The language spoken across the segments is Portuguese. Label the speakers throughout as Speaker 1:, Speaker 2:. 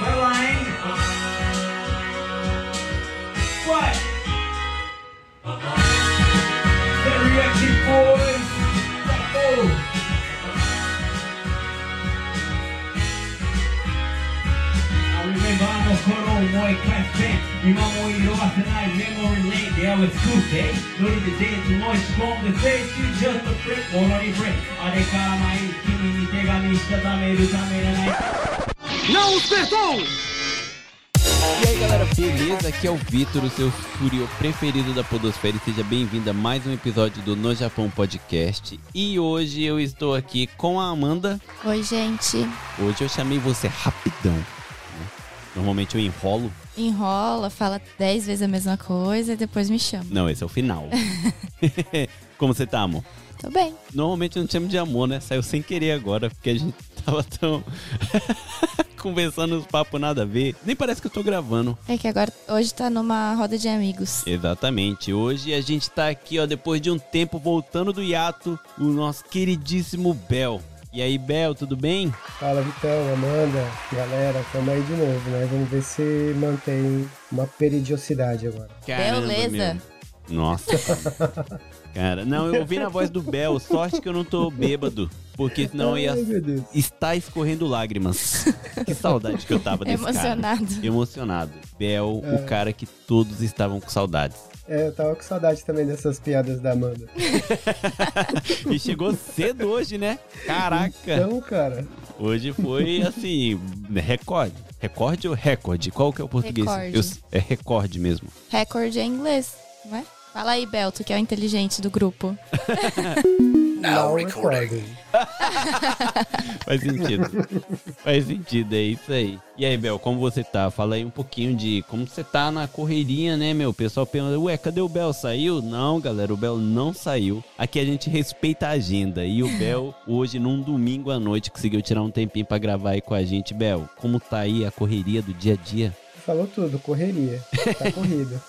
Speaker 1: Vai lá, hein? Vai! The Reactive Boys! Acabou! I remember I'm a grown boy class 10今も色褪せないメモリーレインで I was cool day ノリでデートも仕込んで Say you just a friend ものに friend あれから毎日君に手紙したためるためらない
Speaker 2: E aí galera, beleza? Aqui é o Vitor, o seu furio preferido da Podosfera, e seja bem-vindo a mais um episódio do No Japão Podcast. E hoje eu estou aqui com a Amanda.
Speaker 3: Oi, gente.
Speaker 2: Hoje eu chamei você rapidão. né? Normalmente eu enrolo.
Speaker 3: Enrola, fala dez vezes a mesma coisa e depois me chama.
Speaker 2: Não, esse é o final. Como você tá, amor?
Speaker 3: Tô bem.
Speaker 2: Normalmente eu não te chamo de amor, né? Saiu sem querer agora, porque a gente tava tão. conversando uns papos nada a ver. Nem parece que eu tô gravando.
Speaker 3: É que agora, hoje tá numa roda de amigos.
Speaker 2: Exatamente. Hoje a gente tá aqui, ó, depois de um tempo voltando do hiato, o nosso queridíssimo Bel. E aí, Bel, tudo bem?
Speaker 4: Fala Vitão, Amanda, galera, tamo aí de novo, né? Vamos ver se mantém uma periodicidade agora.
Speaker 3: Beleza.
Speaker 2: meu. Nossa. Cara, não, eu ouvi na voz do Bel, sorte que eu não tô bêbado, porque senão eu
Speaker 4: Ai,
Speaker 2: ia
Speaker 4: meu Deus.
Speaker 2: estar escorrendo lágrimas. Que saudade que eu tava desse cara.
Speaker 3: Emocionado.
Speaker 2: Emocionado. Bel, o cara que todos estavam com saudades.
Speaker 4: É, eu tava com saudade também dessas piadas da Amanda.
Speaker 2: E chegou cedo hoje, né? Caraca.
Speaker 4: Então, cara,
Speaker 2: Hoje foi assim, recorde. Recorde ou recorde? Qual que é o português?
Speaker 3: Recorde.
Speaker 2: Eu- é recorde mesmo.
Speaker 3: Recorde é inglês, não é? Fala aí, Belto, que é o inteligente do grupo.
Speaker 4: não recording.
Speaker 2: Faz sentido. Faz sentido, é isso aí. E aí, Bel, como você tá? Fala aí um pouquinho de como você tá na correria, né, meu? O pessoal pergunta, ué, cadê o Bel? Saiu? Não, galera, o Bel não saiu. Aqui a gente respeita a agenda. E o Bel, hoje, num domingo à noite, conseguiu tirar um tempinho pra gravar aí com a gente. Bel, como tá aí a correria do dia a dia?
Speaker 4: Falou tudo, correria. Tá corrido.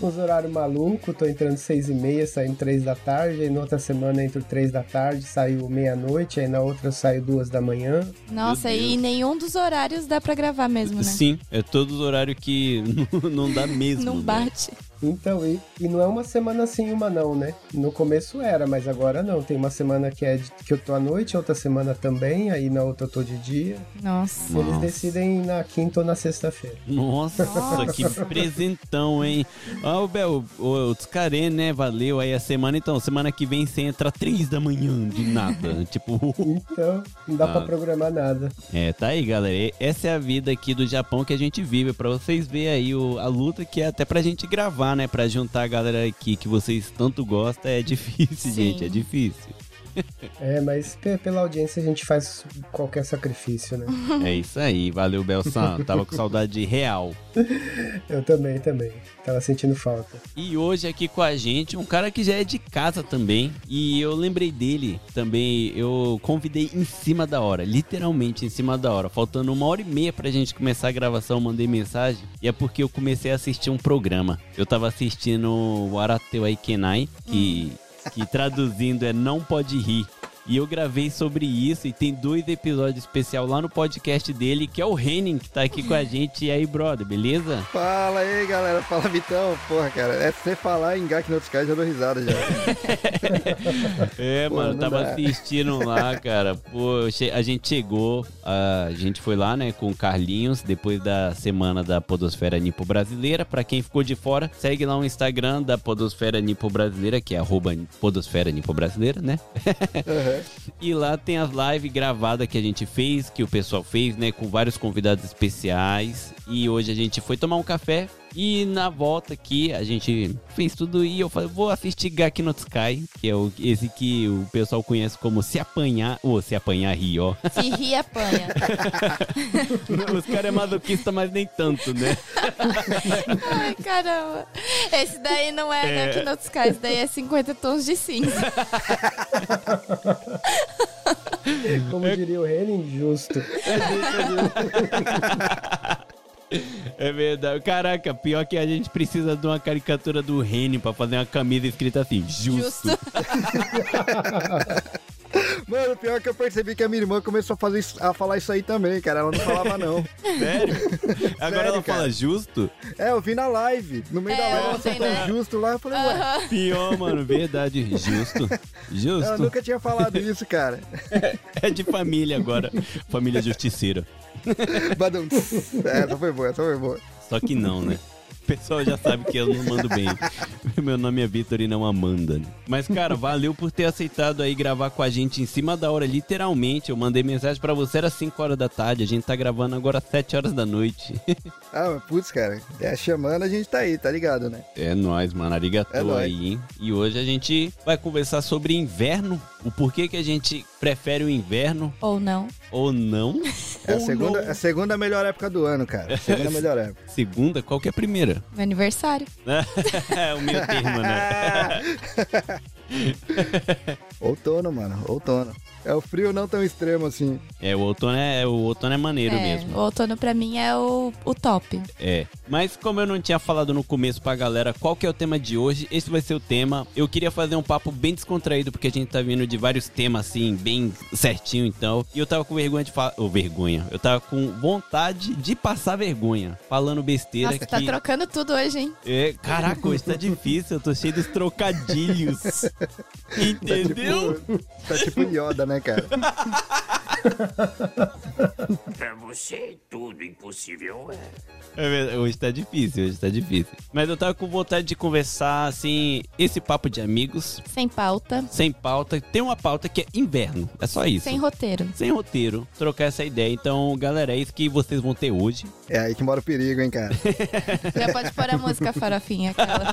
Speaker 4: Uns horários malucos, tô entrando seis e meia, saindo três da tarde, aí na outra semana entro três da tarde, saio meia-noite, aí na outra eu saio duas da manhã.
Speaker 3: Nossa,
Speaker 2: Deus.
Speaker 3: e nenhum dos horários dá pra gravar mesmo, né?
Speaker 2: Sim, é todos os horários que não, não dá mesmo.
Speaker 3: Não
Speaker 2: né?
Speaker 3: bate.
Speaker 4: Então, e, e não é uma semana sim, uma não, né? No começo era, mas agora não. Tem uma semana que, é de- que eu tô à noite, outra semana também, aí na outra eu tô de dia.
Speaker 3: Nossa.
Speaker 2: Nossa.
Speaker 4: Eles decidem na quinta ou na sexta-feira.
Speaker 2: Nossa,
Speaker 3: Nossa.
Speaker 2: que presentão, hein? Ó, o Bel, o, o Tscaré, né? Valeu aí a semana. Então, semana que vem você entra três da manhã, do nada. tipo,
Speaker 4: Então, não dá
Speaker 2: Ah.
Speaker 4: pra programar nada.
Speaker 2: é, tá aí, galera. E- Essa é a vida aqui do Japão que a gente vive. Pra vocês verem aí o- a luta que é até pra gente gravar, né? Pra juntar a galera aqui que vocês tanto gostam. É difícil,
Speaker 3: Sim.
Speaker 2: gente, é difícil.
Speaker 4: É, mas pe- pela audiência a gente faz qualquer sacrifício, né?
Speaker 2: É isso aí. Valeu, Belsan. Tava com saudade real.
Speaker 4: Eu também, também. Tava sentindo falta.
Speaker 2: E hoje aqui com a gente, um cara que já é de casa também. E eu lembrei dele também. Eu convidei em cima da hora, literalmente em cima da hora. Faltando uma hora e meia pra gente começar a gravação, eu mandei mensagem. E é porque eu comecei a assistir um programa. Eu tava assistindo o Arateu Aikenai, que, que traduzindo é Não Pode Rir. E eu gravei sobre isso e tem dois episódios especial lá no podcast dele, que é o Henning que tá aqui com a gente. E aí, brother, beleza?
Speaker 5: Fala aí, galera. Fala, Vitão. Porra, cara, é você falar em Gak no Sky já dou risada já.
Speaker 2: É,
Speaker 5: Pô,
Speaker 2: mano,
Speaker 5: não
Speaker 2: tava
Speaker 5: dá.
Speaker 2: assistindo lá, cara. Pô, eu che- a gente chegou, a gente foi lá, né, com o Carlinhos, depois da semana da Podosfera Nipo Brasileira. Pra quem ficou de fora, segue lá o Instagram da Podosfera Nipo Brasileira, que é arroba Podosfera Nipo Brasileira, né?
Speaker 5: Aham.
Speaker 2: E lá tem as lives gravadas que a gente fez, que o pessoal fez, né? Com vários convidados especiais. E hoje a gente foi tomar um café E na volta aqui, a gente fez tudo e eu falei, vou assistir Gaki no Sky, que é o, esse que o pessoal conhece como Se Apanhar, ou Se Apanhar Ri, ó.
Speaker 3: Se ri, apanha.
Speaker 2: Os caras é masoquista, mas nem tanto, né?
Speaker 3: Ai, caramba. Esse daí não é, é. Aqui no Sky, esse daí é 50 tons de cinza.
Speaker 4: Como diria o Henry, injusto.
Speaker 2: É verdade. Caraca, pior que a gente precisa de uma caricatura do Rene pra fazer uma camisa escrita assim, justo.
Speaker 3: Justo.
Speaker 5: Mano, o pior é que eu percebi que a minha irmã começou a, fazer isso- a falar isso aí também, cara. Ela não falava, não.
Speaker 2: Sério? Agora
Speaker 5: Sério,
Speaker 2: ela fala
Speaker 5: cara.
Speaker 2: justo?
Speaker 5: É, eu vi na live. No meio
Speaker 3: É,
Speaker 5: da live, ela
Speaker 3: ontem,
Speaker 5: soltou
Speaker 3: né?
Speaker 5: justo lá. Eu falei, ué,
Speaker 2: Pior, mano, verdade. Justo.
Speaker 5: ela
Speaker 2: Justo.
Speaker 5: nunca tinha falado isso, cara.
Speaker 2: É de família agora. Família justiceira.
Speaker 5: Badum. É, essa foi boa, essa foi boa.
Speaker 2: Só que não, né? O pessoal já sabe que eu não mando bem. Meu nome é Vitor e não Amanda. né? Mas, cara, valeu por ter aceitado aí gravar com a gente em cima da hora, literalmente. Eu mandei mensagem pra você, era 5 horas da tarde. A gente tá gravando agora às 7 horas da noite.
Speaker 5: Ah, mas putz, cara. É, chamando, a gente tá aí, tá ligado, né?
Speaker 2: É nóis, mano. Arigatô
Speaker 5: É nóis.
Speaker 2: aí, hein? E hoje a gente vai conversar sobre inverno. O porquê que a gente prefere o inverno
Speaker 3: Ou não.
Speaker 2: ou não.
Speaker 5: É a
Speaker 2: Ou
Speaker 5: segunda,
Speaker 2: Oh, não. É.
Speaker 5: é a segunda melhor época do ano, cara. Segunda melhor época.
Speaker 2: Segunda, qual que é a primeira?
Speaker 3: Meu aniversário.
Speaker 2: é o meu termo, né?
Speaker 5: Outono, mano. Outono. É o frio não tão extremo assim.
Speaker 2: É, o outono é, o outono é maneiro
Speaker 3: é,
Speaker 2: mesmo.
Speaker 3: O outono pra mim é o, o top.
Speaker 2: É. Mas como eu não tinha falado no começo pra galera qual que é o tema de hoje, esse vai ser o tema. Eu queria fazer um papo bem descontraído, porque a gente tá vindo de vários temas, assim, bem certinho e tal. E eu tava com vergonha de falar. Ou vergonha. Eu tava com vontade de passar vergonha. Falando besteira
Speaker 3: Nossa,
Speaker 2: que.
Speaker 3: tá trocando tudo hoje, hein?
Speaker 2: É, caraca, hoje tá difícil, eu tô cheio dos trocadilhos. Entendeu?
Speaker 5: Tá tipo Yoda, né, cara?
Speaker 6: Pra você, tudo impossível é.
Speaker 2: É verdade, hoje tá difícil, hoje tá difícil. Mas eu tava com vontade de conversar, assim, esse papo de amigos,
Speaker 3: Sem pauta,
Speaker 2: sem pauta. Tem uma pauta que é inverno, é só isso.
Speaker 3: sem roteiro.
Speaker 2: Sem roteiro, trocar essa ideia. Então, galera, é isso que vocês vão ter hoje.
Speaker 5: É aí que mora o perigo, hein, cara.
Speaker 3: Já pode pôr a música farofinha, aquela.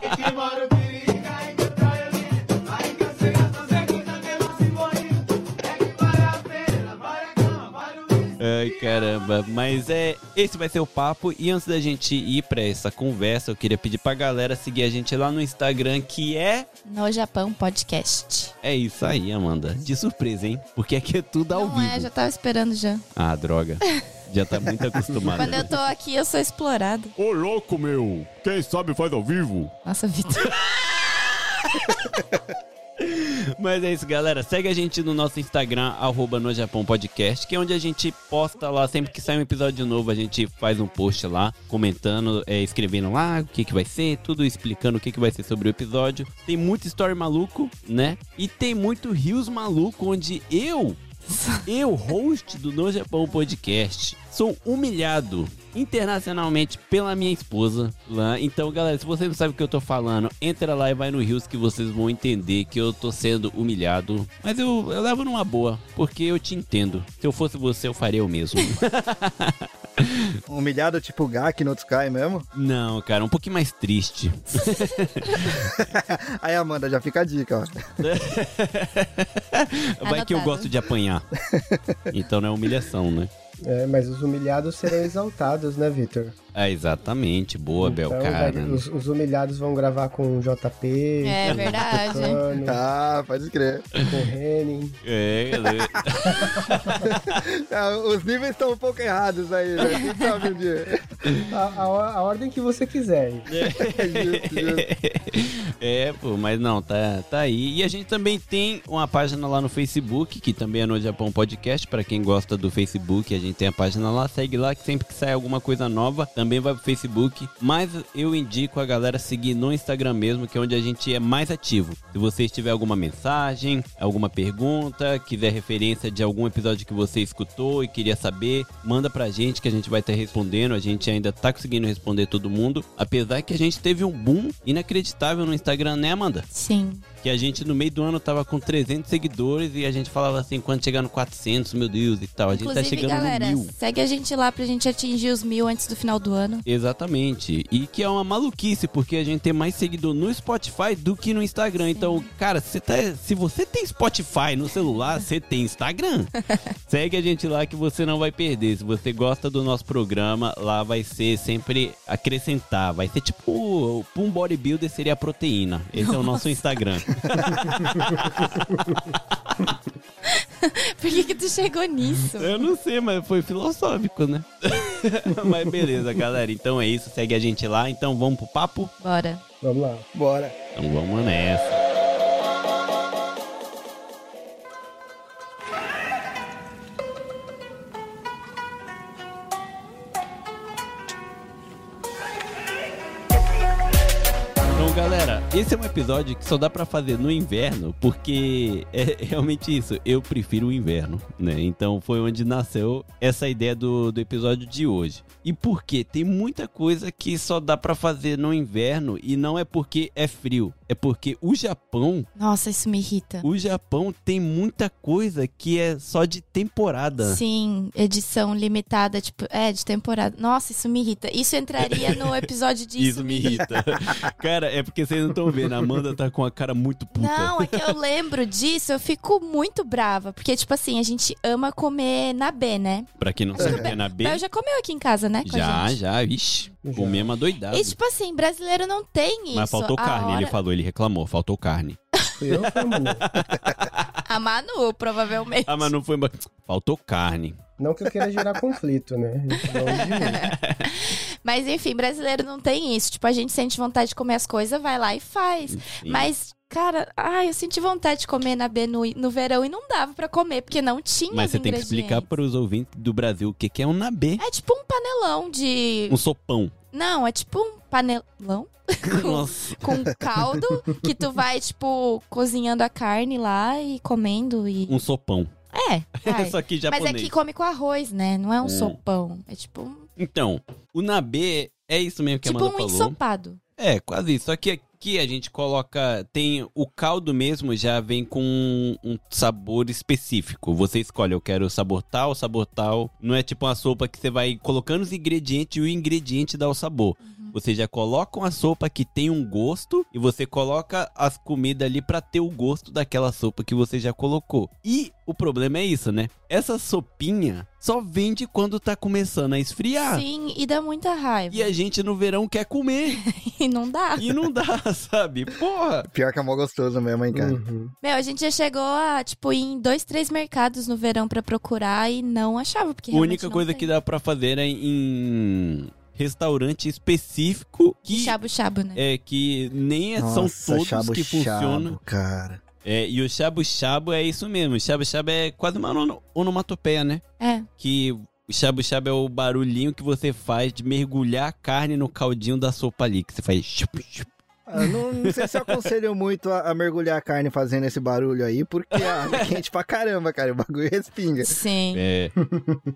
Speaker 2: Ai, caramba. Mas é, esse vai ser o papo. E antes da gente ir pra essa conversa, eu queria pedir pra galera seguir a gente lá no Instagram, que é.
Speaker 3: No Japão Podcast.
Speaker 2: É isso aí, Amanda. De surpresa, hein? Porque aqui é tudo ao
Speaker 3: não
Speaker 2: vivo.
Speaker 3: é, já tava esperando já.
Speaker 2: Ah, droga. Já tá muito acostumado.
Speaker 3: Quando eu tô aqui, eu sou explorado.
Speaker 7: Ô louco, meu! Quem sabe faz ao vivo?
Speaker 3: Nossa, Vitor.
Speaker 2: Mas é isso, galera. Segue a gente no nosso Instagram, arroba no Japão Podcast, que é onde a gente posta lá, sempre que sai um episódio novo, a gente faz um post lá, comentando, é, escrevendo lá o que, que vai ser, tudo explicando o que, que vai ser sobre o episódio. Tem muito story maluco, né? E tem muito rios maluco, onde eu, eu, host do No Japão Podcast, sou humilhado internacionalmente pela minha esposa lá. Então, galera, se você não sabe o que eu tô falando, entra lá e vai no Rios que vocês vão entender que eu tô sendo humilhado. Mas eu, eu levo numa boa, porque eu te entendo. Se eu fosse você, eu faria o mesmo.
Speaker 5: Humilhado tipo Gak no Sky mesmo.
Speaker 2: não, cara, um pouquinho mais triste.
Speaker 5: Aí, Amanda, já fica a dica, ó.
Speaker 2: Vai que eu
Speaker 3: Anotado.
Speaker 2: gosto de apanhar. Então não é humilhação, né?
Speaker 4: É, mas os humilhados serão exaltados, né, Vitor?
Speaker 2: Ah, exatamente. Boa, Bel,
Speaker 4: Então,
Speaker 2: cara.
Speaker 4: vai- os, os humilhados vão gravar com o JP,
Speaker 3: É verdade.
Speaker 4: com o Cano,
Speaker 5: Ah, pode crer.
Speaker 4: com o Henning.
Speaker 2: É,
Speaker 5: Ah, os níveis estão um pouco errados aí, né? Quem sabe um dia. É
Speaker 4: A, a or- a ordem que você quiser.
Speaker 5: Justo, justo.
Speaker 2: É, pô, mas não, tá, tá aí. E a gente também tem uma página lá no Facebook, que também é no Japão Podcast. Pra quem gosta do Facebook, a gente tem a página lá. Segue lá, que sempre que sai alguma coisa nova, também vai pro Facebook. Mas eu indico a galera seguir no Instagram mesmo, que é onde a gente é mais ativo. Se vocês tiverem alguma mensagem, alguma pergunta, quiser referência de algum episódio que você escutou e queria saber, manda pra gente que a gente vai estar respondendo. A gente ainda tá conseguindo responder todo mundo. Apesar que a gente teve um boom inacreditável no Instagram, né, Amanda?
Speaker 3: Sim.
Speaker 2: Que a gente, no meio do ano, tava com 300 seguidores e a gente falava assim, quando chegar no 400, meu Deus, e tal. A gente tá
Speaker 3: Inclusive,
Speaker 2: chegando
Speaker 3: galera,
Speaker 2: no mil.
Speaker 3: segue a gente lá pra gente atingir os mil antes do final do ano.
Speaker 2: Exatamente. E que é uma maluquice, porque a gente tem mais seguidor no Spotify do que no Instagram. Então, cara, você tá, se você tem Spotify no celular, você tem Instagram. Segue a gente lá que você não vai perder. Se você gosta do nosso programa, lá vai ser sempre acrescentar. Vai ser tipo, o- pra um bodybuilder seria a proteína. Esse é o nosso Instagram.
Speaker 3: Por que, que tu chegou nisso?
Speaker 2: Eu não sei, mas foi filosófico, né? mas beleza, galera. Então é isso. Segue a gente lá. Então vamos pro papo?
Speaker 3: Bora.
Speaker 4: Vamos lá.
Speaker 5: Bora.
Speaker 2: Então vamos nessa. Então, galera, esse é um episódio que só dá pra fazer no inverno, porque é realmente isso. Eu prefiro o inverno, né? Então foi onde nasceu essa ideia do, do episódio de hoje. E por quê? Tem muita coisa que só dá pra fazer no inverno e não é porque é frio, é porque o Japão,
Speaker 3: Nossa, isso me irrita.
Speaker 2: o Japão tem muita coisa que é só de temporada.
Speaker 3: Sim, edição limitada, tipo, é, de temporada. Nossa, isso me irrita. Isso entraria no episódio de
Speaker 2: Isso me irrita. Cara, é porque vocês não estão vendo. A Amanda tá com a cara muito puta.
Speaker 3: Não, é que eu lembro disso, eu fico muito brava. Porque, tipo assim, a gente ama comer na B, né?
Speaker 2: Pra quem não sabe, é na B.
Speaker 3: Mas eu já comeu aqui em casa, né? Com
Speaker 2: Já,
Speaker 3: a gente.
Speaker 2: já, vixi.
Speaker 4: Já.
Speaker 2: Comemos adoidado.
Speaker 3: E, tipo assim, brasileiro não tem isso.
Speaker 2: Mas faltou
Speaker 3: A
Speaker 2: carne, ele
Speaker 3: hora-
Speaker 2: falou, ele reclamou, faltou carne.
Speaker 4: Fui eu, foi a Manu.
Speaker 3: A Manu, provavelmente.
Speaker 2: Ah, mas não foi. Faltou carne.
Speaker 4: Não que eu queira gerar conflito, né? Longe de mim.
Speaker 3: Mas, enfim, brasileiro não tem isso. Tipo, a gente sente vontade de comer as coisas, vai lá e faz. Mas, cara, ai, eu senti vontade de comer na B no, no verão e não dava pra comer, porque não tinha
Speaker 2: Mas
Speaker 3: os
Speaker 2: você tem que explicar
Speaker 3: ingredientes.
Speaker 2: para os ouvintes do Brasil o que, que é um nabê.
Speaker 3: É tipo um panelão de...
Speaker 2: Um sopão.
Speaker 3: Não, é tipo um panelão
Speaker 2: Nossa.
Speaker 3: com caldo que tu vai, tipo, cozinhando a carne lá e comendo e...
Speaker 2: Um sopão.
Speaker 3: É, vai.
Speaker 2: Só que
Speaker 3: Mas
Speaker 2: japonês.
Speaker 3: é que come com arroz, né? Não é um
Speaker 2: Hum.
Speaker 3: sopão. É tipo um,
Speaker 2: Então, o nabê é isso mesmo que
Speaker 3: tipo
Speaker 2: a
Speaker 3: um
Speaker 2: Amanda falou.
Speaker 3: ensopado.
Speaker 2: É, quase isso. Só que aqui a gente coloca. Tem o caldo mesmo, já vem com um, um sabor específico. Você escolhe, eu quero sabor tal, sabor tal. Não é tipo uma sopa que você vai colocando os ingredientes e o ingrediente dá o sabor. Você já coloca uma sopa que tem um gosto e você coloca as comidas ali pra ter o gosto daquela sopa que você já colocou. E o problema é isso, né? Essa sopinha só vende quando tá começando a esfriar.
Speaker 3: Sim, e dá muita raiva.
Speaker 2: E a gente no verão quer comer.
Speaker 3: e não dá.
Speaker 2: E não dá, sabe? Porra!
Speaker 5: Pior que é mó gostoso mesmo, hein,
Speaker 2: Hum.
Speaker 5: cara.
Speaker 4: Uhum.
Speaker 3: Meu, a gente já chegou a, tipo, ir em dois, três mercados no verão pra procurar e não achava, porque
Speaker 2: A única coisa que
Speaker 3: dá
Speaker 2: dá pra fazer é em restaurante específico que
Speaker 3: Chabo chabo, né?
Speaker 2: é que nem é- são todos que funcionam.
Speaker 5: cara.
Speaker 2: É, e o shabu shabu é isso mesmo. Shabu shabu é quase uma ono- onomatopeia, né?
Speaker 3: É.
Speaker 2: Que o shabu shabu é o barulhinho que você faz de mergulhar a carne no caldinho da sopa ali, que você faz chup, chup.
Speaker 5: Ah, não, não sei se eu aconselho muito a, a mergulhar a carne fazendo esse barulho aí, porque a água é quente pra caramba, cara. O bagulho respinga.
Speaker 3: Sim.
Speaker 2: É.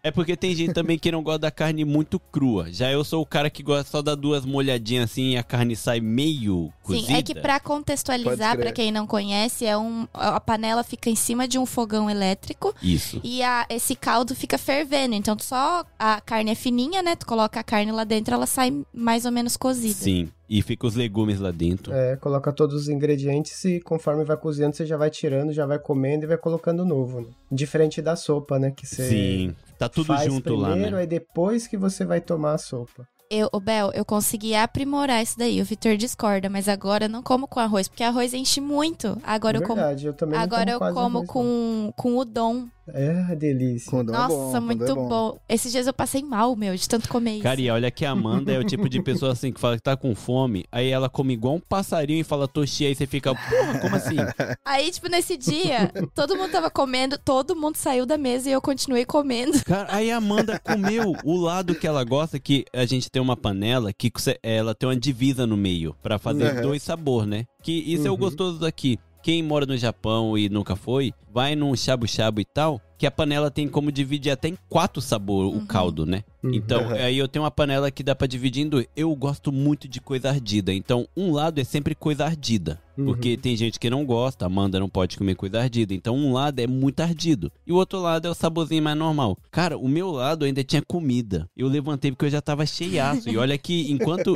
Speaker 2: é porque tem gente também que não gosta da carne muito crua. Já eu sou o cara que gosta só das duas molhadinhas assim e a carne sai meio cozida.
Speaker 3: Sim, é que pra contextualizar,
Speaker 5: Pode crer.
Speaker 3: pra quem não conhece, é um, a panela fica em cima de um fogão elétrico
Speaker 2: Isso.
Speaker 3: e a, esse caldo fica fervendo. Então, tu só a carne é fininha, né? Tu coloca a carne lá dentro, ela sai mais ou menos cozida.
Speaker 2: Sim, e fica os legumes lá dentro.
Speaker 4: É, coloca todos os ingredientes e conforme vai cozinhando, você já vai tirando, já vai comendo e vai colocando novo. Né? Diferente da sopa, né? Que você
Speaker 2: Sim, tá tudo
Speaker 4: faz
Speaker 2: junto
Speaker 4: primeiro, é
Speaker 2: lá, né?
Speaker 4: aí depois que você vai tomar a sopa.
Speaker 3: Eu, ô Bel, eu consegui aprimorar isso daí. O Vitor discorda, mas agora eu não como com arroz, porque arroz enche muito. Agora eu como
Speaker 4: Verdade, eu também não
Speaker 5: então
Speaker 3: Agora eu
Speaker 4: como quase
Speaker 3: como
Speaker 4: arroz,
Speaker 3: com, com udon.
Speaker 4: não. É, delícia.
Speaker 5: Quando né? é
Speaker 3: Nossa,
Speaker 5: bom, quando
Speaker 3: muito
Speaker 5: é
Speaker 3: bom. Esses dias eu passei mal, meu, de tanto comer isso.
Speaker 2: Cara, e olha que a Amanda é o tipo de pessoa assim que fala que tá com fome, aí ela come igual um passarinho e fala toshi, aí você fica, porra, como assim?
Speaker 3: Aí, tipo, nesse dia, todo mundo tava comendo, todo mundo saiu da mesa e eu continuei comendo.
Speaker 2: Cara, aí a Amanda comeu o lado que ela gosta, que a gente tem uma panela que cê- ela tem uma divisa no meio pra fazer
Speaker 5: Uhum.
Speaker 2: dois sabores, né? Que isso é o
Speaker 4: Uhum.
Speaker 2: gostoso daqui. Quem mora no Japão e nunca foi, vai num shabu shabu e tal, que a panela tem como dividir até em quatro sabores o caldo, né?
Speaker 4: Uhum.
Speaker 2: Então, aí eu tenho uma panela que dá pra dividir em dois. Eu gosto muito de coisa ardida. Então, um lado é sempre coisa ardida. Porque tem gente que não gosta, Amanda não pode comer coisa ardida. Então, um lado é muito ardido. E o outro lado é o saborzinho mais normal. Cara, o meu lado ainda tinha comida. Eu levantei porque eu já tava cheiaço. E olha que, enquanto.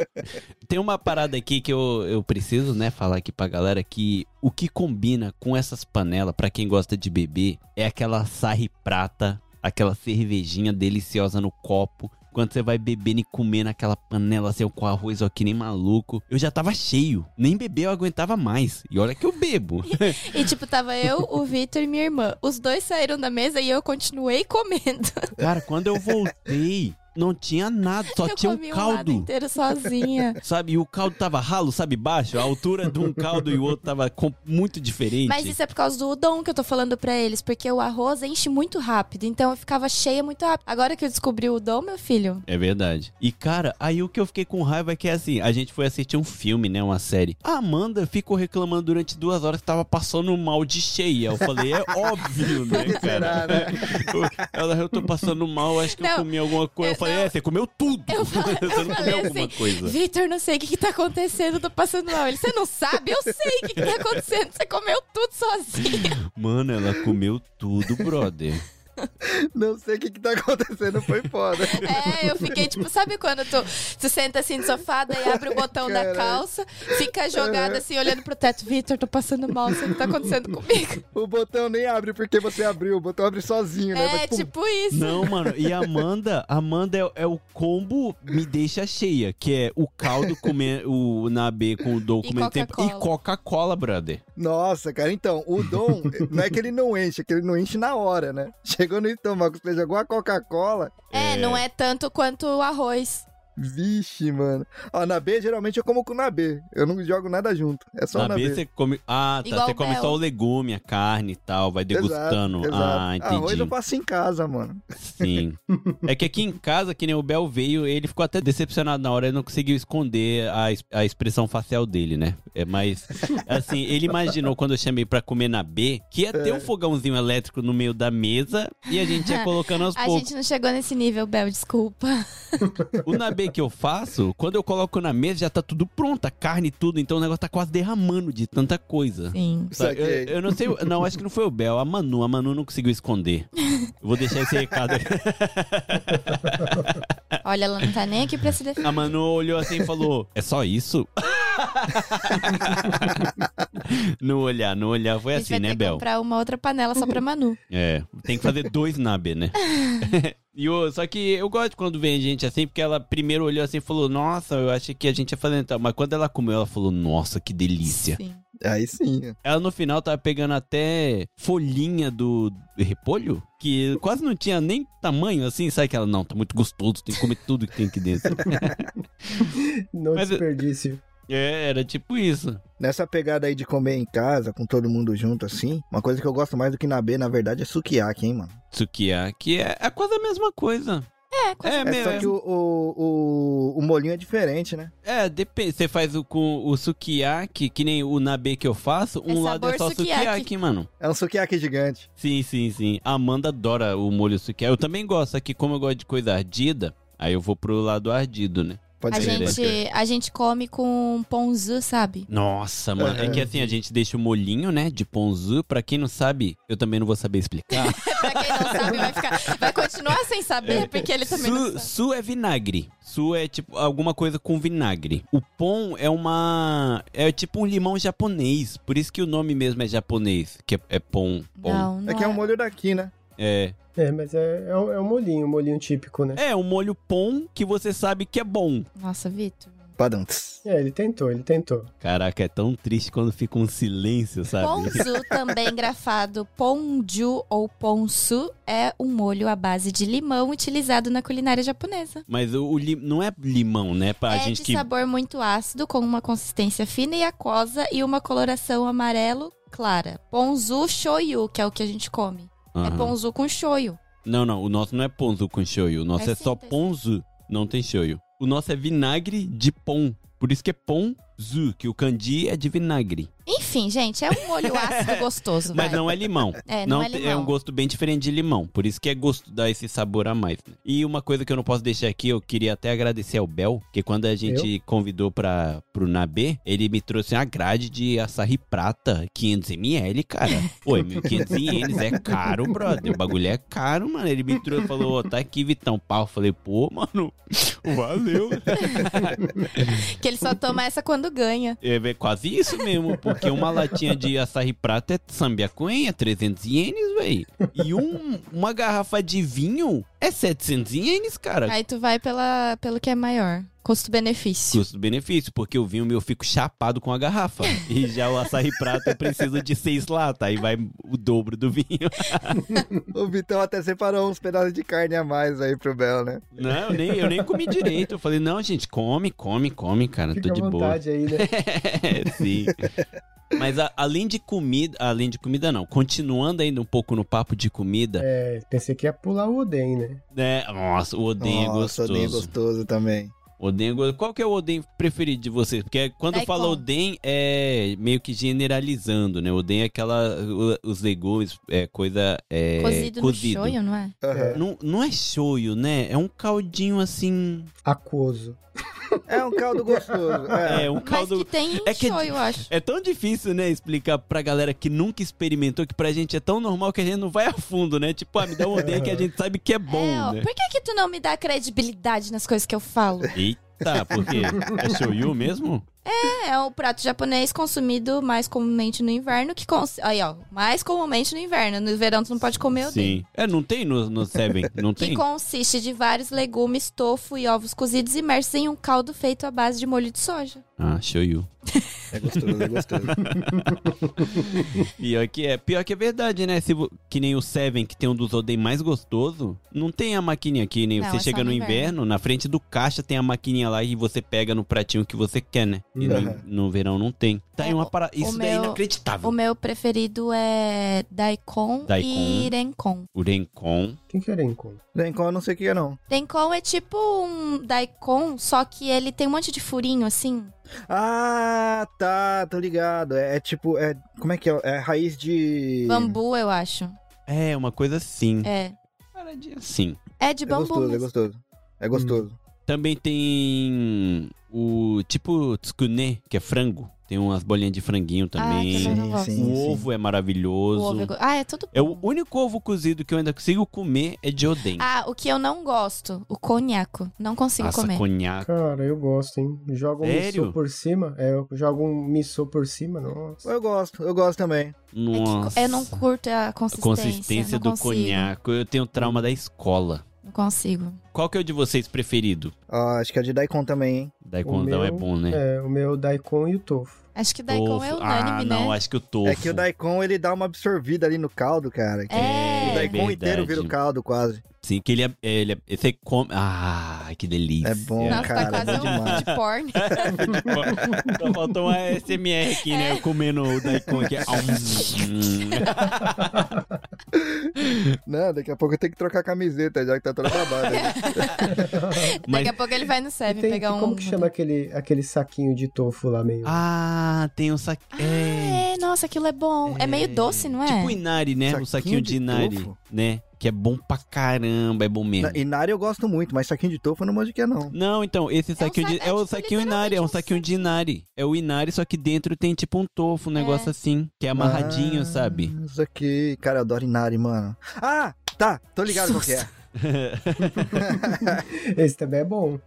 Speaker 2: Tem uma parada aqui que eu, eu preciso, né, falar aqui pra galera que o que combina com essas panelas, pra quem gosta de beber, é aquela sarre prata aquela cervejinha deliciosa no copo. Quando você vai bebendo e comer naquela panela assim, com arroz, ó, que nem maluco. Eu já tava cheio. Nem beber eu aguentava mais. E olha que eu bebo.
Speaker 3: E tipo, tava eu, o Vitor e minha irmã. Os dois saíram da mesa e eu continuei comendo.
Speaker 2: Cara, quando eu voltei, não tinha nada, só
Speaker 3: eu
Speaker 2: tinha um
Speaker 3: comi um lado
Speaker 2: caldo.
Speaker 3: inteiro sozinha.
Speaker 2: sabe? E o caldo tava ralo, sabe? Baixo. A altura de um caldo e o outro tava com- muito diferente.
Speaker 3: Mas isso é por causa do udon que eu tô falando pra eles, porque o arroz enche muito rápido, então eu ficava cheia muito rápido. Agora que eu descobri o udon, meu filho,
Speaker 2: É verdade. E, cara, aí o que eu fiquei com raiva é que, assim, a gente foi assistir um filme, né? Uma série. A Amanda ficou reclamando durante duas horas que tava passando mal de cheia. Eu falei, é óbvio, né, cara?
Speaker 5: Será, né?
Speaker 2: Ela, eu tô passando mal, acho que eu
Speaker 3: Não,
Speaker 2: comi alguma coisa. Eu
Speaker 3: eu
Speaker 2: falei,
Speaker 3: não-
Speaker 2: é, você comeu tudo.
Speaker 3: eu, fa- eu
Speaker 2: você não
Speaker 3: falei
Speaker 2: comeu
Speaker 3: assim,
Speaker 2: alguma coisa.
Speaker 3: Vitor, não sei o que que tá acontecendo, tô passando mal. Ele, você não sabe? Eu sei o que que tá acontecendo, você comeu tudo sozinha.
Speaker 2: Mano, ela comeu tudo, brother.
Speaker 5: Não sei o que, que tá acontecendo, foi foda.
Speaker 3: É, eu fiquei tipo, sabe quando tu, tu senta assim no sofá, daí abre o botão da
Speaker 5: Caralho.
Speaker 3: calça, fica jogada assim, olhando pro teto. Vitor, tô passando mal, não sei o que tá acontecendo comigo.
Speaker 5: O botão nem abre porque você abriu, o botão abre sozinho, né?
Speaker 3: É,
Speaker 5: Vai, pum.
Speaker 3: tipo isso.
Speaker 2: Não, mano, e a Amanda, a Amanda é, é o combo me deixa cheia, que é o caldo comer o na B com o Dom
Speaker 3: E
Speaker 2: comendo tempo e
Speaker 3: Coca-Cola.
Speaker 2: Coca-Cola, brother.
Speaker 5: Nossa, cara, então, o Dom, não é que ele não enche, é que ele não enche na hora, né? Chegou no estômago, você jogou a Coca-Cola,
Speaker 3: É, não é tanto quanto o arroz.
Speaker 5: vixe, mano. Ó, na B, geralmente eu como com na B, eu não jogo nada junto, é só
Speaker 2: na,
Speaker 5: na
Speaker 2: B você come, ah, tá,
Speaker 3: Igual
Speaker 2: você come
Speaker 3: mel.
Speaker 2: só o legume, a carne e tal, vai degustando.
Speaker 5: Exato,
Speaker 2: Ah,
Speaker 5: exato. Arroz
Speaker 2: entendi.
Speaker 5: eu faço em casa, mano.
Speaker 2: Sim. É que aqui em casa, que nem o Bel veio, ele ficou até decepcionado na hora, ele não conseguiu esconder a, es- a expressão facial dele, né? É, mas, assim, ele imaginou quando eu chamei pra comer na B, que ia
Speaker 5: É.
Speaker 2: ter um fogãozinho elétrico no meio da mesa e a gente ia colocando aos
Speaker 3: A
Speaker 2: poucos.
Speaker 3: gente não chegou nesse nível, Bel, desculpa.
Speaker 2: O nabê que eu faço, quando eu coloco na mesa, já tá tudo pronto, a carne e tudo, então o negócio tá quase derramando de tanta coisa.
Speaker 3: Sim.
Speaker 2: Sabe, Tá, Eu,
Speaker 5: Saquei.
Speaker 2: eu não sei, não, acho que não foi o Bel, a Manu, a Manu não conseguiu esconder. Eu vou deixar esse recado aqui.
Speaker 3: Olha, ela não tá nem aqui pra se defender.
Speaker 2: A Manu olhou assim e falou: É só isso? no olhar, no olhar foi
Speaker 3: A gente
Speaker 2: assim,
Speaker 3: vai ter
Speaker 2: né,
Speaker 3: que
Speaker 2: Bel?
Speaker 3: comprar uma outra panela só pra Manu.
Speaker 2: É, tem que fazer dois nabê, né? E o- só que eu gosto quando vem gente assim, porque ela primeiro olhou assim e falou: Nossa, eu achei que a gente ia fazer então. Mas quando ela comeu, ela falou: Nossa, que delícia.
Speaker 3: Sim.
Speaker 5: Aí sim.
Speaker 2: Ela no final tava pegando até folhinha do repolho, que quase não tinha nem tamanho assim, sabe? Que ela, não, tá muito gostoso, tem que comer tudo que tem aqui dentro.
Speaker 4: Não
Speaker 2: Mas-
Speaker 4: desperdício.
Speaker 2: é, era tipo isso.
Speaker 5: Nessa pegada aí de comer em casa, com todo mundo junto assim, uma coisa que eu gosto mais do que na B, na verdade, é sukiyaki, hein, mano?
Speaker 2: Sukiyaki é, é quase a mesma coisa.
Speaker 3: É, quase
Speaker 2: É,
Speaker 5: É,
Speaker 2: meu,
Speaker 5: só que o, o, o, o molinho é diferente, né?
Speaker 2: é, depende. Você faz o com o sukiyaki, que nem o nabe que eu faço, um
Speaker 3: É
Speaker 2: lado é
Speaker 3: sabor
Speaker 2: só sukiyaki.
Speaker 3: sukiyaki.
Speaker 2: mano.
Speaker 5: É um sukiyaki gigante.
Speaker 2: Sim, sim, sim. A Amanda adora o molho sukiyaki. Eu também gosto, aqui como eu gosto de coisa ardida, aí eu vou pro lado ardido, né?
Speaker 5: Pode
Speaker 3: a
Speaker 5: ser.
Speaker 2: crer,
Speaker 3: gente, a gente come com ponzu, sabe?
Speaker 2: Nossa, mano. É
Speaker 5: Aham.
Speaker 2: que assim, a gente deixa o molhinho, né, de ponzu. Pra quem não sabe, eu também não vou saber explicar.
Speaker 3: pra quem não sabe, vai ficar. Vai continuar sem saber, porque ele também não
Speaker 2: É. Su,
Speaker 3: sabe.
Speaker 2: su é vinagre. Su é tipo alguma coisa com vinagre. O pon é uma. É tipo um limão japonês. Por isso que o nome mesmo é japonês. Que é, é pon. pon.
Speaker 3: Não, não
Speaker 5: É que é um molho daqui, né?
Speaker 2: É.
Speaker 4: É, mas é, é, um, é um molhinho, um molhinho típico, né?
Speaker 2: É um molho pon que você sabe que é bom.
Speaker 3: Nossa, Vitor.
Speaker 5: Padrão.
Speaker 4: É, ele tentou, ele tentou.
Speaker 2: Caraca, é tão triste quando fica um silêncio, sabe?
Speaker 3: Ponzu, também grafado ponju ou ponsu, é um molho à base de limão utilizado na culinária japonesa.
Speaker 2: Mas o, o lim- não é limão, né? Pra
Speaker 3: é
Speaker 2: gente
Speaker 3: de
Speaker 2: que.
Speaker 3: sabor muito ácido, com uma consistência fina e aquosa e uma coloração amarelo clara. Ponzu shoyu, que é o que a gente come. É
Speaker 2: Aham.
Speaker 3: ponzu com shoyu.
Speaker 2: Não, não, o nosso não é ponzu com shoyu. O nosso é,
Speaker 3: É sim,
Speaker 2: só
Speaker 3: tem sim.
Speaker 2: ponzu, não tem shoyu. O nosso é vinagre de pon. Por isso que é ponzu. zu, que o candi é de vinagre.
Speaker 3: Enfim, gente, é um molho ácido gostoso,
Speaker 2: Mas
Speaker 3: vai.
Speaker 2: não é limão.
Speaker 3: É, não é
Speaker 2: te-
Speaker 3: limão.
Speaker 2: um gosto bem diferente de limão. Por isso que é gosto, dá esse sabor a mais. né? E uma coisa que eu não posso deixar aqui, eu queria até agradecer ao Bel, que quando a gente convidou para pro Nabê, ele me trouxe uma grade de açaí prata, 500ml, cara. Pô, 1.500ml é caro, brother. O bagulho é caro, mano. Ele me trouxe e falou, ó, tá aqui, Vitão. Pau. Eu falei, pô, mano, valeu.
Speaker 3: Que ele só toma essa quando ganha.
Speaker 2: É é quase isso mesmo, porque uma latinha de açaí prata é sambiaquenha, 300 ienes, véi. E um- uma garrafa de vinho é 700 ienes, cara.
Speaker 3: Aí tu vai pela, pelo que é maior. Custo-benefício.
Speaker 2: Custo-benefício, porque o vinho meu eu fico chapado com a garrafa. E já o açaí prata eu preciso de seis latas, aí vai o dobro do vinho.
Speaker 5: O Vitão até separou uns pedaços de carne a mais aí pro Bel, né?
Speaker 2: Não, eu nem, eu nem comi direito. Eu falei, não, gente, come, come, come, cara,
Speaker 4: Fica
Speaker 2: tô de
Speaker 4: à
Speaker 2: boa.
Speaker 4: vontade aí, né?
Speaker 2: É, sim. Mas a- além de comida, além de comida não, continuando ainda um pouco no papo de comida,
Speaker 4: É, pensei que ia pular o Oden, né?
Speaker 2: né? Nossa, o odeio é
Speaker 5: Nossa,
Speaker 2: gostoso.
Speaker 5: odeio gostoso também.
Speaker 2: Odeio é gostoso. Qual que é o odeio preferido de vocês? Porque quando
Speaker 3: Daikon.
Speaker 2: fala odeio, é meio que generalizando, né? Odeio é aquela, o- os legumes, é coisa é,
Speaker 3: Cozido, no shoyu, não é?
Speaker 5: Aham.
Speaker 2: Não, não é shoyu, né? É um caldinho assim.
Speaker 4: Aquoso.
Speaker 5: É um caldo gostoso. É.
Speaker 2: É, um caldo.
Speaker 3: Mas que tem em
Speaker 2: É que-
Speaker 3: shoyu, eu acho.
Speaker 2: É tão difícil, né, explicar pra galera que nunca experimentou, que pra gente é tão normal que a gente não vai a fundo, né? Tipo, ah, me dá um odeio que a gente sabe que é bom,
Speaker 3: é, ó,
Speaker 2: né? É.
Speaker 3: Por que que tu não me dá credibilidade nas coisas que eu falo?
Speaker 2: Eita, por quê? É shoyu mesmo?
Speaker 3: É, é o prato japonês consumido mais comumente no inverno que cons... aí ó, mais comumente no inverno, no verão tu não pode comer o
Speaker 2: Sim. É, não tem no, no Seven, não
Speaker 3: Que
Speaker 2: tem?
Speaker 3: consiste de vários legumes, tofu e ovos cozidos imersos em um caldo feito à base de molho de soja.
Speaker 2: Ah, shoyu.
Speaker 5: É gostoso, é gostoso.
Speaker 2: Pior que é, pior que é verdade, né? Se, vo- que nem o Seven, que tem um dos odem mais gostoso, não tem a maquininha aqui, nem
Speaker 3: Não,
Speaker 2: você
Speaker 3: é só
Speaker 2: chega
Speaker 3: no
Speaker 2: no inverno,
Speaker 3: inverno.
Speaker 2: na frente do caixa tem a maquininha lá e você pega no pratinho que você quer, né? E
Speaker 5: Uhum.
Speaker 2: no, no verão não tem. Tá aí
Speaker 3: É,
Speaker 2: uma
Speaker 3: o-
Speaker 2: parada.
Speaker 3: o
Speaker 2: Isso daí é
Speaker 3: meu-
Speaker 2: inacreditável.
Speaker 3: O meu preferido é daikon,
Speaker 2: Daikon.
Speaker 3: e rencon.
Speaker 2: O Rencon.
Speaker 4: Quem que era Encon?
Speaker 5: Lencon eu não sei o que é, não.
Speaker 3: Rencon é tipo um daikon, só que ele tem um monte de furinho assim.
Speaker 5: Ah, tá, tô ligado. É, é tipo, é. Como é que é? É raiz de.
Speaker 3: Bambu, eu acho.
Speaker 2: É, uma coisa assim.
Speaker 3: É.
Speaker 2: Paradinha assim.
Speaker 3: É de
Speaker 5: É
Speaker 3: bambu.
Speaker 5: gostoso, é
Speaker 3: mesmo.
Speaker 5: gostoso. É gostoso.
Speaker 2: Também tem o tipo tsukune, que é frango. Tem umas bolinhas de franguinho
Speaker 3: Ah,
Speaker 2: também.
Speaker 3: também não gosto.
Speaker 5: Sim,
Speaker 2: o ovo é
Speaker 3: O
Speaker 2: maravilhoso.
Speaker 3: ovo é go- Ah, é tudo
Speaker 2: É o único ovo cozido que eu ainda consigo comer é de oden.
Speaker 3: Ah, o que eu não gosto, o conhaco. Não consigo
Speaker 2: Nossa,
Speaker 3: comer.
Speaker 2: conhaque.
Speaker 4: Cara, eu gosto, hein? Joga um
Speaker 2: Ah. Sério?
Speaker 4: missô por cima. É, eu jogo um missô por cima, nossa.
Speaker 5: Eu gosto, eu gosto também.
Speaker 3: É que co-
Speaker 2: Nossa.
Speaker 3: eu não curto a
Speaker 2: A
Speaker 3: consistência.
Speaker 2: consistência
Speaker 3: não
Speaker 2: do
Speaker 3: consigo,
Speaker 2: conhaco. Eu tenho trauma da escola.
Speaker 3: Não consigo.
Speaker 2: Qual que é o de vocês preferido?
Speaker 5: Ah, acho que é de Daikon também, hein?
Speaker 2: Daí
Speaker 4: O
Speaker 2: quando
Speaker 4: meu
Speaker 2: é bom, né?
Speaker 4: É, o meu Daikon e o Tofu.
Speaker 3: Acho que daikon é
Speaker 2: Tofu.
Speaker 3: unânime,
Speaker 2: ah,
Speaker 3: né?
Speaker 2: não, acho que o tofu.
Speaker 5: É que o Daikon ele dá uma absorvida ali no caldo, cara. Que
Speaker 3: É.
Speaker 5: O Daikon
Speaker 2: verdade.
Speaker 5: inteiro vira o caldo quase.
Speaker 2: Sim, que ele é, ele é- Você come. Ah, que delícia.
Speaker 5: É bom,
Speaker 3: Nossa,
Speaker 5: cara,
Speaker 3: tá
Speaker 5: é
Speaker 3: quase
Speaker 5: bom
Speaker 3: um
Speaker 5: demais.
Speaker 3: vídeo de porn.
Speaker 2: Só faltou uma SMR aqui, né? Comendo o Daikon aqui. Ah, hum.
Speaker 5: Não, Né? daqui a pouco eu tenho que trocar a camiseta, já que tá toda babada.
Speaker 2: Mas-
Speaker 3: Daqui a pouco ele vai no
Speaker 4: E
Speaker 3: Seven
Speaker 4: tem,
Speaker 3: pegar um.
Speaker 4: como que chama aquele, aquele saquinho de tofu lá meio?
Speaker 2: Ah, tem um saque. é.
Speaker 3: É, nossa, aquilo é bom. É, meio doce, não é?
Speaker 2: Tipo o Inari, né? o
Speaker 5: Saquinho
Speaker 2: saquinho de
Speaker 5: de
Speaker 2: Inari,
Speaker 5: tofu?
Speaker 2: né? Que é bom pra caramba, é bom mesmo.
Speaker 5: Na- Inari eu gosto muito, mas saquinho de tofu eu não manjo o que é, não.
Speaker 2: Não, então, esse saquinho
Speaker 3: sa-
Speaker 2: de.
Speaker 3: é
Speaker 2: É o
Speaker 3: tipo
Speaker 2: saquinho Inari, é um
Speaker 3: literalmente um
Speaker 2: saquinho de Inari. É o Inari, só que dentro tem tipo um tofu, um negócio assim, que é amarradinho,
Speaker 5: Ah,
Speaker 2: sabe?
Speaker 5: Isso aqui. Cara, eu adoro Inari, mano. Ah, tá, tô ligado qual que é.
Speaker 4: Esse também é bom.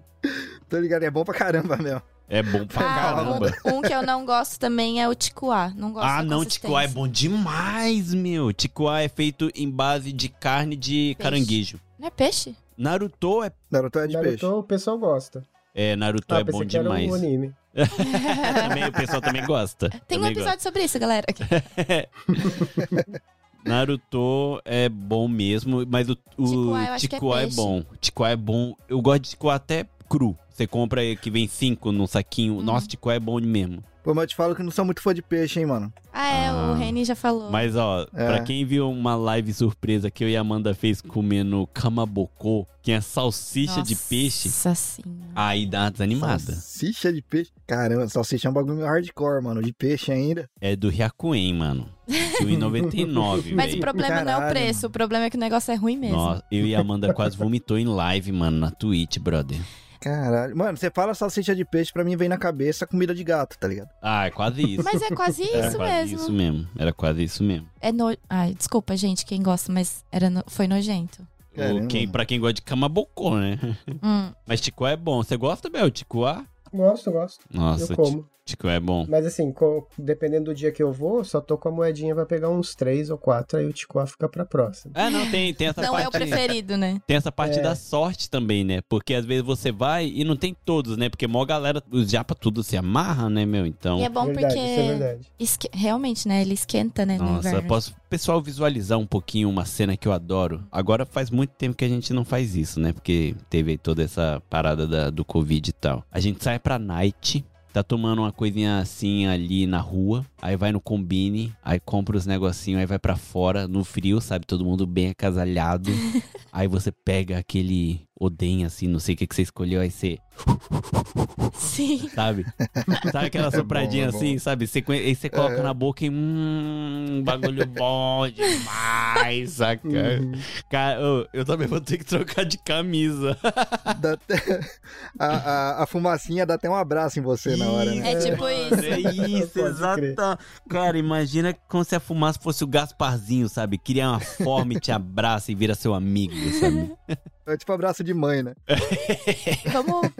Speaker 5: Tô ligado, é bom pra caramba, meu.
Speaker 2: É bom pra
Speaker 3: Ah,
Speaker 2: caramba.
Speaker 3: um, um que eu não gosto também é o ticuá. Não gosto
Speaker 2: Ah,
Speaker 3: da
Speaker 2: não,
Speaker 3: consistência.
Speaker 2: ticoá é bom demais, meu. Ticoá é feito em base de carne
Speaker 3: Peixe.
Speaker 2: de caranguejo.
Speaker 3: Não é peixe?
Speaker 2: Naruto é,
Speaker 5: Naruto é de
Speaker 4: Naruto,
Speaker 5: peixe.
Speaker 4: o pessoal gosta.
Speaker 2: é Naruto
Speaker 4: ah,
Speaker 2: é
Speaker 4: pensei
Speaker 2: bom
Speaker 4: que era
Speaker 2: demais.
Speaker 4: um anime.
Speaker 2: também, o pessoal também gosta.
Speaker 3: Tem um
Speaker 2: Também
Speaker 3: episódio sobre isso, galera.
Speaker 2: gosta. Naruto é bom mesmo, mas o, o
Speaker 3: Ticoá, eu acho que é
Speaker 2: ticoá é,
Speaker 3: peixe.
Speaker 2: bom. Ticoá é bom.
Speaker 3: Hum.
Speaker 2: Eu gosto de ticoá até cru. Você compra aí que vem cinco num saquinho. Nossa, ticoá é bom mesmo.
Speaker 5: Pô, mas eu te falo que eu não sou muito fã de peixe, hein, mano.
Speaker 3: Ah, é,
Speaker 2: Ah.
Speaker 3: o Reni já falou.
Speaker 2: Mas ó,
Speaker 5: É.
Speaker 2: pra quem viu uma live surpresa que eu e a Amanda fez comendo camabocô, que é salsicha de peixe,
Speaker 3: Nossa senhora.
Speaker 2: aí dá uma desanimada.
Speaker 5: Salsicha de peixe. Caramba, salsicha é um bagulho meio hardcore, mano. De peixe ainda.
Speaker 2: É do Riacuen, mano. Do em 99,
Speaker 3: Mas o
Speaker 2: velho.
Speaker 3: problema não é o
Speaker 5: Caralho.
Speaker 3: preço, o problema é que o negócio é ruim mesmo.
Speaker 2: Nossa, eu e a Amanda quase vomitou em live, mano, na Twitch, brother.
Speaker 5: Caralho. Mano, você fala salsicha de peixe, pra mim vem na cabeça comida de gato, tá ligado?
Speaker 2: Ah, é quase isso.
Speaker 3: Mas é quase
Speaker 2: Era
Speaker 3: isso
Speaker 2: quase
Speaker 3: mesmo.
Speaker 2: isso mesmo. Era quase isso mesmo.
Speaker 3: É no... Ai, desculpa, gente, quem gosta, mas era no- foi nojento.
Speaker 5: Caramba.
Speaker 2: Ou Quem, pra quem gosta de camabocô, né?
Speaker 3: Hum.
Speaker 2: Mas ticuá é bom. Você gosta, Bel? Ticuá?
Speaker 4: Gosto, gosto.
Speaker 2: Nossa,
Speaker 4: eu como.
Speaker 2: ti- ticuá é bom.
Speaker 4: Mas assim, co- dependendo do dia que eu vou, só tô com a moedinha pra pegar uns três ou quatro, aí o ticoá fica pra próxima.
Speaker 2: Ah, não, tem, tem essa
Speaker 3: Não
Speaker 2: parte.
Speaker 3: é o preferido, né?
Speaker 2: Tem essa parte
Speaker 4: É.
Speaker 2: da sorte também, né? Porque às vezes você vai e não tem todos, né? Porque mó galera, os japa tudo se amarra, né, meu? Então.
Speaker 3: E é bom
Speaker 4: verdade, isso é
Speaker 3: porque
Speaker 4: verdade.
Speaker 3: esque- realmente, né? Ele esquenta, né? no
Speaker 2: Nossa,
Speaker 3: inverno.
Speaker 2: posso pessoal visualizar um pouquinho uma cena que eu adoro. Agora faz muito tempo que a gente não faz isso, né? Porque teve aí toda essa parada da- do Covid e tal. A gente sai pra night, tá tomando uma coisinha assim ali na rua, aí vai no combine, aí compra os negocinhos, aí vai pra fora no frio, sabe? Todo mundo bem agasalhado. aí você pega aquele oden assim, não sei o que, que você escolheu, aí você
Speaker 3: Sim.
Speaker 2: sabe? Sabe aquela sopradinha
Speaker 5: é bom.
Speaker 2: assim, sabe? Você, conhe- aí você coloca na boca e. Hum, bagulho bom demais, saca?
Speaker 4: Uhum.
Speaker 2: Cara, eu, eu também vou ter que trocar de camisa.
Speaker 5: Dá até- a, a, a fumacinha dá até um abraço em você na hora, né?
Speaker 3: É tipo isso.
Speaker 2: É isso,
Speaker 4: Pode crer.
Speaker 2: exata. Cara, imagina como se a fumaça fosse o Gasparzinho, sabe? Cria uma forma e te abraça e vira seu amigo, sabe?
Speaker 5: É tipo abraço de mãe, né?
Speaker 3: Vamos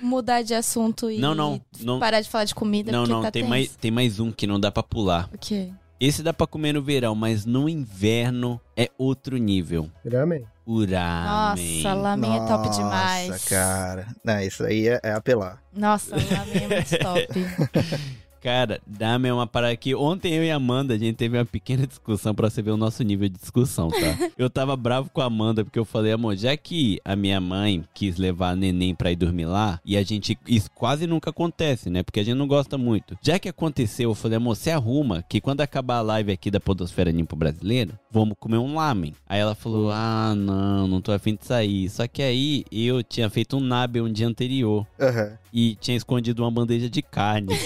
Speaker 3: mudar de assunto e
Speaker 2: Não, não. Não,
Speaker 3: parar de falar de comida.
Speaker 2: não,
Speaker 3: porque
Speaker 2: não
Speaker 3: tá
Speaker 2: tem,
Speaker 3: tenso.
Speaker 2: mais, tem mais um que não dá pra pular.
Speaker 3: O quê?
Speaker 2: Esse dá pra comer no verão, mas no inverno é outro nível.
Speaker 4: Ramen?
Speaker 2: Uramen.
Speaker 3: Nossa, lamen é top
Speaker 5: Nossa,
Speaker 3: demais.
Speaker 5: cara. Não, isso aí é, é apelar.
Speaker 3: Nossa, lamen é muito top.
Speaker 2: Cara, dá-me uma parada aqui. Ontem eu e a Amanda, a gente teve uma pequena discussão pra você ver o nosso nível de discussão, tá? Eu tava bravo com a Amanda porque eu falei, amor, já que a minha mãe quis levar a neném pra ir dormir lá, e a gente, isso quase nunca acontece, né? Porque a gente não gosta muito. Já que aconteceu, eu falei, amor, você arruma que quando acabar a live aqui da Podosfera Nimpo Brasileira, vamos comer um lamen. Aí ela falou, ah, não, não tô afim de sair. Só que aí eu tinha feito um nabe um dia anterior
Speaker 5: Aham.
Speaker 2: e tinha escondido uma bandeja de carne.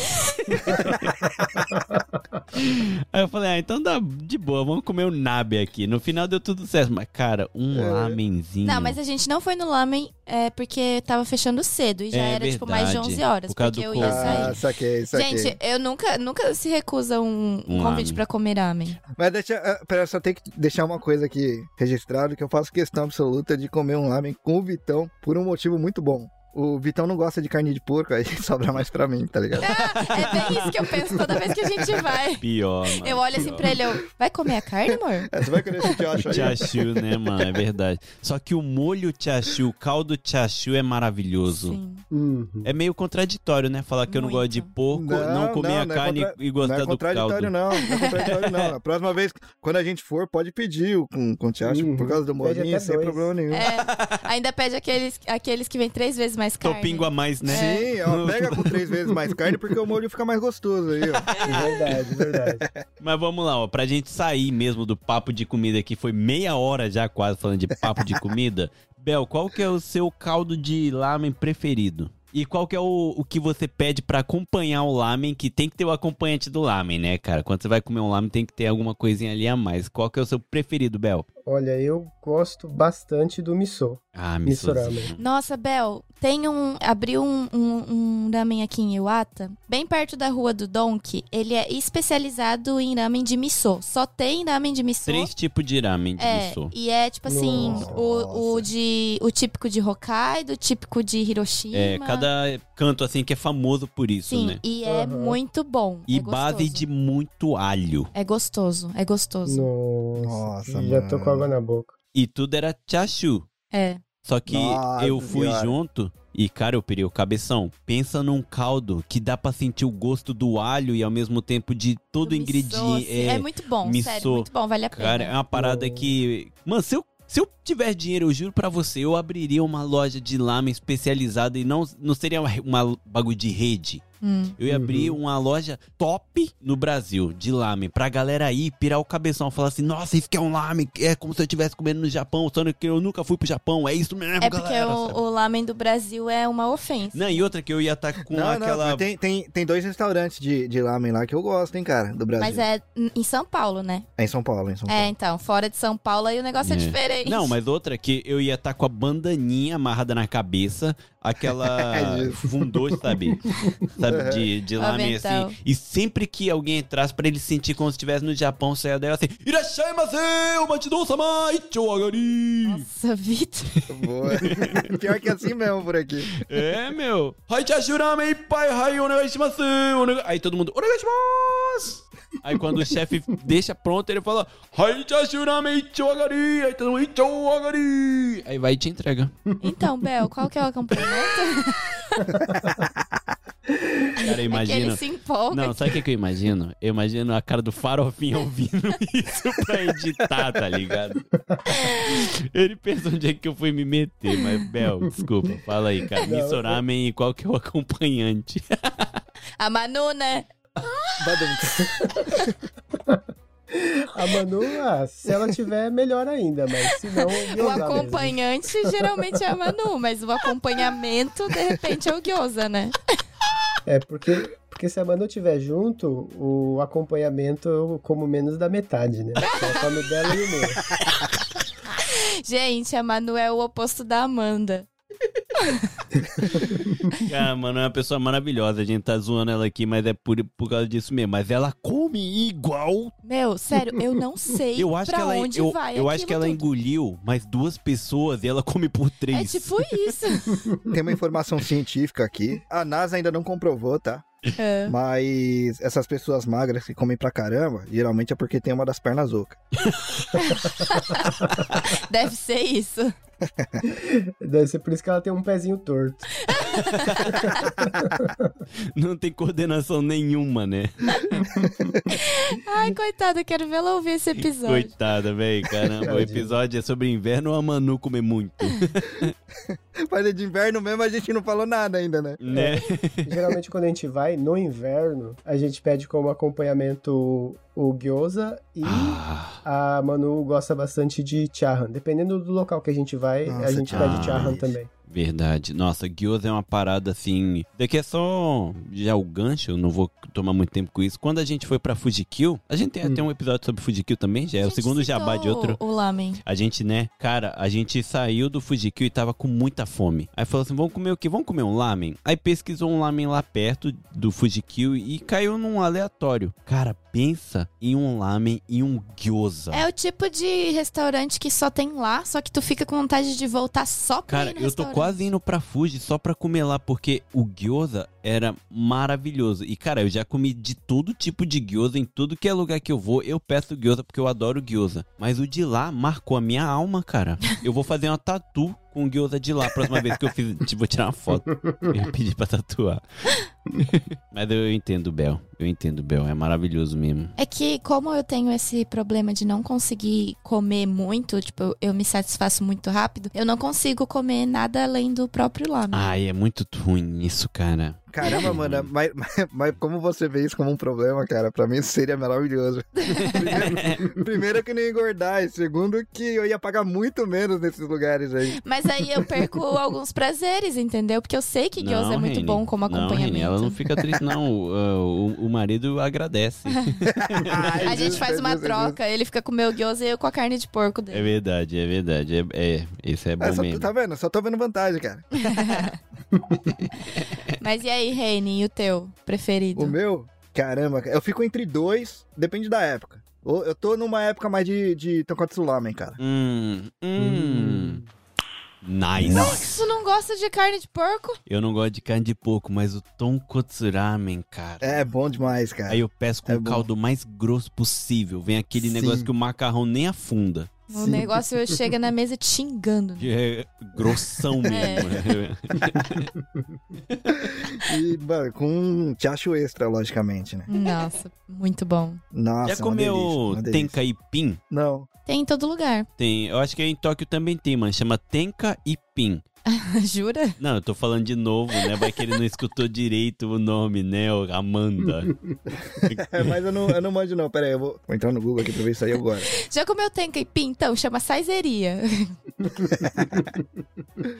Speaker 2: Aí eu falei, ah, então dá de boa, vamos comer o nabe aqui. No final deu tudo certo, mas cara, um
Speaker 5: É.
Speaker 2: lamenzinho.
Speaker 3: não, mas a gente não foi no lamen é, porque tava fechando cedo e já
Speaker 2: É
Speaker 3: era tipo mais de
Speaker 2: verdade.
Speaker 3: 11 horas,
Speaker 2: Por causa
Speaker 3: porque eu
Speaker 2: do
Speaker 3: ia
Speaker 2: Covid.
Speaker 3: sair.
Speaker 5: Ah, saquei, saquei.
Speaker 3: Gente, eu nunca, nunca se recusa um, um
Speaker 2: Um
Speaker 3: convite
Speaker 2: lamen.
Speaker 3: pra comer ramen.
Speaker 5: Mas deixa, ah, pera, só tem que deixar uma coisa aqui registrado, que eu faço questão absoluta de comer um lamen com o Vitão por um motivo muito bom. O Vitão não gosta de carne de porco, aí sobra mais pra mim, tá ligado?
Speaker 3: É bem isso que eu penso toda vez que a gente vai.
Speaker 2: pior, mano,
Speaker 3: Eu olho assim
Speaker 2: pior.
Speaker 3: pra ele, eu, vai comer a carne, amor?
Speaker 5: É, você vai querer esse tiocho
Speaker 2: O
Speaker 5: aí?
Speaker 2: Tchachu, né, mano? É verdade. Só que o molho tchachu, o caldo tchachu é maravilhoso.
Speaker 3: Sim.
Speaker 4: Uhum.
Speaker 2: É meio contraditório, né? Falar que eu não
Speaker 3: Muito.
Speaker 2: gosto de porco, não, comer
Speaker 5: não,
Speaker 2: a
Speaker 5: não é
Speaker 2: carne
Speaker 5: contra-
Speaker 2: e gostar
Speaker 5: não é
Speaker 2: do caldo.
Speaker 5: contraditório, não. Não é contraditório, não. A próxima vez, quando a gente for, pode pedir o- com, com o tiocho
Speaker 4: Uhum.
Speaker 5: por causa do
Speaker 4: Pede
Speaker 5: molinho,
Speaker 4: até
Speaker 5: sem
Speaker 4: dois.
Speaker 5: problema nenhum.
Speaker 3: É, ainda pede aqueles, aqueles que vem três vezes mais carne.
Speaker 2: Topingo a mais, né?
Speaker 3: É.
Speaker 5: Sim, ó, pega com três vezes mais carne, porque o molho fica mais gostoso aí, ó.
Speaker 4: Verdade, verdade.
Speaker 2: Mas vamos lá, ó, pra gente sair mesmo do papo de comida que foi meia hora já quase falando de papo de comida. Bel, qual que é o seu caldo de lamen preferido? E qual que é o, o que você pede pra acompanhar o lamen, que tem que ter o acompanhante do lamen, né, cara? Quando você vai comer um lamen tem que ter alguma coisinha ali a mais. Qual que é o seu preferido, Bel?
Speaker 4: Olha, eu gosto bastante do missô.
Speaker 2: Ah,
Speaker 4: Missurama.
Speaker 2: missozinho.
Speaker 3: Nossa, Bel, tem um. Abriu um, um, um ramen aqui em Iwata, bem perto da rua do Donk. Ele é especializado em ramen de miso. Só tem ramen de miso.
Speaker 2: Três tipos de ramen de
Speaker 3: é,
Speaker 2: missô.
Speaker 3: e é tipo assim, o, o
Speaker 5: Nossa.
Speaker 3: de o típico de Hokkaido, o típico de Hiroshima.
Speaker 2: É, cada canto assim que é famoso por isso,
Speaker 3: Sim,
Speaker 2: né?
Speaker 3: e é
Speaker 4: Aham.
Speaker 3: muito bom.
Speaker 2: E
Speaker 3: é
Speaker 2: base
Speaker 3: gostoso.
Speaker 2: de muito alho.
Speaker 3: É gostoso, é gostoso.
Speaker 4: Nossa,
Speaker 5: Nossa,
Speaker 4: já tô com água
Speaker 5: mano.
Speaker 4: na boca.
Speaker 2: E tudo era tchachu.
Speaker 3: É.
Speaker 2: Só que
Speaker 5: Nossa
Speaker 2: eu fui
Speaker 5: Senhora.
Speaker 2: junto e, cara, eu pirei o cabeção. Pensa num caldo que dá pra sentir o gosto do alho e ao mesmo tempo de todo
Speaker 3: Do
Speaker 2: o
Speaker 3: miso,
Speaker 2: ingrediente. é
Speaker 3: assim, É, muito bom,
Speaker 2: miso.
Speaker 3: sério, muito bom, vale a pena.
Speaker 2: Cara, é uma parada que. Mano, se eu, se eu tiver dinheiro, eu juro pra você, eu abriria uma loja de lamen especializada e não, não seria uma, uma bagulho de rede.
Speaker 3: Hum.
Speaker 2: Eu ia abrir
Speaker 5: Uhum.
Speaker 2: uma loja top no Brasil de lamen pra galera aí pirar o cabeção, falar assim: "Nossa, isso que é um lamen, é como se eu estivesse comendo no Japão, só que eu nunca fui pro Japão, é isso mesmo,
Speaker 3: É porque
Speaker 2: galera",
Speaker 3: o,
Speaker 2: sabe?
Speaker 3: o lamen do Brasil é uma ofensa.
Speaker 2: Não, e outra que eu ia estar com
Speaker 5: não,
Speaker 2: aquela
Speaker 5: não, tem, tem, tem dois restaurantes de, de lamen lá que eu gosto, hein, cara, do Brasil.
Speaker 3: Mas é n- em São Paulo, né?
Speaker 5: É em São Paulo, é em São Paulo.
Speaker 3: É, então, fora de São Paulo aí o negócio é,
Speaker 2: É.
Speaker 3: diferente.
Speaker 2: Não, mas outra que eu ia estar com a bandaninha amarrada na cabeça,
Speaker 5: É
Speaker 2: aquela
Speaker 5: justo.
Speaker 2: fundou, sabe? Sabe, de, de lamen
Speaker 3: Avental.
Speaker 2: assim. E sempre que alguém entrasse pra ele sentir como se estivesse no Japão, saia dela assim: Irashai maseu, matidou-sama, ichouagari!
Speaker 3: Nossa, Vitor.
Speaker 5: Boa. Pior que é assim mesmo por aqui.
Speaker 2: É, meu. Haichashurame, pai, hai, onegaishimasu, onega-" Aí todo mundo, onegaishimasu! Aí quando o chefe deixa pronto, ele fala, Haichashurame, ichouagari! Aí todo mundo, ichouagari! Aí vai e te entrega.
Speaker 3: Então, Bel, qual que é o acompanhamento?
Speaker 2: Cara,
Speaker 3: É que
Speaker 2: imagina.
Speaker 3: ele se empolga.
Speaker 2: Não, sabe o que, que eu imagino? Eu imagino a cara do farofinha ouvindo isso pra editar, tá ligado? Ele pensa onde é que eu fui me meter, mas, Bel, desculpa, fala aí, cara.
Speaker 4: Não,
Speaker 2: Missoramen e qual que é o acompanhante?
Speaker 3: A Manu, né?
Speaker 5: Badum.
Speaker 4: A Manu, ah, se ela tiver, melhor ainda, mas se não,
Speaker 3: O
Speaker 4: gyoza mesmo.
Speaker 3: acompanhante geralmente é a Manu, mas o acompanhamento, de repente, é o Gyoza, né?
Speaker 4: É, porque, porque se a Manu tiver junto, o acompanhamento eu como menos da metade, né? Eu come dela e o meu.
Speaker 3: Gente, a Manu é o oposto da Amanda.
Speaker 2: Cara, mano, é uma pessoa maravilhosa. A gente tá zoando ela aqui, mas é por, por causa disso mesmo. Mas ela come igual.
Speaker 3: Meu, sério, eu não sei
Speaker 2: Eu acho
Speaker 3: pra
Speaker 2: que ela, é
Speaker 3: onde
Speaker 2: eu,
Speaker 3: vai
Speaker 2: eu acho que
Speaker 3: aquilo
Speaker 2: ela é
Speaker 3: tudo.
Speaker 2: engoliu mais duas pessoas e ela come por
Speaker 3: É
Speaker 2: três.
Speaker 3: tipo isso.
Speaker 5: Tem uma informação científica aqui. A NASA ainda não comprovou, tá?
Speaker 3: É.
Speaker 5: Mas essas pessoas magras que comem pra caramba, geralmente é porque tem uma das pernas ocas.
Speaker 3: Deve ser isso.
Speaker 4: Deve ser por isso que ela tem um pezinho torto.
Speaker 2: Não tem coordenação nenhuma, né?
Speaker 3: Ai, coitada, eu quero ver ela ouvir esse episódio.
Speaker 2: Coitada, velho. Caramba, o
Speaker 4: Tadinha.
Speaker 2: episódio é sobre inverno ou a Manu comer muito,
Speaker 5: Mas é de inverno mesmo, a gente não falou nada ainda, né?
Speaker 2: né?
Speaker 4: Geralmente quando a gente vai, no inverno, a gente pede como acompanhamento o gyoza e
Speaker 2: Ah,
Speaker 4: a Manu gosta bastante de charran. Dependendo do local que a gente vai, a
Speaker 5: Nossa,
Speaker 4: gente
Speaker 2: charran.
Speaker 4: pede charran também.
Speaker 2: verdade. Nossa, gyoza é uma parada assim. Daqui é só já o gancho, eu não vou tomar muito tempo com isso. Quando a gente foi pra Fujikill, a gente tem até um episódio sobre Fujikill também, já é
Speaker 3: Hum. A
Speaker 2: o
Speaker 3: gente
Speaker 2: segundo jabá de
Speaker 3: citou
Speaker 2: outro.
Speaker 3: O lamen.
Speaker 2: A gente, né, cara, a gente saiu do Fujikill e tava com muita fome. Aí falou assim: vamos comer o quê? Vamos comer um lamen? Aí pesquisou um lamen lá perto do Fujikill e caiu num aleatório. Cara, pensa em um lamen e um gyoza.
Speaker 3: É o tipo de restaurante que só tem lá, só que tu fica com vontade de voltar só pra
Speaker 2: Cara,
Speaker 3: ir no
Speaker 2: eu tô
Speaker 3: restaurante.
Speaker 2: quase indo pra Fuji só pra comer lá, porque o gyoza era maravilhoso. E, cara, eu já comi de todo tipo de gyoza, em tudo que é lugar que eu vou, eu peço gyoza, porque eu adoro gyoza. Mas o de lá marcou a minha alma, cara. Eu vou fazer uma tatu com gyoza de lá, a próxima vez que eu fiz, tipo, vou tirar uma foto. Eu ia pedir pra tatuar. Mas eu entendo, Bel. Eu entendo, Bel. É maravilhoso mesmo.
Speaker 3: É que como eu tenho esse problema de não conseguir comer muito, tipo, eu- eu me satisfaço muito rápido, eu não consigo comer nada além do próprio lamen.
Speaker 2: Ai, é muito ruim isso, cara.
Speaker 5: Caramba, mano,
Speaker 3: Uhum.
Speaker 5: mas, mas- mas como você vê isso como um problema, cara? Pra mim seria maravilhoso. Primeiro, primeiro que não ia engordar, e segundo que eu ia pagar muito menos nesses lugares aí.
Speaker 3: Mas aí eu perco alguns prazeres, entendeu? Porque eu sei que gyoza é muito
Speaker 2: Reni.
Speaker 3: bom como
Speaker 2: Não, Reni,
Speaker 3: acompanhamento.
Speaker 2: ela não fica triste, não. Ah, O, o- o marido agradece.
Speaker 3: A gente faz
Speaker 5: é
Speaker 3: uma troca, ele fica com o meu gyoza e eu com a carne de porco
Speaker 2: É
Speaker 3: dele.
Speaker 2: verdade, é verdade. É, é, esse é bom
Speaker 5: É, só,
Speaker 2: mesmo.
Speaker 5: tá vendo? Só tô vendo vantagem, cara.
Speaker 3: Mas e aí, Reine, e o teu preferido?
Speaker 5: O meu? Caramba, eu fico entre dois, depende da época. Ou Eu tô numa época mais de, de Tonkatsu Lamen, cara.
Speaker 2: Hum, hum. Nice.
Speaker 3: Tu não gosta de carne de porco?
Speaker 2: Eu não gosto de carne de porco, mas o tonkotsu ramen, cara.
Speaker 5: É bom demais, cara.
Speaker 2: Aí eu peço com
Speaker 5: É
Speaker 2: o
Speaker 5: bom.
Speaker 2: caldo mais grosso possível. Vem aquele
Speaker 5: Sim.
Speaker 2: negócio que o macarrão nem afunda.
Speaker 3: O
Speaker 5: Sim.
Speaker 3: negócio chega na mesa te xingando.
Speaker 2: Que é grossão mesmo.
Speaker 5: E, mano, com um tchacho extra, logicamente, né?
Speaker 3: Nossa, muito bom.
Speaker 5: Nossa,
Speaker 2: Já
Speaker 5: é uma delícia,
Speaker 2: comeu
Speaker 5: uma delícia.
Speaker 2: tenkaipim?
Speaker 5: Não.
Speaker 3: Tem em todo lugar.
Speaker 2: Tem, eu acho que em Tóquio também tem, mano. Chama tenkaipim.
Speaker 3: Jura?
Speaker 2: Não, eu tô falando de novo, né? Vai que ele não escutou direito o nome, né? o Amanda.
Speaker 5: É, mas eu não, eu não manjo, não. Pera aí, eu vou, vou entrar no Google aqui pra ver isso aí agora.
Speaker 3: Já comeu tenkaipim? Então, chama saizeria.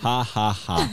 Speaker 2: ha, ha, ha.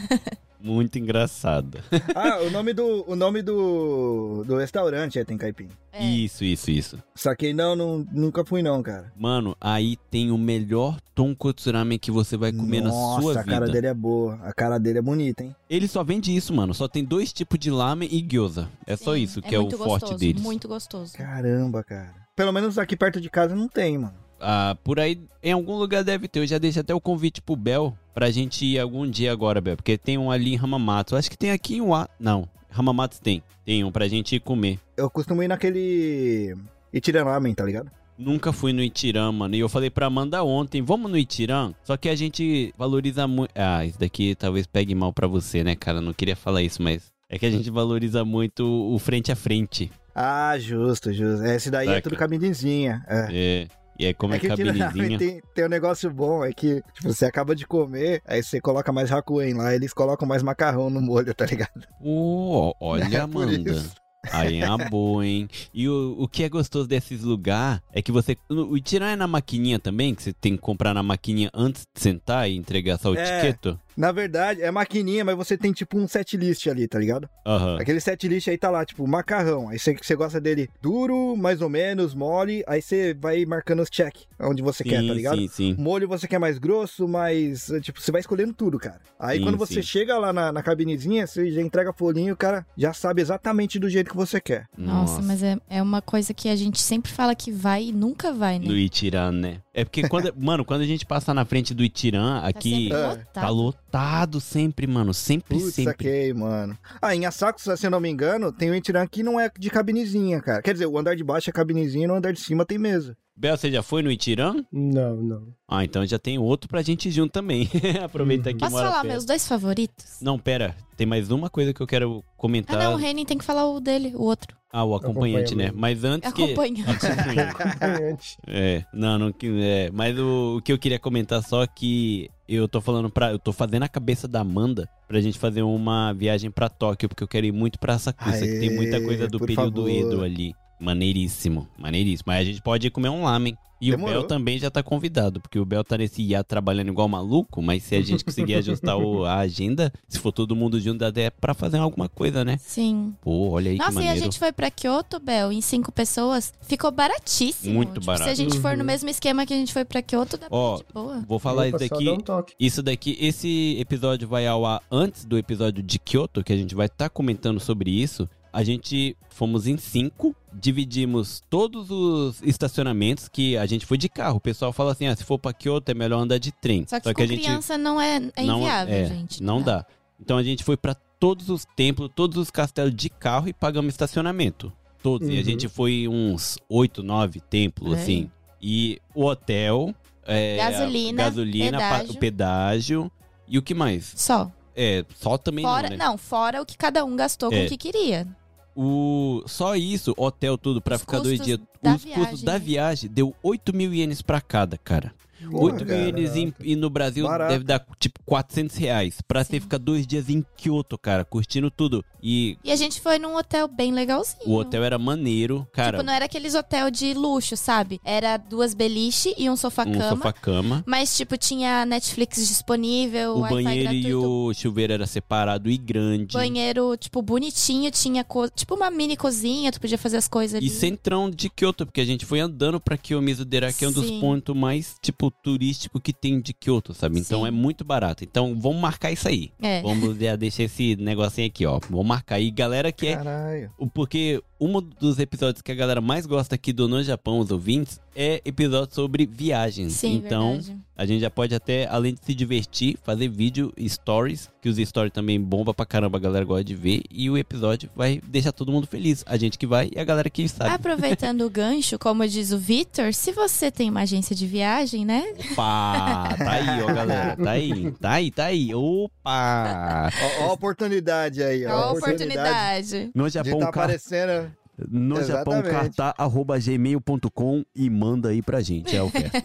Speaker 2: Muito engraçado.
Speaker 5: Ah, o nome do, o nome do, do restaurante é Tenkaipim.
Speaker 3: É.
Speaker 2: Isso, isso, isso.
Speaker 5: Só que não, não, nunca fui, não, cara.
Speaker 2: Mano, aí tem o melhor tonkotsu ramen que você vai comer
Speaker 5: Nossa,
Speaker 2: na sua
Speaker 5: a cara
Speaker 2: vida.
Speaker 5: dele é boa. A cara dele é bonita, hein?
Speaker 2: Ele só vende isso, mano. Só tem dois tipos de lamen e gyoza. É só
Speaker 3: Sim,
Speaker 2: isso que é, o
Speaker 3: muito
Speaker 2: forte
Speaker 3: gostoso,
Speaker 2: deles.
Speaker 3: Muito gostoso.
Speaker 5: Caramba, cara. Pelo menos aqui perto de casa não tem, mano.
Speaker 2: Ah, por aí, em algum lugar deve ter. Eu já deixei até o convite pro Bel pra gente ir algum dia agora, Bel. Porque tem um ali em Hamamatsu. Acho que tem aqui em Wa... Não, Hamamatsu tem. Tem um pra gente ir comer.
Speaker 5: Eu costumo ir naquele. Itiranamen, tá ligado?
Speaker 2: Nunca fui no Itirã, mano. E eu falei pra Amanda ontem, vamos no Itirã? Só que a gente valoriza muito... Ah, isso daqui talvez pegue mal pra você, né, cara? Eu Não queria falar isso, mas... É que a gente valoriza muito o frente a frente.
Speaker 5: Ah, justo, justo. Esse daí é
Speaker 2: Saca.
Speaker 5: tudo cabinezinha. É.
Speaker 2: É. E aí, como é,
Speaker 5: que o
Speaker 2: cabinezinha...
Speaker 5: Tiranamen tem, tem um negócio bom, é que tipo, você acaba de comer, aí você coloca mais Hakuen lá, eles colocam mais macarrão no molho, tá ligado?
Speaker 2: Ô, olha,
Speaker 5: É por
Speaker 2: Amanda.
Speaker 5: isso.
Speaker 2: Aí é uma boa, hein? E o, o que é gostoso desses lugares é que você. O tirar é na maquininha também, que você tem que comprar na maquininha antes de sentar e entregar só o
Speaker 5: É.
Speaker 2: tiqueto.
Speaker 5: Na verdade, é maquininha, mas você tem tipo um set list ali, tá ligado?
Speaker 2: Aham.
Speaker 5: Aquele set list aí tá lá, tipo, macarrão. Aí você, você gosta dele duro, mais ou menos, mole. Aí você vai marcando os check onde você quer, tá
Speaker 2: Sim,
Speaker 5: ligado?
Speaker 2: sim, sim.
Speaker 5: Molho você quer mais grosso, mais. eh, Tipo, você vai escolhendo tudo, cara. Aí
Speaker 2: Sim,
Speaker 5: quando você
Speaker 2: sim.
Speaker 5: chega lá na, na cabinezinha, você já entrega a folhinha, o cara já sabe exatamente do jeito que você quer.
Speaker 3: Nossa, mas é, é uma coisa que a gente sempre fala que vai e nunca vai, né?
Speaker 2: Do Itirã, né? É porque, quando, mano, quando a gente passa na frente do Itirã,
Speaker 3: Tá
Speaker 2: aqui.
Speaker 3: sempre
Speaker 5: É.
Speaker 3: lotado.
Speaker 2: Tá lotado sempre, mano. Sempre,
Speaker 5: Putz,
Speaker 2: sempre.
Speaker 5: saquei, mano. Ah, em Asakusa, se eu não me engano, tem um Itiran que não é de cabinezinha, cara. Quer dizer, o andar de baixo é cabinezinha e no andar de cima tem mesa.
Speaker 2: Bel, você já foi no Itirã?
Speaker 4: Não, não.
Speaker 2: Ah, então já tem outro pra gente ir junto também. Aproveita que
Speaker 3: Posso
Speaker 2: mora
Speaker 3: falar
Speaker 2: perto.
Speaker 3: meus dois favoritos?
Speaker 2: Não, pera. Tem mais uma coisa que eu quero
Speaker 3: Ah,
Speaker 2: comentar.
Speaker 3: não, o Renin tem que falar o dele, o outro.
Speaker 2: Ah, o acompanhante, né?
Speaker 4: Acompanhamento.
Speaker 2: Mas antes que...
Speaker 3: Acompanhante.
Speaker 2: Acompanhante.
Speaker 4: Acompanhante.
Speaker 2: é, não, não... que- É, mas o, o que eu queria comentar só é que eu tô falando pra... Eu tô fazendo a cabeça da Amanda pra gente fazer uma viagem pra Tóquio, porque eu quero ir muito pra Sakusa, que tem muita
Speaker 5: Aê,
Speaker 2: coisa do
Speaker 5: por
Speaker 2: período
Speaker 5: favor.
Speaker 2: Edo ali. Maneiríssimo, maneiríssimo. Aí a gente pode ir comer um lamen. E
Speaker 5: Demorou.
Speaker 2: o Bel também já tá convidado, porque o Bel tá nesse IA trabalhando igual maluco, mas se a gente conseguir ajustar o- a agenda, se for todo mundo junto, dá até pra fazer alguma coisa, né?
Speaker 3: Sim.
Speaker 2: Pô, olha aí que
Speaker 3: Nossa, e a
Speaker 2: maneiro.
Speaker 3: gente foi pra Kyoto, Bel, em cinco pessoas. Ficou baratíssimo.
Speaker 2: Muito
Speaker 3: Tipo,
Speaker 2: barato.
Speaker 3: Se a gente for no
Speaker 4: Uhum.
Speaker 3: mesmo esquema que a gente foi pra Kyoto, dá pra
Speaker 2: Ó,
Speaker 3: ir de boa.
Speaker 2: Vou falar
Speaker 4: Opa,
Speaker 2: isso
Speaker 4: só
Speaker 2: daqui.
Speaker 4: dá um toque.
Speaker 2: Isso daqui, esse episódio vai ao ar antes do episódio de Kyoto, que a gente vai estar comentando sobre isso. A gente fomos em cinco, dividimos todos os estacionamentos que a gente foi de carro. O pessoal fala assim: ah, se for pra Kyoto é melhor andar de trem.
Speaker 3: Só que com
Speaker 2: a gente
Speaker 3: criança não é, é
Speaker 2: não-
Speaker 3: inviável,
Speaker 2: é,
Speaker 3: gente.
Speaker 2: não dá. Então a gente foi pra todos os templos, todos os castelos de carro e pagamos estacionamento. Todos. E a
Speaker 4: Uhum.
Speaker 2: gente foi uns oito, nove templos,
Speaker 3: É.
Speaker 2: assim. E o hotel. é,
Speaker 3: Gasolina,
Speaker 2: gasolina, pa-
Speaker 3: pedágio.
Speaker 2: o pedágio. E o que mais?
Speaker 3: Só.
Speaker 2: É, só também
Speaker 3: Fora,
Speaker 2: não,
Speaker 3: não,
Speaker 2: né?
Speaker 3: fora o que cada um gastou com
Speaker 2: É.
Speaker 3: o que queria.
Speaker 2: O, só isso, hotel tudo, pra
Speaker 3: Os
Speaker 2: ficar dois
Speaker 3: custos
Speaker 2: dias.
Speaker 3: da
Speaker 2: Os custos
Speaker 3: viagem,
Speaker 2: da
Speaker 3: né?
Speaker 2: viagem deu 8 mil ienes pra cada, cara.
Speaker 5: Porra,
Speaker 2: 8 mil
Speaker 5: cara.
Speaker 2: ienes em- e no Brasil
Speaker 5: Barato.
Speaker 2: deve dar tipo 400 reais. Pra você
Speaker 3: Sim.
Speaker 2: ficar dois dias em Kyoto, cara, curtindo tudo. E
Speaker 3: E a gente foi num hotel bem legalzinho.
Speaker 2: o hotel era maneiro, cara.
Speaker 3: Tipo, não era aqueles hotel de luxo, sabe? Era duas beliche e um
Speaker 2: um
Speaker 3: sofá-cama.
Speaker 2: sofá-cama.
Speaker 3: Mas, tipo, tinha Netflix disponível,
Speaker 2: O
Speaker 3: Wi-Fi
Speaker 2: banheiro
Speaker 3: gratuito.
Speaker 2: e o chuveiro era separado e grande.
Speaker 3: Banheiro, tipo, bonitinho, tinha co- tipo uma mini cozinha, tu podia fazer as coisas ali.
Speaker 2: E centrão de Kyoto, porque a gente foi andando pra Kiyomizu-dera, que é um dos
Speaker 3: Sim.
Speaker 2: pontos mais, tipo, turístico que tem de Kyoto, sabe? Então
Speaker 3: Sim.
Speaker 2: é muito barato. Então vamos marcar isso aí.
Speaker 3: É.
Speaker 2: Vamos já deixar esse negocinho aqui, ó. Vamos marcar aí. Galera que é
Speaker 5: Caralho.
Speaker 2: O- Porque o- um dos episódios que a galera mais gosta aqui do No Japão, os ouvintes, é episódio sobre viagens.
Speaker 3: Sim,
Speaker 2: então,
Speaker 3: verdade.
Speaker 2: a gente já pode até, além de se divertir, fazer vídeo e stories, que os stories também bomba pra caramba, a galera gosta de ver. E o episódio vai deixar todo mundo feliz. A gente que vai e a galera que sabe.
Speaker 3: Aproveitando o gancho, como diz o Vitor, se você tem uma agência de viagem, né?
Speaker 2: Opa! Tá aí, ó, galera. Tá aí, tá aí, tá aí. Opa!
Speaker 5: Ó, ó a oportunidade aí, ó.
Speaker 3: É
Speaker 5: a
Speaker 3: uma oportunidade.
Speaker 2: No
Speaker 5: De
Speaker 2: Japão,
Speaker 5: estar
Speaker 2: cara.
Speaker 5: tá aparecendo.
Speaker 2: No Japão,
Speaker 5: Exatamente.
Speaker 2: cartá.gmail.com e manda aí pra gente. É a oferta.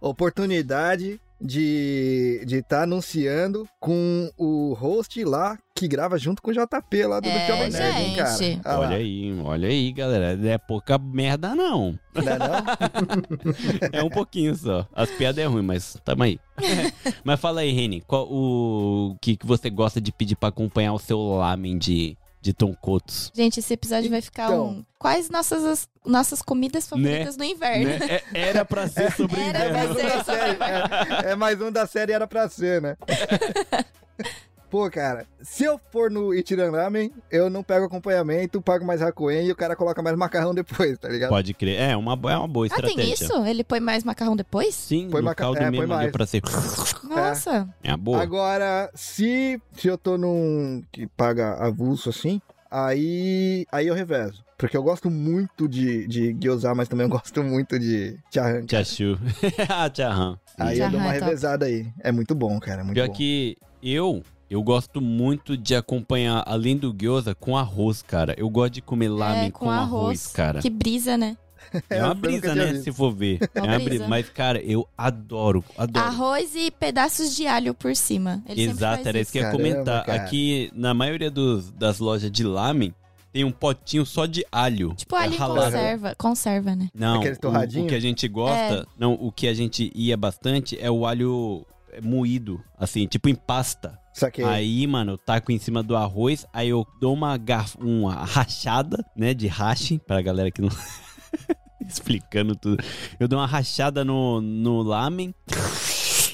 Speaker 5: Ó, oportunidade de estar de tá anunciando com o host lá que grava junto com o JP lá do
Speaker 3: É,
Speaker 5: Jovem Nerd, hein, cara.
Speaker 3: gente.
Speaker 5: Ah, lá.
Speaker 2: olha aí, olha aí, galera. Não é pouca merda, não.
Speaker 5: Não é não?
Speaker 2: É um pouquinho só. As piadas é ruim, mas tamo aí. mas fala aí, Reni, qual o que, que você gosta de pedir pra acompanhar o seu lamen de, de tonkotos?
Speaker 3: Gente, esse episódio vai ficar
Speaker 5: Então.
Speaker 3: um. Quais nossas, as- nossas comidas favoritas no inverno?
Speaker 2: Né? É- Era pra ser sobre
Speaker 3: Era pra
Speaker 2: inverno.
Speaker 3: ser
Speaker 5: um da série. É, é mais um da série era pra ser, né? Pô, cara, se eu for no Itiran Ramen, eu não pego acompanhamento, pago mais Hakuen e o cara coloca mais macarrão depois, tá ligado?
Speaker 2: Pode crer. É uma, bo- é uma boa
Speaker 3: Ah, tem
Speaker 2: estratégia.
Speaker 3: isso? Ele põe mais macarrão depois?
Speaker 2: Sim,
Speaker 5: Põe
Speaker 2: no
Speaker 5: maca-
Speaker 2: caldo
Speaker 5: é, põe
Speaker 2: mesmo deu
Speaker 5: mais.
Speaker 2: pra ser.
Speaker 3: Nossa.
Speaker 2: É uma boa.
Speaker 5: Agora, se, se eu tô num que paga avulso assim, aí aí eu revezo. Porque eu gosto muito de, de gyoza, mas também eu gosto muito de charran.
Speaker 2: Tchachu. ah, tchahan.
Speaker 5: Aí eu dou uma
Speaker 3: Charran é top.
Speaker 5: revezada aí. É muito bom, cara, é muito
Speaker 2: Pior
Speaker 5: bom.
Speaker 2: que eu, eu gosto muito de acompanhar, além do gyoza, com arroz, cara. Eu gosto de comer lamen
Speaker 3: é,
Speaker 2: com, arroz, cara.
Speaker 3: Que brisa, né?
Speaker 2: É
Speaker 5: eu
Speaker 2: uma
Speaker 5: nunca
Speaker 2: brisa,
Speaker 5: tinha
Speaker 2: né?
Speaker 5: visto.
Speaker 2: Se for ver. É
Speaker 3: Uma
Speaker 2: uma
Speaker 3: brisa.
Speaker 2: brisa. Mas, cara, eu adoro, adoro.
Speaker 3: Arroz e pedaços de alho por cima. Ele sempre
Speaker 2: Exato,
Speaker 3: faz
Speaker 2: era isso
Speaker 3: isso.
Speaker 2: que eu ia
Speaker 5: Caramba,
Speaker 2: comentar.
Speaker 5: cara.
Speaker 2: Aqui, na maioria dos, das lojas de lamen, tem um potinho só de alho.
Speaker 3: Tipo,
Speaker 2: É
Speaker 3: alho em
Speaker 2: ralado.
Speaker 3: conserva. Conserva, né?
Speaker 2: Não,
Speaker 5: Aquele
Speaker 2: o,
Speaker 5: torradinho?
Speaker 2: o que a gente gosta,
Speaker 3: É.
Speaker 2: não, o que a gente ia bastante é o alho moído, assim, tipo em pasta.
Speaker 5: Saquei.
Speaker 2: Aí, mano, eu taco em cima do arroz, aí eu dou uma, garf... uma rachada, né, de hashi, pra galera que não... Explicando tudo. Eu dou uma rachada no, no lamen,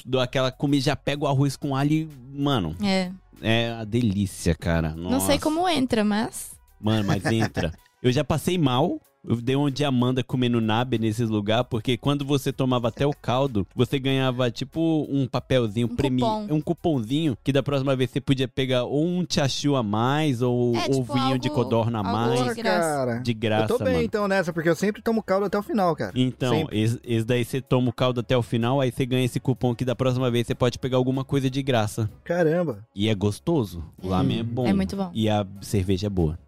Speaker 2: dou aquela comida, já pego o arroz com alho e, mano,
Speaker 3: É.
Speaker 2: é a delícia, cara.
Speaker 3: Não sei
Speaker 2: Nossa.
Speaker 3: como entra, mas.
Speaker 2: Mano, mas entra. Eu já passei mal. Eu dei um de Amanda comendo nabe nesses lugar, porque quando você tomava até o caldo, você ganhava tipo um papelzinho
Speaker 3: Um
Speaker 2: premi-
Speaker 3: cupom.
Speaker 2: um cupomzinho que da próxima vez você podia pegar ou um tchachu a mais ou
Speaker 3: É,
Speaker 2: ou
Speaker 3: tipo,
Speaker 2: vinho de
Speaker 3: algo-
Speaker 2: codorna a
Speaker 3: algo assim.
Speaker 2: mais.
Speaker 3: de graça.
Speaker 5: cara.
Speaker 2: De graça,
Speaker 5: eu tô bem
Speaker 2: mano.
Speaker 5: então nessa, porque eu sempre tomo caldo até o final, cara.
Speaker 2: Então,
Speaker 5: Sempre.
Speaker 2: esse, esse daí você toma o caldo até o final, aí você ganha esse cupom que da próxima vez você pode pegar alguma coisa de graça.
Speaker 5: Caramba.
Speaker 2: E é gostoso. O lamen é bom.
Speaker 3: É muito bom.
Speaker 2: E a cerveja é boa.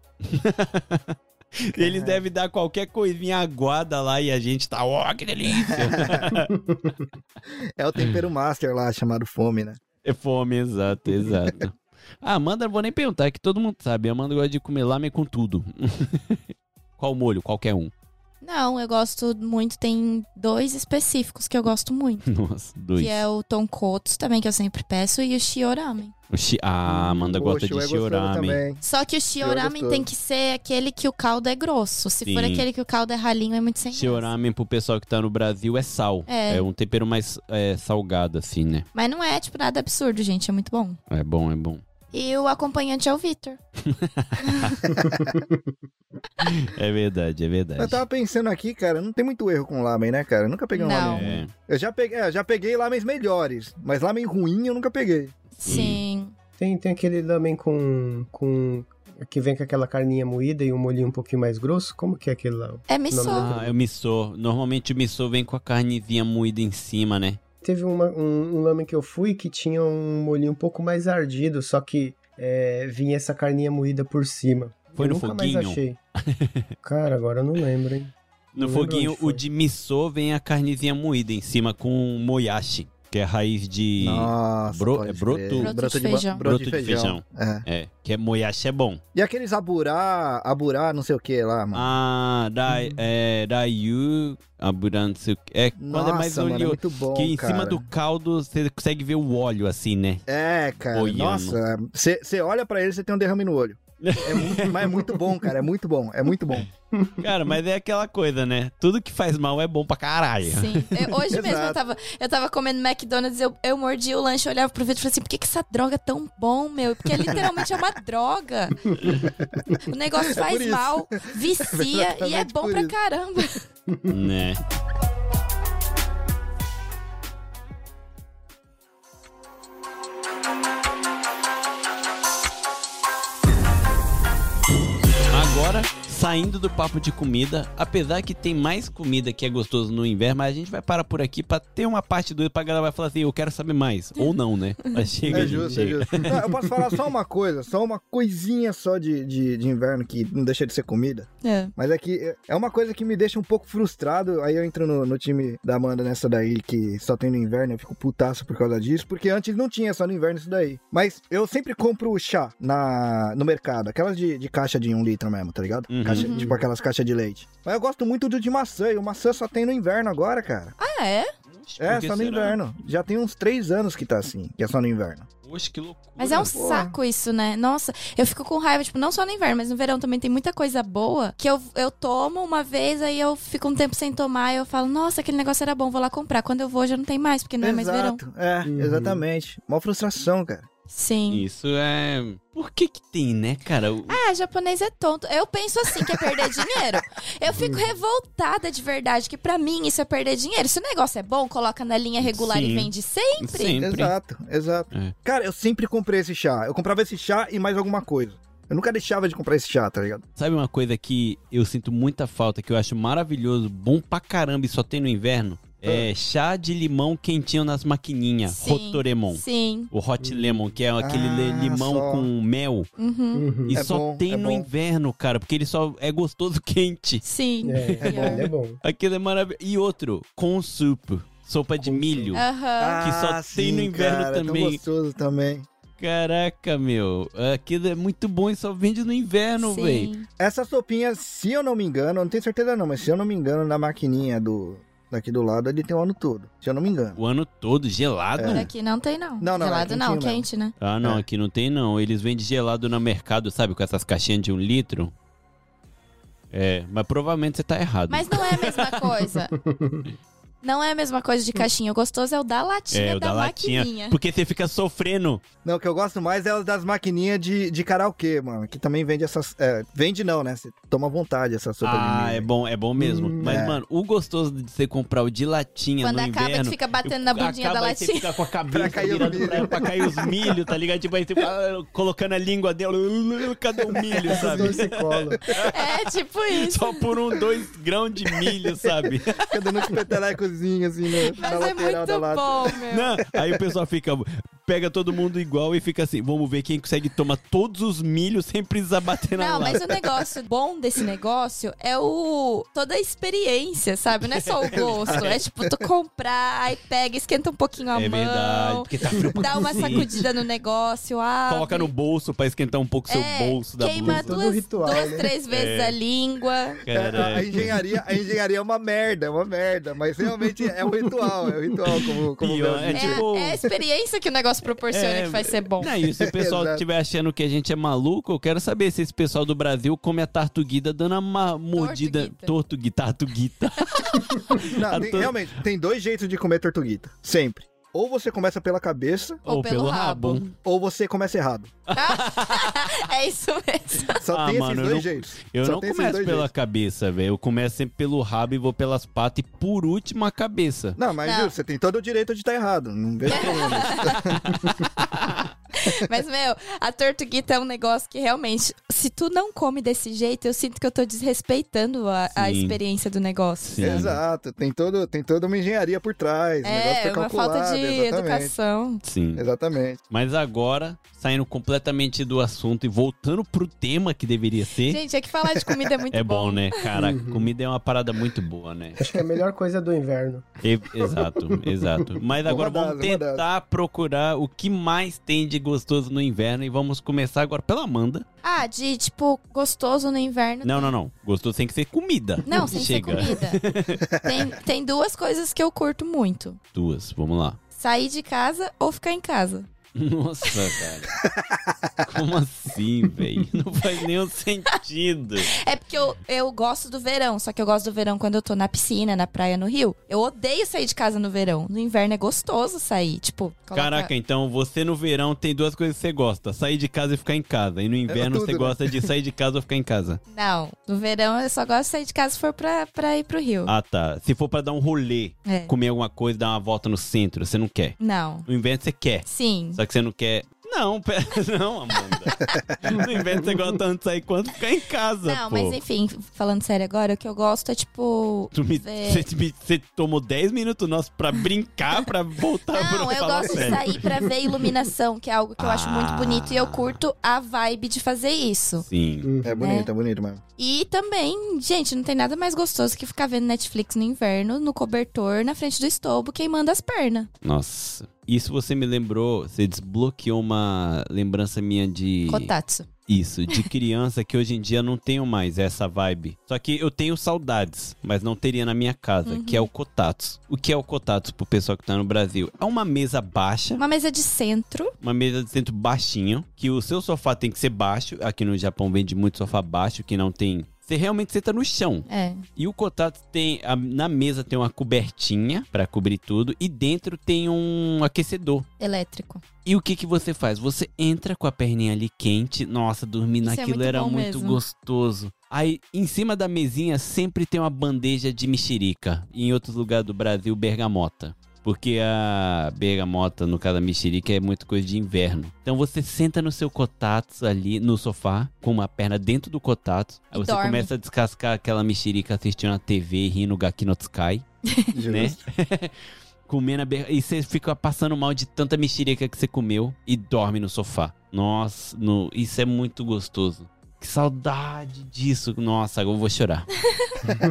Speaker 2: Eles devem dar qualquer coisinha aguada lá e a gente tá, ó, que delícia. Hum.
Speaker 5: É o tempero master lá, chamado fome, né?
Speaker 2: é fome, exato, exato. Ah, Amanda, não vou nem perguntar, que todo mundo sabe. A Amanda gosta de comer lamen com tudo. Qual molho? Qualquer um.
Speaker 3: Não, eu gosto muito. Tem dois específicos que eu gosto muito.
Speaker 2: Nossa, dois.
Speaker 3: Que é o tonkotsu também, que eu sempre peço, e o shioramen.
Speaker 2: O chi- Ah, a Amanda gosta
Speaker 5: Poxa, eu
Speaker 2: de
Speaker 5: é gostoso
Speaker 2: shioramen.
Speaker 5: também.
Speaker 3: Só que o
Speaker 5: gostoso.
Speaker 3: shioramen tem que ser aquele que o caldo é grosso. Se for
Speaker 2: Sim.
Speaker 3: aquele que o caldo é ralinho, é muito sem graça.
Speaker 2: Shioramen, pro pessoal que tá no Brasil, é sal.
Speaker 3: É.
Speaker 2: É, um tempero mais é, salgado, assim, né?
Speaker 3: Mas não é, tipo, nada absurdo, gente. É muito bom.
Speaker 2: É bom, é bom.
Speaker 3: E o acompanhante é o Vitor.
Speaker 2: É verdade, é verdade.
Speaker 5: Eu tava pensando aqui, cara, não tem muito erro com lamen, né, cara? Eu nunca peguei um
Speaker 3: Não.
Speaker 5: lamen.
Speaker 2: É.
Speaker 5: Eu já peguei, é, eu já peguei lamens melhores, mas lamen ruim eu nunca peguei.
Speaker 3: Sim.
Speaker 4: Tem, tem aquele lamen com, com. que vem com aquela carninha moída e um molhinho um pouquinho mais grosso. Como que é aquele lá?
Speaker 3: É missô.
Speaker 4: Não,
Speaker 2: Ah, é o missô. Normalmente o missô vem com a carnezinha moída em cima, né?
Speaker 4: Teve uma- um, um lamen que eu fui que tinha um molhinho um pouco mais ardido, só que é, vinha essa carninha moída por cima.
Speaker 2: Foi no
Speaker 4: eu nunca mais
Speaker 2: foguinho?
Speaker 4: achei. Cara, agora eu não lembro, hein?
Speaker 2: No
Speaker 4: Não lembro
Speaker 2: foguinho,
Speaker 4: onde
Speaker 2: o
Speaker 4: foi.
Speaker 2: de missô vem a carnezinha moída em cima com moyashi, que é raiz de...
Speaker 5: Nossa,
Speaker 2: Bro-
Speaker 5: pode
Speaker 2: é broto-
Speaker 5: crer.
Speaker 3: Broto de
Speaker 5: ba-
Speaker 3: feijão.
Speaker 5: Broto, de feijão. É.
Speaker 2: É, que é moyashi é bom.
Speaker 5: E aqueles aburá, aburá, não sei o que lá, mano.
Speaker 2: Ah, dai,
Speaker 4: Hum.
Speaker 2: é, dayu, abura, não sei o que. É, quando
Speaker 5: Nossa,
Speaker 2: é mais
Speaker 5: mano, é
Speaker 2: oleoso.
Speaker 5: muito bom,
Speaker 2: que em
Speaker 5: cara.
Speaker 2: cima do caldo você consegue ver o óleo assim, né?
Speaker 5: É, cara,
Speaker 2: Boiano.
Speaker 5: nossa, você olha pra ele, você tem um derrame no olho. É muito, mas é muito bom, cara. É muito bom. É muito bom.
Speaker 2: Cara, mas é aquela coisa, né? Tudo que faz mal é bom pra caralho.
Speaker 3: Sim. Eu- hoje mesmo eu
Speaker 5: Exato.
Speaker 3: tava, eu tava comendo McDonald's, eu, eu mordi o lanche, eu olhava pro vidro e falei assim: por que, que essa droga é tão bom, meu? Porque literalmente é uma droga. O negócio faz
Speaker 5: É por isso.
Speaker 3: mal, vicia e é
Speaker 5: exatamente
Speaker 3: bom
Speaker 5: por
Speaker 3: pra
Speaker 5: isso.
Speaker 3: caramba.
Speaker 2: Né? Agora, saindo do papo de comida, apesar que tem mais comida que é gostoso no inverno, mas a gente vai parar por aqui pra ter uma parte do pra galera vai falar assim, eu quero saber mais. Ou não, né? Mas chega,
Speaker 5: É
Speaker 2: gente,
Speaker 5: justo, é
Speaker 2: chega.
Speaker 5: justo. Não, eu posso falar só uma coisa, só uma coisinha só de, de, de inverno que não deixa de ser comida.
Speaker 3: É.
Speaker 5: Mas é que é- é uma coisa que me deixa um pouco frustrado. Aí eu entro no, no time da Amanda nessa daí, que só tem no inverno, eu fico putaço por causa disso, porque antes não tinha só no inverno isso daí. Mas eu sempre compro o chá na, no mercado, aquelas de, de caixa de um litro mesmo, tá ligado?
Speaker 2: Uhum.
Speaker 5: Caixa- tipo aquelas caixas de leite. Mas eu gosto muito do de maçã, e o maçã só tem no inverno agora, cara.
Speaker 3: Ah, é?
Speaker 5: É,
Speaker 2: Por que
Speaker 5: só no
Speaker 2: será?
Speaker 5: inverno. Já tem uns três anos que tá assim, que é só no inverno.
Speaker 2: Poxa, que loucura.
Speaker 3: Mas é um
Speaker 5: Porra.
Speaker 3: saco isso, né? Nossa, eu fico com raiva, tipo, não só no inverno, mas no verão também tem muita coisa boa que eu, eu tomo uma vez, aí eu fico um tempo sem tomar e eu falo, nossa, aquele negócio era bom, vou lá comprar. Quando eu vou, já não tem mais, porque não é mais verão.
Speaker 5: Exato. É,
Speaker 4: Uhum.
Speaker 5: exatamente. Mó frustração, cara.
Speaker 3: Sim.
Speaker 2: Isso é... Por que que tem, né, cara? O-
Speaker 3: Ah, japonês é tonto. Eu penso assim, que é perder dinheiro. Eu
Speaker 2: Hum.
Speaker 3: fico revoltada de verdade, que pra mim isso é perder dinheiro. Se o negócio é bom, coloca na linha regular
Speaker 2: Sim.
Speaker 3: e vende sempre.
Speaker 2: Sempre.
Speaker 5: Exato, exato.
Speaker 2: É.
Speaker 5: Cara, eu sempre comprei esse chá. Eu comprava esse chá e mais alguma coisa. Eu nunca deixava de comprar esse chá, tá ligado?
Speaker 2: Sabe uma coisa que eu sinto muita falta, que eu acho maravilhoso, bom pra caramba e só tem no inverno?
Speaker 5: Ah.
Speaker 2: É chá de limão quentinho nas maquininhas,
Speaker 3: Sim.
Speaker 2: É, Rotoremon.
Speaker 3: Sim.
Speaker 2: O hot lemon, que é aquele
Speaker 5: Ah,
Speaker 2: le- limão
Speaker 5: só.
Speaker 2: com mel.
Speaker 3: Uhum.
Speaker 4: Uhum.
Speaker 2: E
Speaker 5: É
Speaker 2: só
Speaker 5: bom,
Speaker 2: tem
Speaker 5: é
Speaker 2: no
Speaker 5: bom.
Speaker 2: inverno, cara, porque ele só é gostoso quente.
Speaker 3: Sim.
Speaker 4: É, é bom, ele é bom.
Speaker 2: Aquilo é maravilhoso. E outro, com supo. Sopa de milho.
Speaker 3: Aham.
Speaker 2: Que só tem no inverno
Speaker 5: cara, é tão
Speaker 2: também.
Speaker 5: gostoso também.
Speaker 2: Caraca, meu. Aquilo é muito bom e só vende no inverno, velho.
Speaker 3: Sim.
Speaker 5: Essa sopinha, se eu não me engano, eu não tenho certeza não, mas se eu não me engano, na maquininha do daqui do lado, ele tem o ano todo. Se eu não me engano.
Speaker 2: O ano todo, gelado.
Speaker 3: Por
Speaker 5: É.
Speaker 3: aqui não tem, não.
Speaker 5: Não, não,
Speaker 3: Gelado
Speaker 5: é
Speaker 3: não,
Speaker 5: quentinho
Speaker 3: quente, né?
Speaker 2: Ah, não,
Speaker 5: É.
Speaker 2: aqui não tem não. Eles vendem gelado no mercado, sabe? Com essas caixinhas de um litro. É, mas provavelmente você tá errado.
Speaker 3: Mas não é a mesma coisa. Não é a mesma coisa de caixinha. O gostoso é o da latinha
Speaker 2: é, o
Speaker 3: da,
Speaker 2: da latinha.
Speaker 3: maquininha.
Speaker 2: Porque você fica sofrendo.
Speaker 5: Não, o que eu gosto mais é o das maquininhas de, de karaokê, mano. Que também vende essas. é, vende não, né? Você toma à vontade essa sopa de milho.
Speaker 2: ah, é bom, é bom mesmo. mas,
Speaker 5: é.
Speaker 2: mano, o gostoso de você comprar o de latinha
Speaker 3: Quando
Speaker 2: no
Speaker 3: acaba que
Speaker 2: inverno...
Speaker 3: fica batendo na bundinha
Speaker 2: acaba
Speaker 3: da
Speaker 2: aí você
Speaker 3: latinha.
Speaker 2: fica com a cabeça
Speaker 5: Pra cair os
Speaker 2: virada pra,
Speaker 5: milho.
Speaker 2: pra cair os milho, tá ligado? Tipo, aí você fala, colocando a língua dela, cadê o milho,
Speaker 4: Essas
Speaker 2: sabe?
Speaker 4: duas se colam.
Speaker 3: É, tipo isso.
Speaker 2: Só por um, dois grãos de milho, sabe?
Speaker 5: Fica dando uns petelecozinhos assim no,
Speaker 3: Mas
Speaker 5: na
Speaker 3: é
Speaker 5: lateral da
Speaker 3: muito
Speaker 5: lata.
Speaker 3: bom, meu.
Speaker 2: Não, aí o pessoal fica. Pega todo mundo igual e fica assim, vamos ver quem consegue tomar todos os milhos sem precisar bater na
Speaker 3: Não,
Speaker 2: lata.
Speaker 3: mas o negócio bom desse negócio é o toda a experiência, sabe? Não é só o gosto. é tipo, tu comprar, aí pega, esquenta um pouquinho a
Speaker 2: É
Speaker 3: mão.
Speaker 2: verdade, porque tá frio pra
Speaker 3: Dá uma
Speaker 2: cacete.
Speaker 3: sacudida no negócio, ah.
Speaker 2: Coloca no bolso pra esquentar um pouco seu bolso da
Speaker 3: É, queima
Speaker 2: blusa.
Speaker 4: Todo
Speaker 3: duas,
Speaker 4: ritual,
Speaker 3: duas
Speaker 4: né?
Speaker 3: três vezes
Speaker 2: É.
Speaker 3: a língua.
Speaker 5: É, a, a
Speaker 2: Cara,
Speaker 5: engenharia, a engenharia é uma merda, é uma merda. Mas realmente é um ritual, é um ritual como, como o
Speaker 2: Pior,
Speaker 5: Bel
Speaker 2: é
Speaker 3: É,
Speaker 5: disse.
Speaker 2: tipo-
Speaker 3: é a experiência que o negócio proporciona
Speaker 2: É,
Speaker 3: que vai ser bom.
Speaker 2: não, e se o pessoal
Speaker 5: Exato.
Speaker 2: estiver achando que a gente é maluco, eu quero saber se esse pessoal do Brasil come a tartuguida dando uma mordida. Tortuguita, tartuguita.
Speaker 5: Não,
Speaker 2: a
Speaker 5: tem-
Speaker 2: to-
Speaker 5: Realmente, tem dois jeitos de comer tortuguita, sempre. Ou você começa pela cabeça,
Speaker 3: Ou pelo rabo.
Speaker 5: ou você começa errado.
Speaker 3: É isso mesmo.
Speaker 5: Só
Speaker 2: Ah,
Speaker 5: tem esses
Speaker 2: mano, eu
Speaker 5: dois
Speaker 2: não-
Speaker 5: jeitos.
Speaker 2: Eu
Speaker 5: Só
Speaker 2: não
Speaker 5: tem esses
Speaker 2: começo
Speaker 5: dois
Speaker 2: pela
Speaker 5: jeitos.
Speaker 2: cabeça, velho. Eu começo sempre pelo rabo e vou pelas patas e por último a cabeça.
Speaker 5: Não, mas
Speaker 3: Não.
Speaker 5: Júlio, você tem todo o direito de estar errado. Não vejo problema.
Speaker 3: Mas, meu, a tortuguita é um negócio que realmente, se tu não come desse jeito, eu sinto que eu tô desrespeitando a, a
Speaker 2: Sim.
Speaker 3: experiência do negócio.
Speaker 2: Sim.
Speaker 3: sabe?
Speaker 5: Exato, tem, todo, tem toda uma engenharia por trás. o negócio
Speaker 3: É,
Speaker 5: foi
Speaker 3: uma
Speaker 5: calculado,
Speaker 3: falta de
Speaker 5: exatamente.
Speaker 3: educação.
Speaker 2: Sim.
Speaker 5: Exatamente.
Speaker 2: Mas agora, saindo completamente do assunto e voltando pro tema que deveria ser,
Speaker 3: Gente, é que falar de comida é muito
Speaker 2: é bom, né? Caraca,
Speaker 5: Uhum.
Speaker 2: comida é uma parada muito boa, né?
Speaker 4: Acho que é a melhor coisa do inverno.
Speaker 2: E- exato, exato. Mas agora
Speaker 5: Uma
Speaker 2: vamos
Speaker 5: das, uma
Speaker 2: tentar procurar o que mais tem de gostoso no inverno e vamos começar agora pela Amanda.
Speaker 3: Ah, de, tipo, gostoso no inverno.
Speaker 2: Não, não, não. Gostoso tem que ser comida.
Speaker 3: Não, sem ser comida. tem, tem duas coisas que eu curto muito.
Speaker 2: Duas, vamos lá.
Speaker 3: Sair de casa ou ficar em casa.
Speaker 2: Nossa, cara. Como assim, velho? Não faz nenhum sentido.
Speaker 3: É porque eu, eu gosto do verão, só que eu gosto do verão quando eu tô na piscina, na praia, no rio. Eu odeio sair de casa no verão. No inverno é gostoso sair, tipo... coloca-
Speaker 2: Caraca, então você no verão tem duas coisas que você gosta: sair de casa e ficar em casa.
Speaker 3: É,
Speaker 2: E no inverno
Speaker 5: tudo,
Speaker 2: você
Speaker 5: né?
Speaker 2: gosta de sair de casa ou ficar em casa.
Speaker 3: Não, no verão eu só gosto de sair de casa se for pra, pra ir pro rio.
Speaker 2: Ah, tá. Se for pra dar um rolê,
Speaker 3: É.
Speaker 2: comer alguma coisa, dar uma volta no centro, você não quer.
Speaker 3: Não.
Speaker 2: No inverno você quer.
Speaker 3: Sim.
Speaker 2: Só que você não quer. Não, pera, não, Amanda. No inverno você gosta tanto de sair quanto ficar em casa.
Speaker 3: Não,
Speaker 2: pô.
Speaker 3: mas enfim, falando sério agora, o que eu gosto é tipo...
Speaker 2: Tu me,
Speaker 3: ver-
Speaker 2: você, me- você tomou 10 minutos nossos pra brincar, pra voltar
Speaker 3: Não,
Speaker 2: pra
Speaker 3: eu
Speaker 2: falar
Speaker 3: gosto de
Speaker 2: tá sério.
Speaker 3: sair pra ver iluminação, que é algo que eu acho muito
Speaker 2: Ah.
Speaker 3: bonito e eu curto a vibe de fazer isso.
Speaker 2: Sim.
Speaker 5: É
Speaker 3: Né?
Speaker 5: bonito, é, bonito mesmo.
Speaker 2: Né?
Speaker 3: E também, gente, não tem nada mais gostoso que ficar vendo Netflix no inverno, no cobertor, na frente do estoubo, queimando as pernas.
Speaker 2: Nossa. Isso você me lembrou, você desbloqueou uma lembrança minha de.
Speaker 3: Kotatsu.
Speaker 2: Isso, de criança que hoje em dia não tenho mais essa vibe. Só que eu tenho saudades, mas não teria na minha casa, que é o Kotatsu. O que é o Kotatsu pro pessoal que tá no Brasil? É uma mesa baixa,
Speaker 3: Uma mesa de centro.
Speaker 2: uma mesa de centro baixinho, que o seu sofá tem que ser baixo. Aqui no Japão vende muito sofá baixo, que não tem. Você realmente senta no chão.
Speaker 3: É.
Speaker 2: E o Kotatsu tem. a- na mesa tem uma cobertinha pra cobrir tudo, e dentro tem um aquecedor.
Speaker 3: Elétrico.
Speaker 2: E o que que você faz? Você entra com a perninha ali quente. Nossa, dormir
Speaker 3: Isso é
Speaker 2: naquilo
Speaker 3: muito
Speaker 2: era
Speaker 3: bom
Speaker 2: muito
Speaker 3: mesmo.
Speaker 2: gostoso. Aí, em cima da mesinha, sempre tem uma bandeja de mexerica. E em outros lugares do Brasil, bergamota. Porque a bergamota, no caso da mexerica, é muito coisa de inverno. Então você senta no seu cotatsu ali, no sofá, com uma perna dentro do cotatsu. Aí
Speaker 3: E
Speaker 2: você
Speaker 3: dorme.
Speaker 2: começa a descascar aquela mexerica assistindo a TV, rindo Gaki no Tsukai né?
Speaker 5: Justo.
Speaker 2: Comendo a berra. E você fica passando mal de tanta mexerica que você comeu e dorme no sofá. Nossa, no- isso é muito gostoso. Que saudade disso. Nossa, agora eu vou chorar.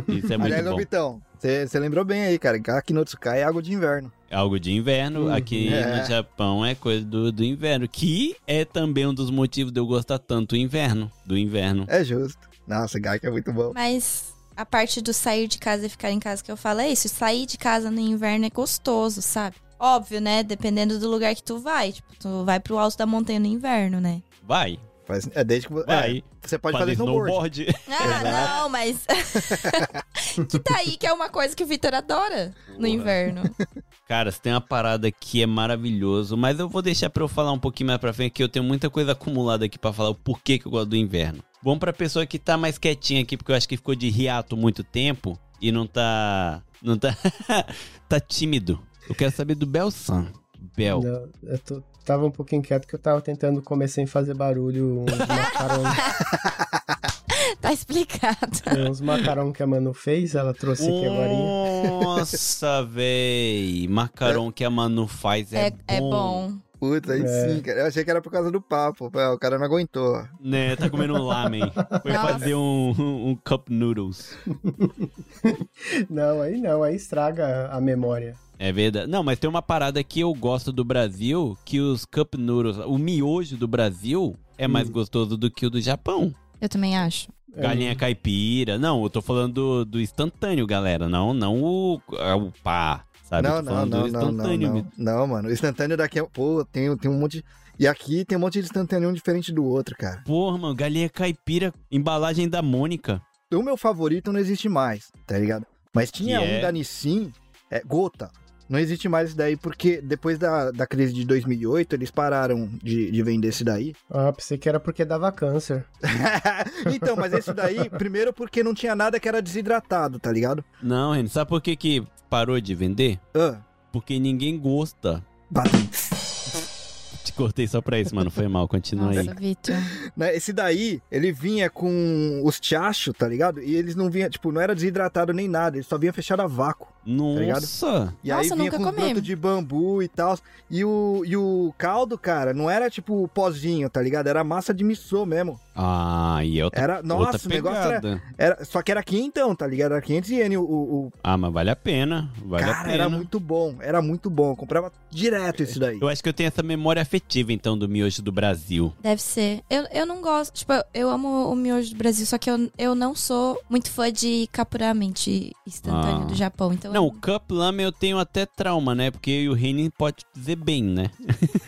Speaker 2: isso é muito
Speaker 5: Aliás, ô
Speaker 2: bom.
Speaker 5: Vitão, você você lembrou bem aí, cara. Gaki no Tsukai é algo de inverno.
Speaker 2: É algo de inverno. Aqui
Speaker 5: É.
Speaker 2: no Japão é coisa do, do inverno. Que é também um dos motivos de eu gostar tanto do inverno. Do inverno.
Speaker 5: É justo. Nossa, Gaki é muito bom.
Speaker 3: Mas a parte do sair de casa e ficar em casa que eu falo é isso. Sair de casa no inverno é gostoso, sabe? Óbvio, né? Dependendo do lugar que tu vai. Tipo, tu vai pro alto da montanha no inverno, né?
Speaker 2: Vai,
Speaker 5: Faz- é desde que vo-
Speaker 2: vai.
Speaker 5: é, você pode
Speaker 2: Fazer
Speaker 5: fazer snowboard.
Speaker 2: snowboard.
Speaker 3: Ah, não, mas. que tá aí que é uma coisa que o Vitor adora no
Speaker 2: Porra.
Speaker 3: inverno.
Speaker 2: Cara, você tem uma parada que é maravilhoso, mas eu vou deixar pra eu falar um pouquinho mais pra frente, que eu tenho muita coisa acumulada aqui pra falar o porquê que eu gosto do inverno. Bom pra pessoa que tá mais quietinha aqui, porque eu acho que ficou de hiato muito tempo e não tá. Não tá. tá tímido. Eu quero saber do Bel San. Bel.
Speaker 4: Não, eu tô- tava um pouquinho quieto que eu tava tentando comer sem fazer barulho uns macarons,
Speaker 3: Tá explicado.
Speaker 4: uns macarons que a Manu fez, ela trouxe aqui é
Speaker 2: Hum.
Speaker 4: agora.
Speaker 2: Nossa, véi. Macarão que a Manu faz é, bom.
Speaker 3: é bom.
Speaker 5: Putz, aí
Speaker 4: É.
Speaker 5: sim, cara. Eu achei que era por causa do papo. pô, O cara não aguentou.
Speaker 2: Né, tá comendo um lamen. Foi
Speaker 3: Nossa.
Speaker 2: fazer um, um, um cup noodles.
Speaker 4: Não, aí não, aí estraga a memória.
Speaker 2: É verdade. Não, mas tem uma parada que eu gosto do Brasil, que os cup noodles, o miojo do Brasil
Speaker 5: Hum.
Speaker 2: é mais gostoso do que o do Japão.
Speaker 3: Eu também acho.
Speaker 4: É,
Speaker 2: Galinha caipira. Não, eu tô falando do, do instantâneo, galera. Não, não o, é o pá, sabe?
Speaker 5: Não,
Speaker 2: eu tô
Speaker 5: não,
Speaker 2: falando
Speaker 5: não,
Speaker 2: do
Speaker 5: não, não,
Speaker 2: instantâneo
Speaker 5: não.
Speaker 2: mesmo.
Speaker 5: Não, mano. O instantâneo daqui é. Pô, tem, tem um monte. de- E aqui tem um monte de instantâneo um diferente do outro, cara.
Speaker 2: Porra, mano, galinha caipira, embalagem da Mônica.
Speaker 5: O meu favorito não existe mais, tá ligado? Mas tinha
Speaker 2: Que é?
Speaker 5: um da Nissin, é Gota. Não existe mais isso daí, porque depois da, da crise de 2008, eles pararam de, de vender esse daí.
Speaker 4: Ah, pensei que era porque dava câncer.
Speaker 5: então, mas esse daí, primeiro porque não tinha nada que era desidratado, tá ligado?
Speaker 2: Não, Ren, sabe por que, que parou de vender?
Speaker 5: Ah,
Speaker 2: Porque ninguém gosta.
Speaker 5: bah.
Speaker 2: Te cortei só pra isso, mano. Foi mal, continua aí.
Speaker 3: Nossa, Vitor.
Speaker 5: Né, Esse daí, ele vinha com os tchachos, tá ligado? E eles não vinham, tipo, não era desidratado nem nada, ele só vinha fechado a vácuo. ligado?
Speaker 2: Nossa!
Speaker 5: E
Speaker 3: Nossa,
Speaker 5: aí
Speaker 3: eu
Speaker 5: vinha
Speaker 3: nunca
Speaker 5: com um
Speaker 3: comi.
Speaker 5: broto de bambu e tal. E o, e o caldo, cara, não era tipo pozinho, tá ligado? Era massa de missô mesmo.
Speaker 2: Ah, e é outra,
Speaker 5: Era, nossa,
Speaker 2: outra
Speaker 5: o negócio era,
Speaker 2: pegada.
Speaker 5: era- Só que era aqui então, tá ligado? Era 500 iene o, o, o-
Speaker 2: Ah, mas vale a pena. Vale a
Speaker 5: Cara,
Speaker 2: pena.
Speaker 5: era muito bom. Era muito bom. Eu comprava direto isso daí.
Speaker 2: Eu acho que eu tenho essa memória afetiva, então, do miojo do Brasil.
Speaker 3: Deve ser. Eu, eu não gosto. Tipo, eu, eu amo o miojo do Brasil, só que eu, eu não sou muito fã de capuramente instantâneo
Speaker 2: Ah.
Speaker 3: do Japão. Então
Speaker 2: Não,
Speaker 3: eu-
Speaker 2: o Cup Lame eu tenho até trauma, né? Porque eu e o Renin pode dizer bem, né?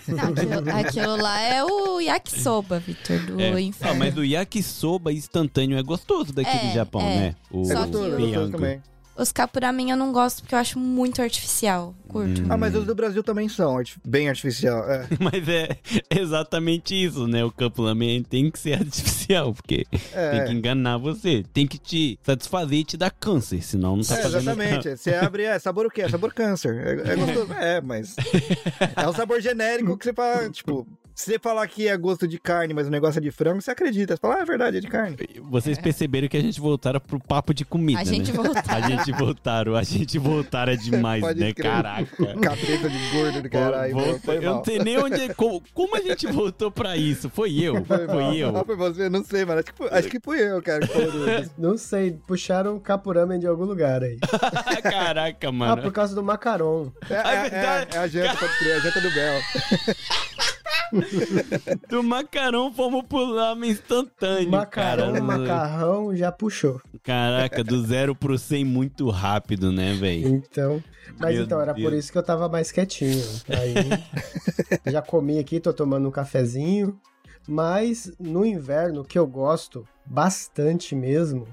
Speaker 3: Não, aquilo, aquilo lá é o yakisoba, Vitor, do
Speaker 2: É.
Speaker 3: inferno.
Speaker 2: Ah, mas o yakisoba instantâneo é gostoso daqui
Speaker 3: É,
Speaker 2: do Japão,
Speaker 3: é.
Speaker 2: né? O
Speaker 3: Só que
Speaker 5: gostoso,
Speaker 3: o-
Speaker 5: é
Speaker 2: Yang.
Speaker 5: gostoso também.
Speaker 3: Os capuramin eu não gosto porque eu acho muito artificial. Curto.
Speaker 2: Hum.
Speaker 5: Ah, mas os do Brasil também são arti- bem artificial. É.
Speaker 2: Mas é exatamente isso, né? O Cup Lame tem que ser artificial, porque tem que
Speaker 5: é.
Speaker 2: enganar você. Tem que te satisfazer e te dar câncer, senão não tá
Speaker 5: É,
Speaker 2: fazendo
Speaker 5: exatamente. Você abre, é sabor o quê? É sabor câncer. É, é gostoso. É, mas. É um sabor genérico que você fala, tipo. Se você falar que é gosto de carne, mas o negócio é de frango, você acredita. Você fala, ah, é verdade, é de carne.
Speaker 2: Vocês perceberam que a gente voltaram pro papo de comida,
Speaker 3: A gente
Speaker 2: né?
Speaker 3: voltaram.
Speaker 2: A gente voltaram, a gente voltaram é demais,
Speaker 5: Pode
Speaker 2: né?
Speaker 5: crer.
Speaker 2: Caraca.
Speaker 5: Capeta de gordo do caralho.
Speaker 2: Vol-
Speaker 5: meu, foi
Speaker 2: eu não
Speaker 5: mal.
Speaker 2: sei nem onde. Como, como a gente voltou pra isso? Foi eu? Foi,
Speaker 5: mal. Ah,
Speaker 2: eu?
Speaker 5: foi você? Não sei, mano. Acho que, foi- acho que fui eu, cara, que falou do- É,
Speaker 4: Não sei, puxaram o capuramen de algum lugar aí.
Speaker 2: Caraca,
Speaker 4: Ah,
Speaker 2: mano.
Speaker 4: por causa do macaron.
Speaker 5: É, é,
Speaker 2: É verdade.
Speaker 5: é, é a janta, pode crer, a janta do Bel.
Speaker 2: Do macarão fomos pro lama instantâneo.
Speaker 4: Macarão,
Speaker 2: cara.
Speaker 4: macarrão, já puxou.
Speaker 2: Caraca, do zero pro cem muito rápido, né, velho?
Speaker 4: Então. Mas
Speaker 2: Meu
Speaker 4: então, era por
Speaker 2: Deus.
Speaker 4: isso que eu tava mais quietinho. Aí. já comi aqui, tô tomando um cafezinho. Mas no inverno, o que eu gosto bastante mesmo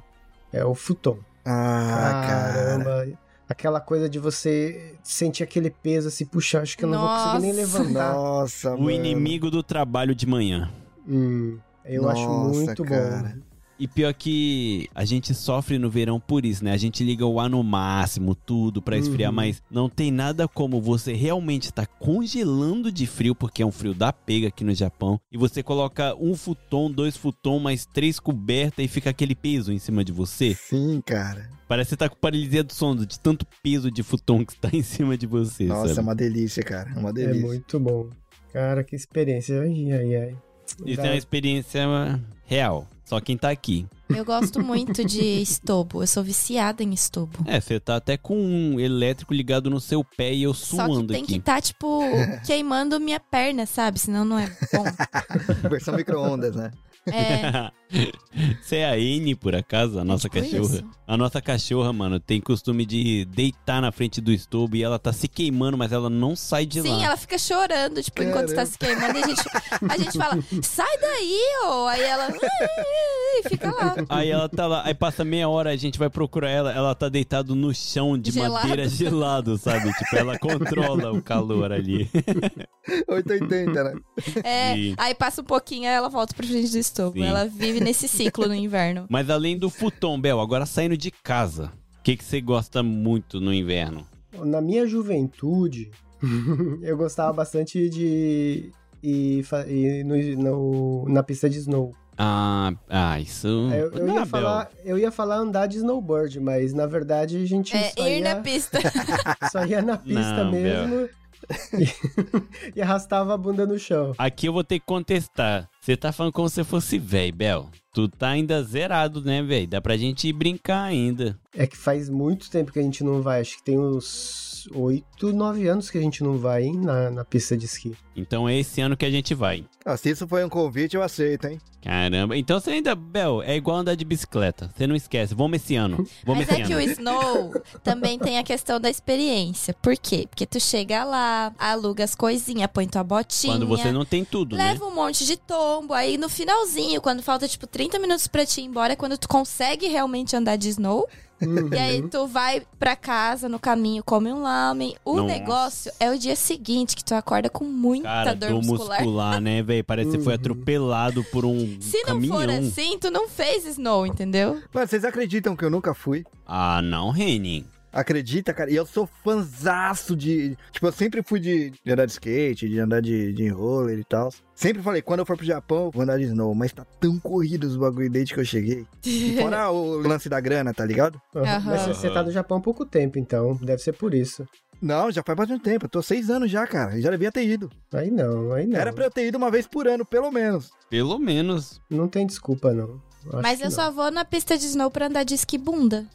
Speaker 4: é o futon.
Speaker 5: Ah, cara.
Speaker 4: Caramba. Aquela coisa de você sentir aquele peso assim, puxa, acho que eu não vou conseguir nem
Speaker 3: Nossa.
Speaker 4: levantar.
Speaker 5: Nossa, mano.
Speaker 2: O inimigo do trabalho de manhã.
Speaker 4: Hum, eu acho
Speaker 5: Nossa,
Speaker 4: muito
Speaker 5: cara.
Speaker 4: bom.
Speaker 2: E pior que a gente sofre no verão por isso, né? A gente liga o ar no máximo, tudo pra esfriar,
Speaker 4: Uhum.
Speaker 2: mas não tem nada como você realmente tá congelando de frio, porque é um frio da pega aqui no Japão, e você coloca um futon, dois futon, mais três cobertas e fica aquele peso em cima de você.
Speaker 5: Sim, cara.
Speaker 2: Parece que você tá com paralisia do sono, de tanto peso de futon que tá em cima de você,
Speaker 5: Nossa, é
Speaker 2: sabe?
Speaker 5: uma delícia, cara. É uma
Speaker 4: É
Speaker 5: delícia.
Speaker 4: muito bom. Cara, que experiência. Ai, ai, ai.
Speaker 2: Isso
Speaker 4: Dá-
Speaker 2: é uma experiência real. Só quem tá aqui.
Speaker 3: Eu gosto muito de estobo. Eu sou viciada em estobo.
Speaker 2: É, você tá até com um elétrico ligado no seu pé e eu
Speaker 3: Só que
Speaker 2: suando
Speaker 3: tem que
Speaker 2: aqui.
Speaker 3: estar, tipo, queimando minha perna, sabe? Senão não é bom.
Speaker 5: Versão micro-ondas, né?
Speaker 3: É.
Speaker 2: Você é a N, por acaso, a nossa
Speaker 3: tipo
Speaker 2: cachorra?
Speaker 3: isso.
Speaker 2: A nossa cachorra, mano, tem costume de deitar na frente do estobo e ela tá se queimando, mas ela não sai de
Speaker 3: Sim,
Speaker 2: lá.
Speaker 3: ela fica chorando, tipo, enquanto tá se queimando. E a gente, a gente fala, sai daí, ô! Aí ela, "Ai, ai, ai", fica lá.
Speaker 2: Aí ela tá lá, aí passa meia hora, a gente vai procurar ela, ela tá deitado no chão de
Speaker 3: Gelado.
Speaker 2: madeira gelado, sabe? Tipo, ela controla o calor ali.
Speaker 5: 880, né?
Speaker 3: É,
Speaker 2: Sim.
Speaker 3: aí passa um pouquinho, aí ela volta pra frente do estobo.
Speaker 2: Sim.
Speaker 3: Ela vive nesse ciclo no inverno.
Speaker 2: Mas além do futon, Bel, agora saindo de casa, o que que você gosta muito no inverno?
Speaker 4: Na minha juventude, eu gostava bastante de ir, fa- ir no- no- na pista de snow.
Speaker 2: Ah, ah isso...
Speaker 4: Eu, eu
Speaker 2: Ah,
Speaker 4: ia
Speaker 2: Bel,
Speaker 4: falar, eu ia falar andar de snowboard, mas na verdade a gente
Speaker 3: É,
Speaker 4: só,
Speaker 3: ir
Speaker 4: ia,
Speaker 3: na pista.
Speaker 4: só ia na pista
Speaker 2: Não, Bel.
Speaker 4: mesmo e, e arrastava a bunda no chão.
Speaker 2: Aqui eu vou ter que contestar. Você tá falando como se fosse velho, Bel. Tu tá ainda zerado, né, velho? Dá pra gente ir brincar ainda.
Speaker 4: É que faz muito tempo que a gente não vai, acho que tem uns 8, 9 anos que a gente não vai hein, na, na pista de esqui.
Speaker 2: Então é esse ano que a gente vai.
Speaker 5: Ah, se isso foi um convite, eu aceito, hein?
Speaker 2: Caramba. Então você ainda, Bel, é igual andar de bicicleta. Você não esquece. Vamos esse ano. Vamos
Speaker 3: Mas
Speaker 2: esse
Speaker 3: é que
Speaker 2: ano.
Speaker 3: o Snow também tem a questão da experiência. Por quê? Porque tu chega lá, aluga as coisinhas, põe tua botinha.
Speaker 2: Quando você não tem tudo, né?
Speaker 3: Leva um monte de tombo, aí no finalzinho, quando falta tipo 30 minutos pra te ir embora, é quando tu consegue realmente andar de snow. E aí tu vai pra casa no caminho, come um lamen. O
Speaker 2: Nossa.
Speaker 3: negócio é o dia seguinte que tu acorda com muita
Speaker 2: Cara,
Speaker 3: dor
Speaker 2: dor
Speaker 3: muscular.
Speaker 2: muscular, né, velho? Parece que você foi atropelado por um
Speaker 3: Se não
Speaker 2: caminhão.
Speaker 3: for assim, tu não fez snow, entendeu?
Speaker 5: Mano, vocês acreditam que eu nunca fui?
Speaker 2: Ah, não, Renin.
Speaker 5: Acredita, cara? E eu sou fanzaço de. Tipo, eu sempre fui de, de andar de skate, de andar de, de roller e tal. Sempre falei, quando eu for pro Japão, vou andar de snow. Mas tá tão corrido os bagulho desde que eu cheguei. E fora o lance da grana, tá ligado?
Speaker 4: Mas você-
Speaker 3: Aham.
Speaker 4: você tá no Japão há pouco tempo, então deve ser por isso.
Speaker 5: Não, já faz bastante tempo. Eu tô seis anos já, cara. Eu já devia ter ido.
Speaker 4: Aí não, aí não.
Speaker 5: Era pra eu ter ido uma vez por ano, pelo menos.
Speaker 2: Pelo menos.
Speaker 4: Não tem desculpa, não. Acho
Speaker 3: Mas
Speaker 4: que
Speaker 3: eu
Speaker 4: não.
Speaker 3: só vou na pista de snow pra andar de esqui bunda.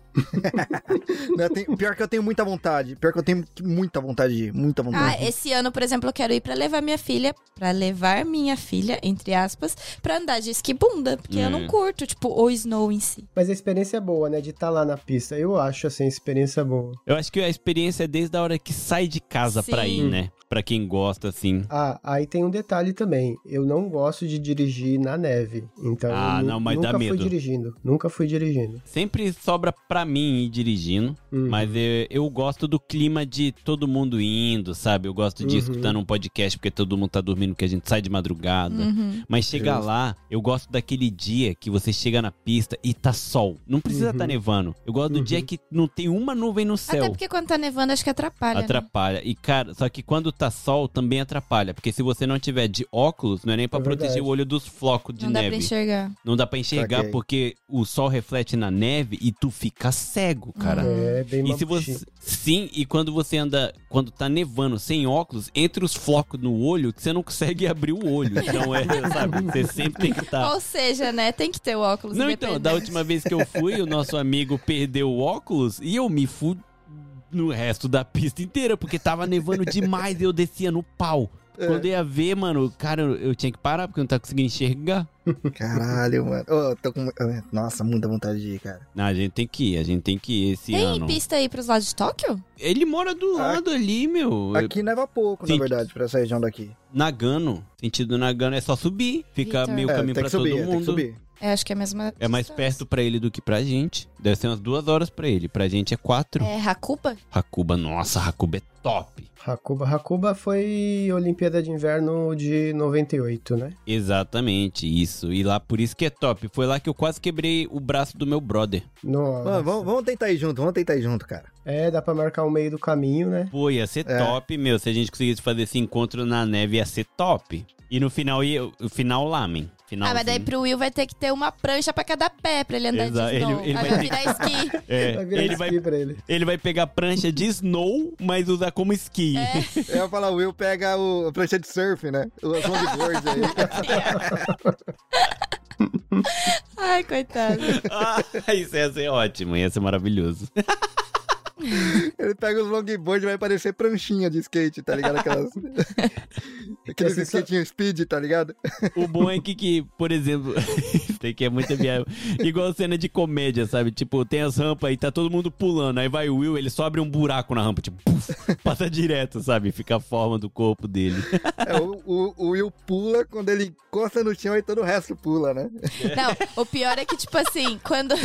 Speaker 5: Né, tem- pior que eu tenho muita vontade. Pior que eu tenho muita vontade de ir. Muita
Speaker 3: Ah,
Speaker 5: vontade.
Speaker 3: esse ano, por exemplo, eu quero ir pra levar minha filha, Pra levar minha filha, entre aspas, pra andar de esqui bunda, porque
Speaker 2: Hum.
Speaker 3: eu não curto, tipo, o snow em si.
Speaker 4: Mas a experiência é boa, né? De estar lá na pista. Eu acho, assim, experiência boa.
Speaker 2: Eu acho que a experiência é desde a hora que sai de casa pra
Speaker 3: Sim.
Speaker 2: ir, né? Pra quem gosta, assim.
Speaker 4: Ah, aí tem um detalhe também. Eu não gosto de dirigir na neve. Então,
Speaker 2: Ah,
Speaker 4: eu nu-
Speaker 2: não, mas
Speaker 4: nunca
Speaker 2: dá
Speaker 4: fui
Speaker 2: medo.
Speaker 4: dirigindo. Nunca fui dirigindo.
Speaker 2: Sempre sobra pra mim ir dirigindo,
Speaker 4: Hum.
Speaker 2: mas eu, eu gosto do clima de todo mundo indo, sabe? Eu gosto de
Speaker 4: Uhum.
Speaker 2: escutar um podcast porque todo mundo tá dormindo, porque a gente sai de madrugada.
Speaker 3: Uhum.
Speaker 2: Mas chega
Speaker 4: Justo.
Speaker 2: lá, eu gosto daquele dia que você chega na pista e tá sol. Não precisa
Speaker 4: Uhum.
Speaker 2: tá nevando. Eu gosto do
Speaker 4: Uhum.
Speaker 2: dia que não tem uma nuvem no
Speaker 3: Até
Speaker 2: céu.
Speaker 3: porque quando tá nevando, acho que atrapalha. né?
Speaker 2: Atrapalha. E, cara, só que quando tá sol também atrapalha. Porque se você não tiver de óculos, não é nem pra
Speaker 4: É
Speaker 2: proteger
Speaker 4: verdade.
Speaker 2: o olho dos flocos de
Speaker 3: Não dá
Speaker 2: neve.
Speaker 3: pra enxergar.
Speaker 2: Não dá pra enxergar
Speaker 5: Saquei.
Speaker 2: porque o sol reflete na neve e tu fica cego, cara.
Speaker 4: É bem
Speaker 2: E se
Speaker 4: maluquinho.
Speaker 2: você. Sim, e quando você anda. Quando tá nevando sem óculos, entre os flocos no olho, que você não consegue abrir o olho. Então é, sabe? Você sempre tem que estar.
Speaker 3: Ou seja, né? Tem que ter o óculos.
Speaker 2: Ah. Não, então,
Speaker 3: independente.
Speaker 2: da última vez que eu fui, o nosso amigo perdeu o óculos e eu me fui no resto da pista inteira, porque tava nevando demais e eu descia no pau. Quando eu ia ver, mano, cara, eu eu tinha que parar porque eu não tava conseguindo enxergar.
Speaker 5: Caralho, mano. Ô, eu tô com... mu- Nossa, muita vontade de ir, cara.
Speaker 2: Não, a gente tem que ir, a gente tem que ir esse
Speaker 3: Tem
Speaker 2: ano.
Speaker 3: pista aí pros lados de Tóquio?
Speaker 2: Ele mora do lado ali, meu.
Speaker 5: Ah, Aqui neva pouco,
Speaker 2: Sim.
Speaker 5: na verdade, pra essa região daqui.
Speaker 2: Nagano. Sentido Nagano é só subir. Fica
Speaker 3: Vitor.
Speaker 2: meio
Speaker 5: É,
Speaker 2: caminho
Speaker 5: tem
Speaker 2: pra
Speaker 5: que subir,
Speaker 2: todo
Speaker 5: é, tem que
Speaker 2: mundo.
Speaker 5: subir.
Speaker 3: É, acho que é a mesma.
Speaker 2: É mais perto pra ele do que pra gente. Deve ser umas duas horas pra ele. Pra gente é quatro.
Speaker 3: É Hakuba?
Speaker 2: Hakuba, nossa, Hakuba é top.
Speaker 4: Hakuba. Hakuba foi Olimpíada de Inverno de 98, né?
Speaker 2: Exatamente, isso. E lá, por isso que é top. Foi lá que eu quase quebrei o braço do meu brother.
Speaker 4: Nossa.
Speaker 5: Mano, vamos, vamos tentar ir junto, vamos tentar ir junto, cara.
Speaker 4: É, dá pra marcar o meio do caminho, né?
Speaker 2: Pô, ia ser
Speaker 5: É.
Speaker 2: top, meu. Se a gente conseguisse fazer esse encontro na neve, ia ser top. E no final, ia, o final assim. lamen.
Speaker 3: Ah, mas daí pro Will vai ter que ter uma prancha pra cada pé pra ele andar
Speaker 2: Exato,
Speaker 3: de snow.
Speaker 2: ele- ele
Speaker 3: Aí
Speaker 2: vai
Speaker 3: vai virar esqui.
Speaker 2: É,
Speaker 4: Vai virar
Speaker 2: ele,
Speaker 4: esqui
Speaker 2: vai,
Speaker 4: pra ele.
Speaker 2: ele vai pegar prancha de snow, mas usar como esqui.
Speaker 3: É.
Speaker 5: Eu ia falar, o Will pega o, a prancha de surf, né? Os longboards aí.
Speaker 3: Ai, coitado.
Speaker 2: Ah, isso ia ser ótimo, ia ser maravilhoso.
Speaker 5: Ele pega os longboards e vai parecer pranchinha de skate, tá ligado? Aquelas... Aqueles
Speaker 4: Esse só-
Speaker 5: skatinhos speed, tá ligado?
Speaker 2: O bom é que, que por exemplo, tem que é muita viagem. Igual cena de comédia, sabe? Tipo, tem as rampas e tá todo mundo pulando. Aí vai o Will, ele só abre um buraco na rampa, tipo, puf, passa direto, sabe? Fica a forma do corpo dele.
Speaker 5: É, o, o- o Will pula, quando ele encosta no chão, aí todo o resto pula, né?
Speaker 3: Não, o pior é que, tipo assim, quando,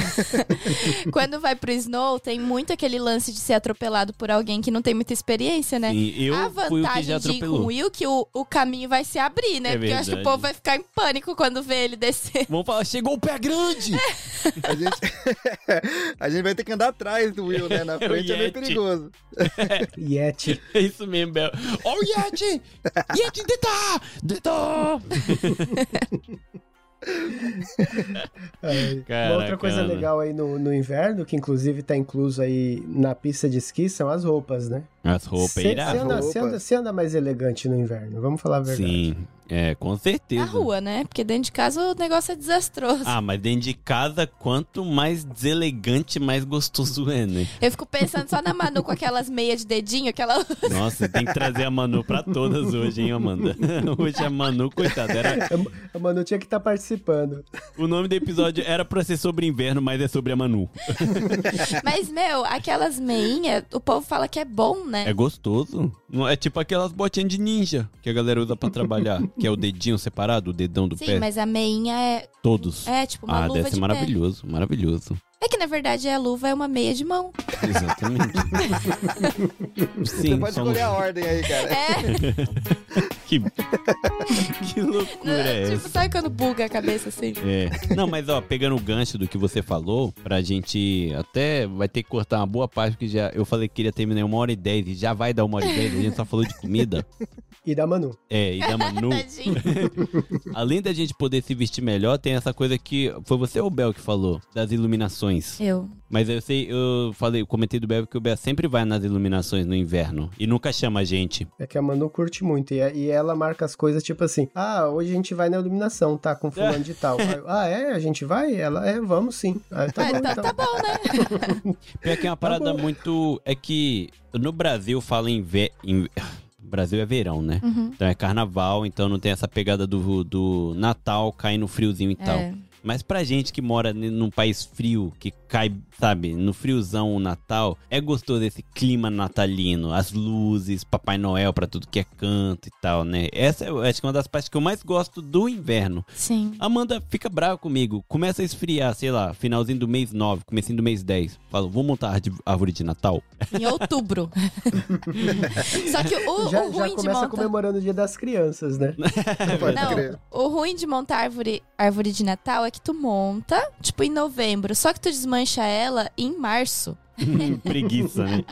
Speaker 3: quando vai pro snow, tem muito aquele lance de ser atropelado por alguém que não tem muita experiência, né?
Speaker 2: Sim, eu
Speaker 3: a
Speaker 2: fui o que
Speaker 3: vantagem
Speaker 2: já
Speaker 3: de ir com
Speaker 2: atropelou.
Speaker 3: o Will que o, o caminho vai se abrir, né?
Speaker 2: É
Speaker 3: Porque eu acho que o
Speaker 2: verdade.
Speaker 3: povo vai ficar em pânico quando vê ele descer.
Speaker 2: Vamos falar, chegou o pé grande!
Speaker 5: A gente, a gente vai ter que andar atrás do Will, né? Na
Speaker 2: É o
Speaker 5: frente é meio
Speaker 2: Yeti.
Speaker 5: perigoso.
Speaker 4: Yeti.
Speaker 2: É isso mesmo, Bel. Ó o Yeti! Yeti, detá! Detá!
Speaker 4: É,
Speaker 2: Cara,
Speaker 4: uma outra coisa
Speaker 2: cara.
Speaker 4: legal aí no, no inverno, que inclusive tá incluso aí na pista de esqui, são as roupas, né?
Speaker 2: As roupas
Speaker 4: Cê- cê
Speaker 2: iradas.
Speaker 4: anda, cê
Speaker 5: Roupa.
Speaker 4: anda, cê anda mais elegante no inverno, vamos falar a verdade.
Speaker 2: Sim, é, com
Speaker 3: Na
Speaker 2: certeza.
Speaker 3: rua, né? Porque dentro de casa o negócio é desastroso.
Speaker 2: Ah, mas dentro de casa, quanto mais deselegante, mais gostoso é, né?
Speaker 3: Eu fico pensando só na Manu com aquelas meias de dedinho que ela
Speaker 2: Nossa, tem que trazer a Manu pra todas hoje, hein, Amanda? Hoje a Manu, coitada, era...
Speaker 5: É
Speaker 4: A Manu tinha que estar participando.
Speaker 2: o nome do episódio era pra ser sobre inverno, mas é sobre a Manu.
Speaker 3: Mas, meu, aquelas meinhas, o povo fala que é bom, né?
Speaker 2: É gostoso. Não É tipo aquelas botinhas de ninja que a galera usa pra trabalhar, que é o dedinho separado, o dedão do
Speaker 3: Sim,
Speaker 2: pé,
Speaker 3: mas a meinha é,
Speaker 2: todos.
Speaker 3: é tipo uma
Speaker 2: ah,
Speaker 3: luva
Speaker 2: deve
Speaker 3: de
Speaker 2: ser
Speaker 3: pé.
Speaker 2: maravilhoso, maravilhoso.
Speaker 3: É que na verdade a luva é uma meia de mão.
Speaker 2: Exatamente. Sim,
Speaker 5: Você pode
Speaker 2: são-
Speaker 5: escolher a ordem aí, cara.
Speaker 3: É.
Speaker 2: Que, que loucura é essa?
Speaker 3: tipo, sabe quando buga a cabeça assim?
Speaker 2: É. Não, mas ó, pegando o gancho do que você falou, pra gente até vai ter que cortar uma boa parte, porque já eu falei que queria terminar em uma hora e dez, e já vai dar uma hora e dez, a gente só falou de comida.
Speaker 4: E da Manu.
Speaker 2: É, e da Manu.
Speaker 3: Tadinho.
Speaker 2: Além da gente poder se vestir melhor, tem essa coisa que foi você ou o Bel que falou, das iluminações.
Speaker 3: Eu.
Speaker 2: Mas eu sei, eu falei, eu comentei do Bel que o Bel sempre vai nas iluminações no inverno e nunca chama a gente.
Speaker 4: É que a Manu curte muito. E, e ela marca as coisas tipo assim: ah, hoje a gente vai na iluminação, tá? Com fulano de tal. Aí eu, ah, é? A gente vai? Ela, é, vamos sim. Aí, tá,
Speaker 3: Ah,
Speaker 4: bom,
Speaker 3: tá,
Speaker 4: então.
Speaker 3: tá bom, né?
Speaker 2: Pior que é uma parada muito. É que no Brasil fala em. Ve... em- Brasil é verão, né?
Speaker 3: Uhum.
Speaker 2: Então é carnaval, então não tem essa pegada do, do Natal cair no friozinho e tal.
Speaker 3: É.
Speaker 2: Mas pra gente que mora ne- num país frio, que cai, sabe, no friozão o Natal, é gostoso esse clima natalino, as luzes, Papai Noel pra tudo que é canto e tal, né? Essa eu acho que é uma das partes que eu mais gosto do inverno.
Speaker 3: Sim.
Speaker 2: Amanda fica brava comigo. Começa a esfriar, sei lá, finalzinho do mês 9, comecinho do mês 10. Falo, vou montar a árvore- árvore de Natal.
Speaker 3: Em outubro. Só que o,
Speaker 4: Já,
Speaker 3: o
Speaker 4: já
Speaker 3: ruim de
Speaker 4: começa
Speaker 3: montar.
Speaker 4: comemorando o dia das crianças, né?
Speaker 5: Pode
Speaker 3: Não,
Speaker 5: crer.
Speaker 3: o ruim de montar árvore, árvore de Natal é que tu monta, tipo, em novembro. Só que tu desmancha ela em março.
Speaker 2: Preguiça, né?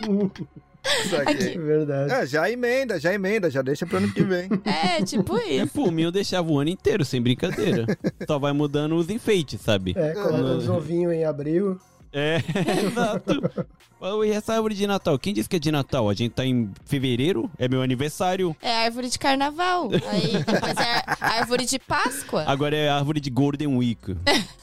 Speaker 5: Saquei.
Speaker 4: É verdade.
Speaker 5: É, já emenda, já emenda, já deixa pro ano que vem.
Speaker 3: É, tipo
Speaker 2: É,
Speaker 3: isso.
Speaker 2: por mim, eu deixava o ano inteiro, sem brincadeira. Só vai mudando os enfeites, sabe?
Speaker 4: É, coloca
Speaker 2: Não.
Speaker 4: os ovinhos em abril.
Speaker 2: É, exato. Falo, E essa árvore de Natal? Quem disse que é de Natal? A gente tá em fevereiro? É meu aniversário.
Speaker 3: É árvore de carnaval. Aí depois é a- a árvore de Páscoa.
Speaker 2: Agora é a árvore de Golden Week.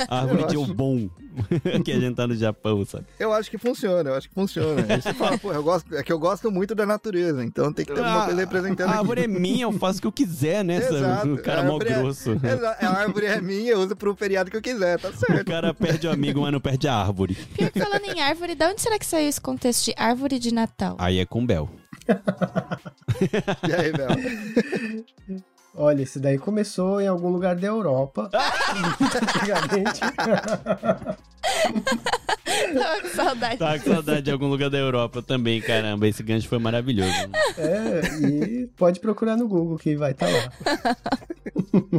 Speaker 2: A árvore de Obon. que a gente tá no Japão, sabe?
Speaker 5: Eu acho que funciona, eu acho que funciona. Aí você fala, pô, eu gosto, é que eu gosto muito da natureza, então tem que ter alguma coisa representando
Speaker 2: Ah, a
Speaker 5: aqui.
Speaker 2: árvore é minha, eu faço o que eu quiser, né? sabe? O cara
Speaker 5: a
Speaker 2: mó
Speaker 5: árvore é-
Speaker 2: grosso.
Speaker 5: Exa- a árvore é minha, eu uso pro feriado que eu quiser, tá
Speaker 2: O
Speaker 5: certo.
Speaker 2: cara perde o amigo, mas não perde a árvore.
Speaker 3: Pior que falando em árvore, da onde será que saiu esse contexto de árvore de Natal?
Speaker 2: Aí é com o Bel.
Speaker 5: E aí, Bel?
Speaker 4: Olha, isso daí começou em algum lugar da Europa. Antigamente.
Speaker 3: Tava com saudade.
Speaker 2: Tá com saudade de algum lugar da Europa também, caramba. Esse gancho foi maravilhoso.
Speaker 4: É, e pode procurar no Google que vai estar lá.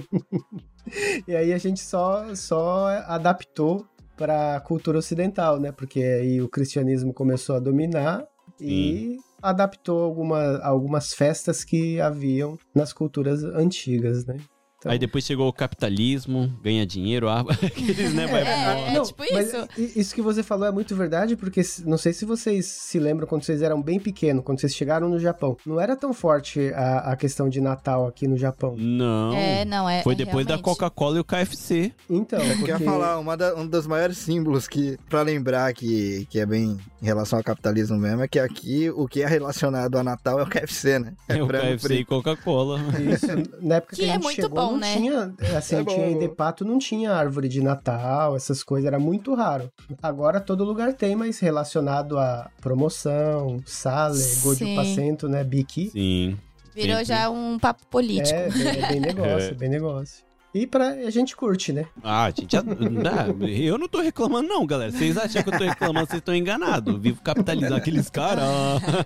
Speaker 4: e aí a gente só, só adaptou para a cultura ocidental, né? Porque aí o cristianismo começou a dominar e adaptou alguma, algumas festas que haviam nas culturas antigas, né? Então-
Speaker 2: Aí depois chegou o capitalismo, ganha dinheiro, a árvore. Aqueles, né? Vai,
Speaker 3: É, é
Speaker 4: Não,
Speaker 3: tipo
Speaker 4: mas
Speaker 3: isso.
Speaker 4: i- Isso que você falou é muito verdade, porque se- não sei se vocês se lembram quando vocês eram bem pequenos, quando vocês chegaram no Japão. Não era tão forte a, a questão de Natal aqui no Japão.
Speaker 2: Não.
Speaker 3: É, não, é.
Speaker 2: Foi depois da
Speaker 3: realmente.
Speaker 2: Coca-Cola e o KFC.
Speaker 4: Então,
Speaker 5: É Eu
Speaker 4: porque...
Speaker 5: quero falar, uma da- um dos maiores símbolos que, pra lembrar que, que é bem em relação ao capitalismo mesmo, é que aqui o que é relacionado a Natal é o KFC, né?
Speaker 2: É o
Speaker 5: frango
Speaker 2: KFC e
Speaker 5: frito.
Speaker 2: Coca-cola.
Speaker 4: Isso, na época que,
Speaker 3: Que é
Speaker 4: a gente
Speaker 3: muito
Speaker 4: chegou,
Speaker 3: bom,
Speaker 4: não
Speaker 3: né?
Speaker 4: tinha, assim,
Speaker 5: É bom,
Speaker 4: tinha
Speaker 5: é bom.
Speaker 4: Idepato, não tinha árvore de Natal, essas coisas, era muito raro. Agora todo lugar tem, mas relacionado a promoção, sale, gojo
Speaker 3: Sim.
Speaker 4: pacento, né, biqui,
Speaker 2: Sim.
Speaker 3: Virou
Speaker 2: Sempre.
Speaker 3: já um papo político.
Speaker 4: é bem, é bem negócio,
Speaker 2: É.
Speaker 4: é bem negócio. E pra, a gente curte, né?
Speaker 2: Ah, gente, já- ah, eu não tô reclamando, não, galera. Vocês acham que eu tô reclamando, vocês estão enganados. Vivo capitalizando aqueles caras.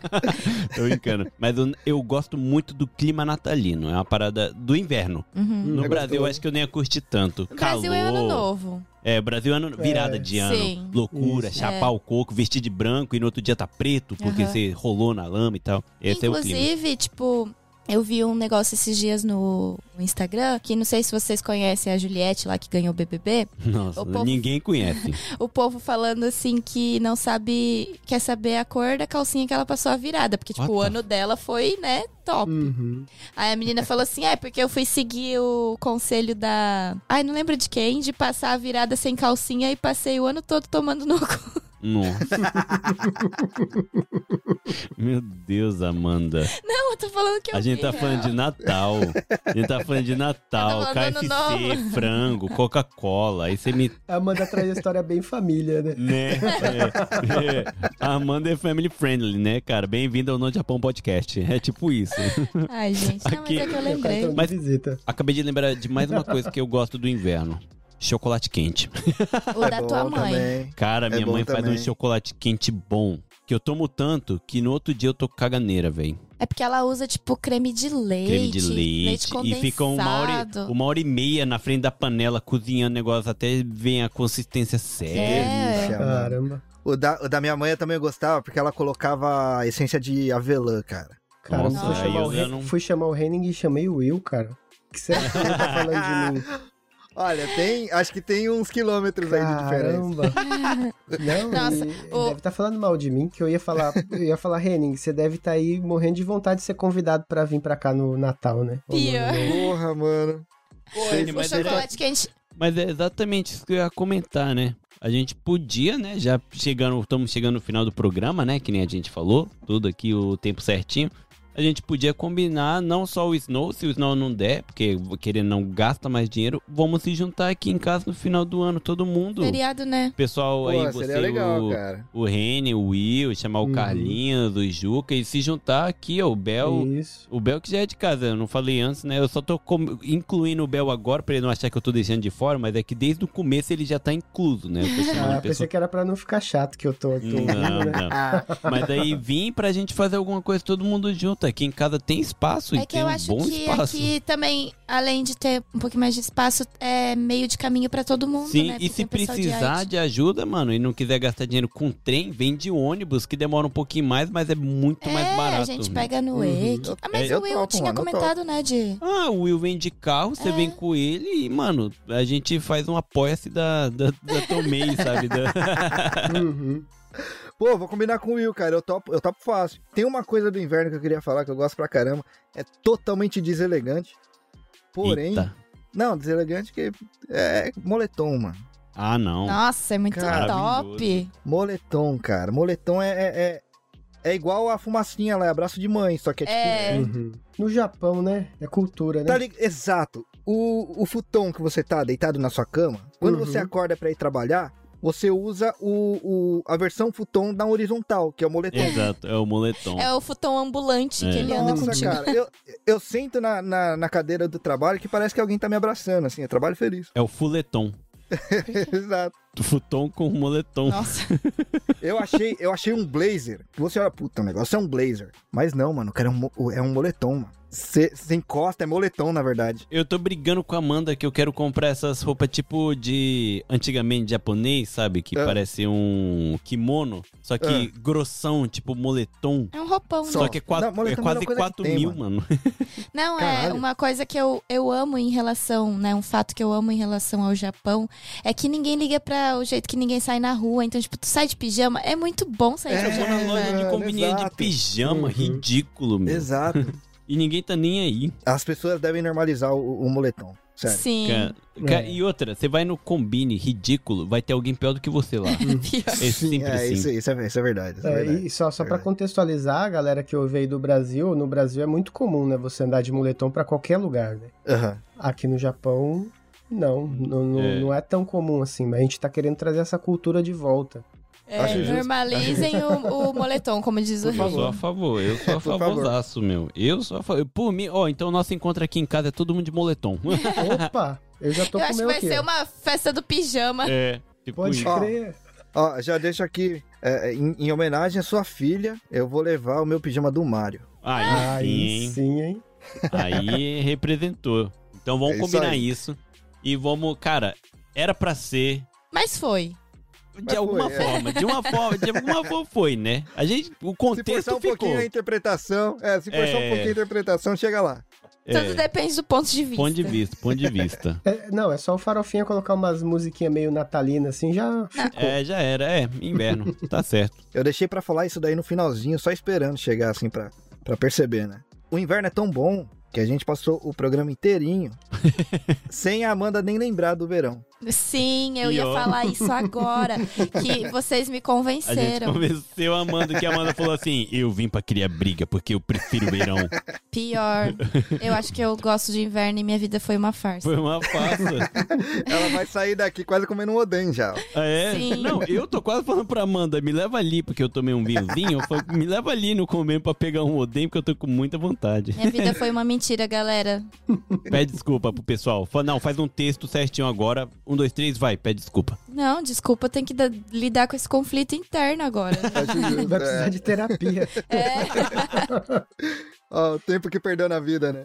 Speaker 2: tô brincando. Mas eu, eu gosto muito do clima natalino. É uma parada do inverno.
Speaker 3: Uhum.
Speaker 2: No
Speaker 5: É
Speaker 2: Brasil, eu
Speaker 5: gostoso.
Speaker 2: acho que eu nem ia curtir tanto. Calor.
Speaker 3: Brasil é ano novo.
Speaker 2: É, Brasil é ano, virada de ano.
Speaker 3: Sim.
Speaker 2: Loucura,
Speaker 3: Isso.
Speaker 2: chapar o coco, vestir de branco e no outro dia tá preto porque
Speaker 3: Aham.
Speaker 2: você rolou na lama e tal. Esse é o clima.
Speaker 3: Inclusive, tipo, eu vi um negócio esses dias no Instagram, que não sei se vocês conhecem a Juliette lá que ganhou o BBB.
Speaker 2: Nossa,
Speaker 3: o povo-
Speaker 2: ninguém conhece.
Speaker 3: O povo falando assim que não sabe, quer saber a cor da calcinha que ela passou a virada, porque, tipo,
Speaker 2: What
Speaker 3: o
Speaker 2: the
Speaker 3: ano dela foi, né, top.
Speaker 4: Uhum.
Speaker 3: Aí a menina falou assim: é, porque eu fui seguir o conselho da. Ai, não lembro de quem, de passar a virada sem calcinha e passei o ano todo tomando no cu.
Speaker 2: Nossa. Meu Deus, Amanda.
Speaker 3: Não, eu tô falando que eu
Speaker 2: A gente tá
Speaker 3: vi,
Speaker 2: falando de Natal. A gente tá falando de
Speaker 3: Eu
Speaker 2: Natal,
Speaker 3: tô falando
Speaker 2: KFC,
Speaker 3: do novo.
Speaker 2: frango, Coca-Cola. Aí você me.
Speaker 4: A Amanda traz a história bem família, né?
Speaker 2: Né? É, é. A Amanda é family friendly, né, cara? Bem-vindo ao No Japão Podcast. É tipo isso.
Speaker 3: Ai, gente, não,
Speaker 2: Aqui.
Speaker 3: mas é que eu
Speaker 4: Meu
Speaker 3: lembrei.
Speaker 4: cartão de
Speaker 2: Mas-
Speaker 4: visita.
Speaker 2: Acabei de lembrar de mais uma coisa que eu gosto do inverno: chocolate quente.
Speaker 3: O da tua mãe.
Speaker 2: Tá
Speaker 5: É também.
Speaker 2: Cara, minha
Speaker 5: bom
Speaker 2: mãe faz
Speaker 5: também.
Speaker 2: um chocolate quente bom. que eu tomo tanto que no outro dia eu tô com caganeira, velho.
Speaker 3: É porque ela usa, tipo, creme de leite.
Speaker 2: Creme de leite. e
Speaker 3: condensado.
Speaker 2: fica uma hora, e- uma hora e meia na frente da panela cozinhando o negócio até vem a consistência certa.
Speaker 3: É.
Speaker 4: né?
Speaker 5: Delícia, mano.
Speaker 4: Caramba.
Speaker 5: O da, o da minha mãe eu também gostava, porque ela colocava a essência de avelã, cara.
Speaker 4: Cara,
Speaker 2: Nossa,
Speaker 4: eu fui,
Speaker 3: aí
Speaker 4: chamar
Speaker 2: eu
Speaker 4: o
Speaker 2: já
Speaker 4: Ren-
Speaker 2: não-
Speaker 4: fui chamar o Henning e chamei o Will, cara. O que será que ele tá falando de mim? Tá
Speaker 5: Olha, tem. Acho que tem uns quilômetros aí de diferença.
Speaker 4: Caramba. Não,
Speaker 3: Nossa,
Speaker 4: ele, ele
Speaker 3: o-
Speaker 4: deve estar falando mal de mim, que eu ia falar, eu ia falar, Henning, você deve estar aí morrendo de vontade de ser convidado pra vir pra cá no Natal, né? Ou no
Speaker 3: Pior.
Speaker 4: Ano Novo.
Speaker 5: Porra, mano.
Speaker 2: Ele, é
Speaker 3: O
Speaker 2: mas, era-
Speaker 3: chocolate quente.
Speaker 2: mas é exatamente isso que eu ia comentar, né? A gente podia, né? Já chegando, estamos chegando no final do programa, né? Que nem a gente falou, tudo aqui, o tempo certinho. A gente podia combinar não só o Snow, se o Snow não der, porque querendo não gasta mais dinheiro, vamos se juntar aqui em casa no final do ano, todo mundo.
Speaker 3: Feriado, né?
Speaker 2: Pessoal,
Speaker 5: Pô,
Speaker 2: aí você,
Speaker 5: seria legal,
Speaker 2: o,
Speaker 5: cara.
Speaker 2: o Rene, o Will, chamar o
Speaker 4: Uhum.
Speaker 2: Carlinhos, o Juca e se juntar aqui, ó, É o Bel.
Speaker 4: Isso.
Speaker 2: O Bel que já é de casa, eu não falei antes, né? Eu só tô com- incluindo o Bel agora pra ele não achar que eu tô deixando de fora, mas é que desde o começo ele já tá incluso, né? Eu tô chamando a
Speaker 4: Ah, pensei
Speaker 2: pessoa.
Speaker 4: que era pra não ficar chato que eu tô, tô
Speaker 2: Não,
Speaker 4: ouvindo, né?
Speaker 2: não.
Speaker 5: Ah,
Speaker 2: Mas aí vim pra gente fazer alguma coisa todo mundo junto. Aqui em casa tem espaço
Speaker 3: É
Speaker 2: e
Speaker 3: que
Speaker 2: tem
Speaker 3: eu
Speaker 2: um
Speaker 3: acho
Speaker 2: bom
Speaker 3: que
Speaker 2: espaço.
Speaker 3: aqui é também, além de ter um pouquinho mais de espaço, é meio de caminho pra todo mundo,
Speaker 2: Sim,
Speaker 3: né?
Speaker 2: e
Speaker 3: Porque
Speaker 2: se
Speaker 3: tem pessoal de
Speaker 2: precisar
Speaker 3: arte.
Speaker 2: de ajuda, mano, e não quiser gastar dinheiro com trem, vem de ônibus, que demora um pouquinho mais, mas é muito mais
Speaker 3: é,
Speaker 2: barato. né?
Speaker 3: a gente pega no
Speaker 5: Uhum.
Speaker 3: Wake. Ah, mas
Speaker 5: É, eu
Speaker 3: o Will
Speaker 5: topo,
Speaker 3: tinha
Speaker 5: mano, eu
Speaker 3: comentado, né, de...
Speaker 2: Ah, o Will vem de carro, você
Speaker 3: É.
Speaker 2: vem com ele e, mano, a gente faz um apoia-se da, da, da Tomei, sabe? Da-
Speaker 4: Uhum.
Speaker 5: Pô, vou combinar com o Will, cara. Eu topo, eu topo fácil. Tem uma coisa do inverno que eu queria falar, que eu gosto pra caramba. É totalmente deselegante. Porém.
Speaker 2: Eita.
Speaker 5: Não, deselegante que é moletom, mano.
Speaker 2: Ah, não.
Speaker 3: Nossa, é muito
Speaker 5: Cara,
Speaker 3: top.
Speaker 5: Moletom, cara. Moletom é, é, é, é igual a fumacinha lá, é abraço de mãe, só que é,
Speaker 3: É,
Speaker 4: Uhum. No Japão, né? É cultura,
Speaker 5: tipo. Tá
Speaker 4: né?
Speaker 5: lig- Exato. O, o futon que você tá deitado na sua cama, quando
Speaker 4: Uhum.
Speaker 5: você acorda pra ir trabalhar, você usa o, o- a versão futon na horizontal, que é o moletom.
Speaker 2: Exato, é o moletom.
Speaker 3: é o futon ambulante
Speaker 2: É.
Speaker 3: que ele anda
Speaker 5: Nossa,
Speaker 3: contigo.
Speaker 5: cara, eu, eu sento na, na, na cadeira do trabalho que parece que alguém tá me abraçando, assim, eu trabalho feliz.
Speaker 2: É o fuletom.
Speaker 5: Exato.
Speaker 2: Futon com moletom.
Speaker 3: Nossa,
Speaker 5: Eu achei, eu achei um blazer. Você olha, puta, o negócio é um blazer. Mas não, mano, cara, é um, mo- é um moletom, mano. Você encosta, é moletom, na verdade.
Speaker 2: Eu tô brigando com a Amanda que eu quero comprar essas roupas tipo de antigamente japonês, sabe? Que
Speaker 5: Ah.
Speaker 2: parece um kimono, só que
Speaker 5: Ah.
Speaker 2: grossão, tipo moletom.
Speaker 3: é um roupão, né?
Speaker 2: Só que é, quatro,
Speaker 5: Não, moletom
Speaker 2: é
Speaker 5: é a
Speaker 2: quase
Speaker 5: melhor coisa que
Speaker 2: 4
Speaker 5: tem,
Speaker 2: mil,
Speaker 5: mano.
Speaker 2: mano.
Speaker 3: Não, é
Speaker 5: Caralho.
Speaker 3: uma coisa que eu, eu amo em relação, né? Um fato que eu amo em relação ao Japão é que ninguém liga pra o jeito que ninguém sai na rua. Então, tipo, tu sai de pijama, é muito bom sair
Speaker 5: É,
Speaker 3: de
Speaker 2: Tô na
Speaker 3: pijama,
Speaker 2: loja de
Speaker 5: mano,
Speaker 3: velho.
Speaker 2: conveniência de
Speaker 5: exato.
Speaker 2: pijama,
Speaker 4: Uhum.
Speaker 2: ridículo, meu.
Speaker 5: Exato.
Speaker 2: E ninguém tá nem aí.
Speaker 5: As pessoas devem normalizar o, o moletom, sério.
Speaker 3: Sim.
Speaker 2: Cara, Cara,
Speaker 4: É.
Speaker 2: E outra, você vai no combine ridículo, vai ter alguém pior do que você lá. É
Speaker 5: Sim,
Speaker 2: sempre
Speaker 5: é,
Speaker 2: assim.
Speaker 5: Isso, isso é, isso é verdade. Isso é
Speaker 4: É,
Speaker 5: verdade.
Speaker 4: e só, só para
Speaker 5: Verdade.
Speaker 4: contextualizar, a galera que eu veio do Brasil, no Brasil é muito comum, né? Você andar de moletom pra qualquer lugar, né?
Speaker 5: Aham.
Speaker 4: Aqui no Japão, não, não, não-
Speaker 2: É.
Speaker 4: não é tão comum assim, mas a gente tá querendo trazer essa cultura de volta.
Speaker 3: É,
Speaker 5: Acho justo.
Speaker 3: normalizem o, o moletom, como diz o
Speaker 2: Eu sou
Speaker 3: Rio.
Speaker 2: a favor, eu sou a
Speaker 5: Por favor.
Speaker 2: favorzaço, meu. Eu sou a favor. Por mim, ó, então nosso encontro aqui em casa é todo mundo de moletom.
Speaker 4: Opa, eu já tô
Speaker 3: Eu
Speaker 4: com o
Speaker 3: acho que
Speaker 4: meu
Speaker 3: vai
Speaker 4: aqui.
Speaker 3: ser
Speaker 4: ó.
Speaker 3: uma festa do pijama.
Speaker 2: é, tipo
Speaker 4: Pode
Speaker 2: isso.
Speaker 5: Ó,
Speaker 4: crer.
Speaker 5: Ó, já deixo aqui, é, em, em homenagem à sua filha, eu vou levar o meu pijama do Mario.
Speaker 2: Aí
Speaker 4: Aí
Speaker 2: sim,
Speaker 4: sim, hein?
Speaker 2: hein? Aí representou. Então vamos
Speaker 5: É isso
Speaker 2: combinar
Speaker 5: aí.
Speaker 2: isso. E vamos, cara, era pra ser.
Speaker 3: Mas foi.
Speaker 2: De
Speaker 5: Mas
Speaker 2: alguma
Speaker 5: foi, é.
Speaker 2: forma, de uma forma, de alguma forma foi, né? A gente, o
Speaker 5: Se forçar
Speaker 2: contexto
Speaker 5: um
Speaker 2: ficou.
Speaker 5: pouquinho a interpretação, é, se forçar
Speaker 2: É.
Speaker 5: um pouquinho a interpretação, chega lá.
Speaker 3: Tudo depende do ponto de vista.
Speaker 2: ponto de vista, ponto de vista.
Speaker 4: É, não, é só o farofinha colocar umas musiquinhas meio natalinas assim, já.
Speaker 2: É, já era, é, inverno, tá certo.
Speaker 5: Eu deixei pra falar isso daí no finalzinho, só esperando chegar assim pra, pra perceber, né? O inverno é tão bom que a gente passou o programa inteirinho sem a Amanda nem lembrar do verão.
Speaker 3: Sim, eu ia
Speaker 2: Pior.
Speaker 3: falar isso agora. Que vocês me
Speaker 2: A gente
Speaker 3: convenceram.
Speaker 2: convenceu a Amanda que a Amanda falou assim: Eu vim pra criar briga porque eu prefiro o verão.
Speaker 3: Pior. Eu acho que eu gosto de inverno e minha vida foi uma farsa.
Speaker 2: Foi uma farsa.
Speaker 5: Ela vai sair daqui quase comendo um oden já. ó.
Speaker 2: Ah, é?
Speaker 3: Sim.
Speaker 2: Não, eu tô quase falando pra Amanda: Me leva ali porque eu tomei um vinhozinho. Eu falo, Me leva ali no comer pra pegar um odeio porque eu tô com muita vontade.
Speaker 3: Minha vida foi uma mentira, galera.
Speaker 2: Pede desculpa pro pessoal. Fala, não, faz um texto certinho agora. Um, dois, três, vai, pede desculpa.
Speaker 3: Não, desculpa, tem que da- lidar com esse conflito interno agora. É.
Speaker 5: Acho justo,
Speaker 4: Vai
Speaker 5: é.
Speaker 4: precisar de terapia.
Speaker 5: Ó, o tempo que perdeu na vida, né?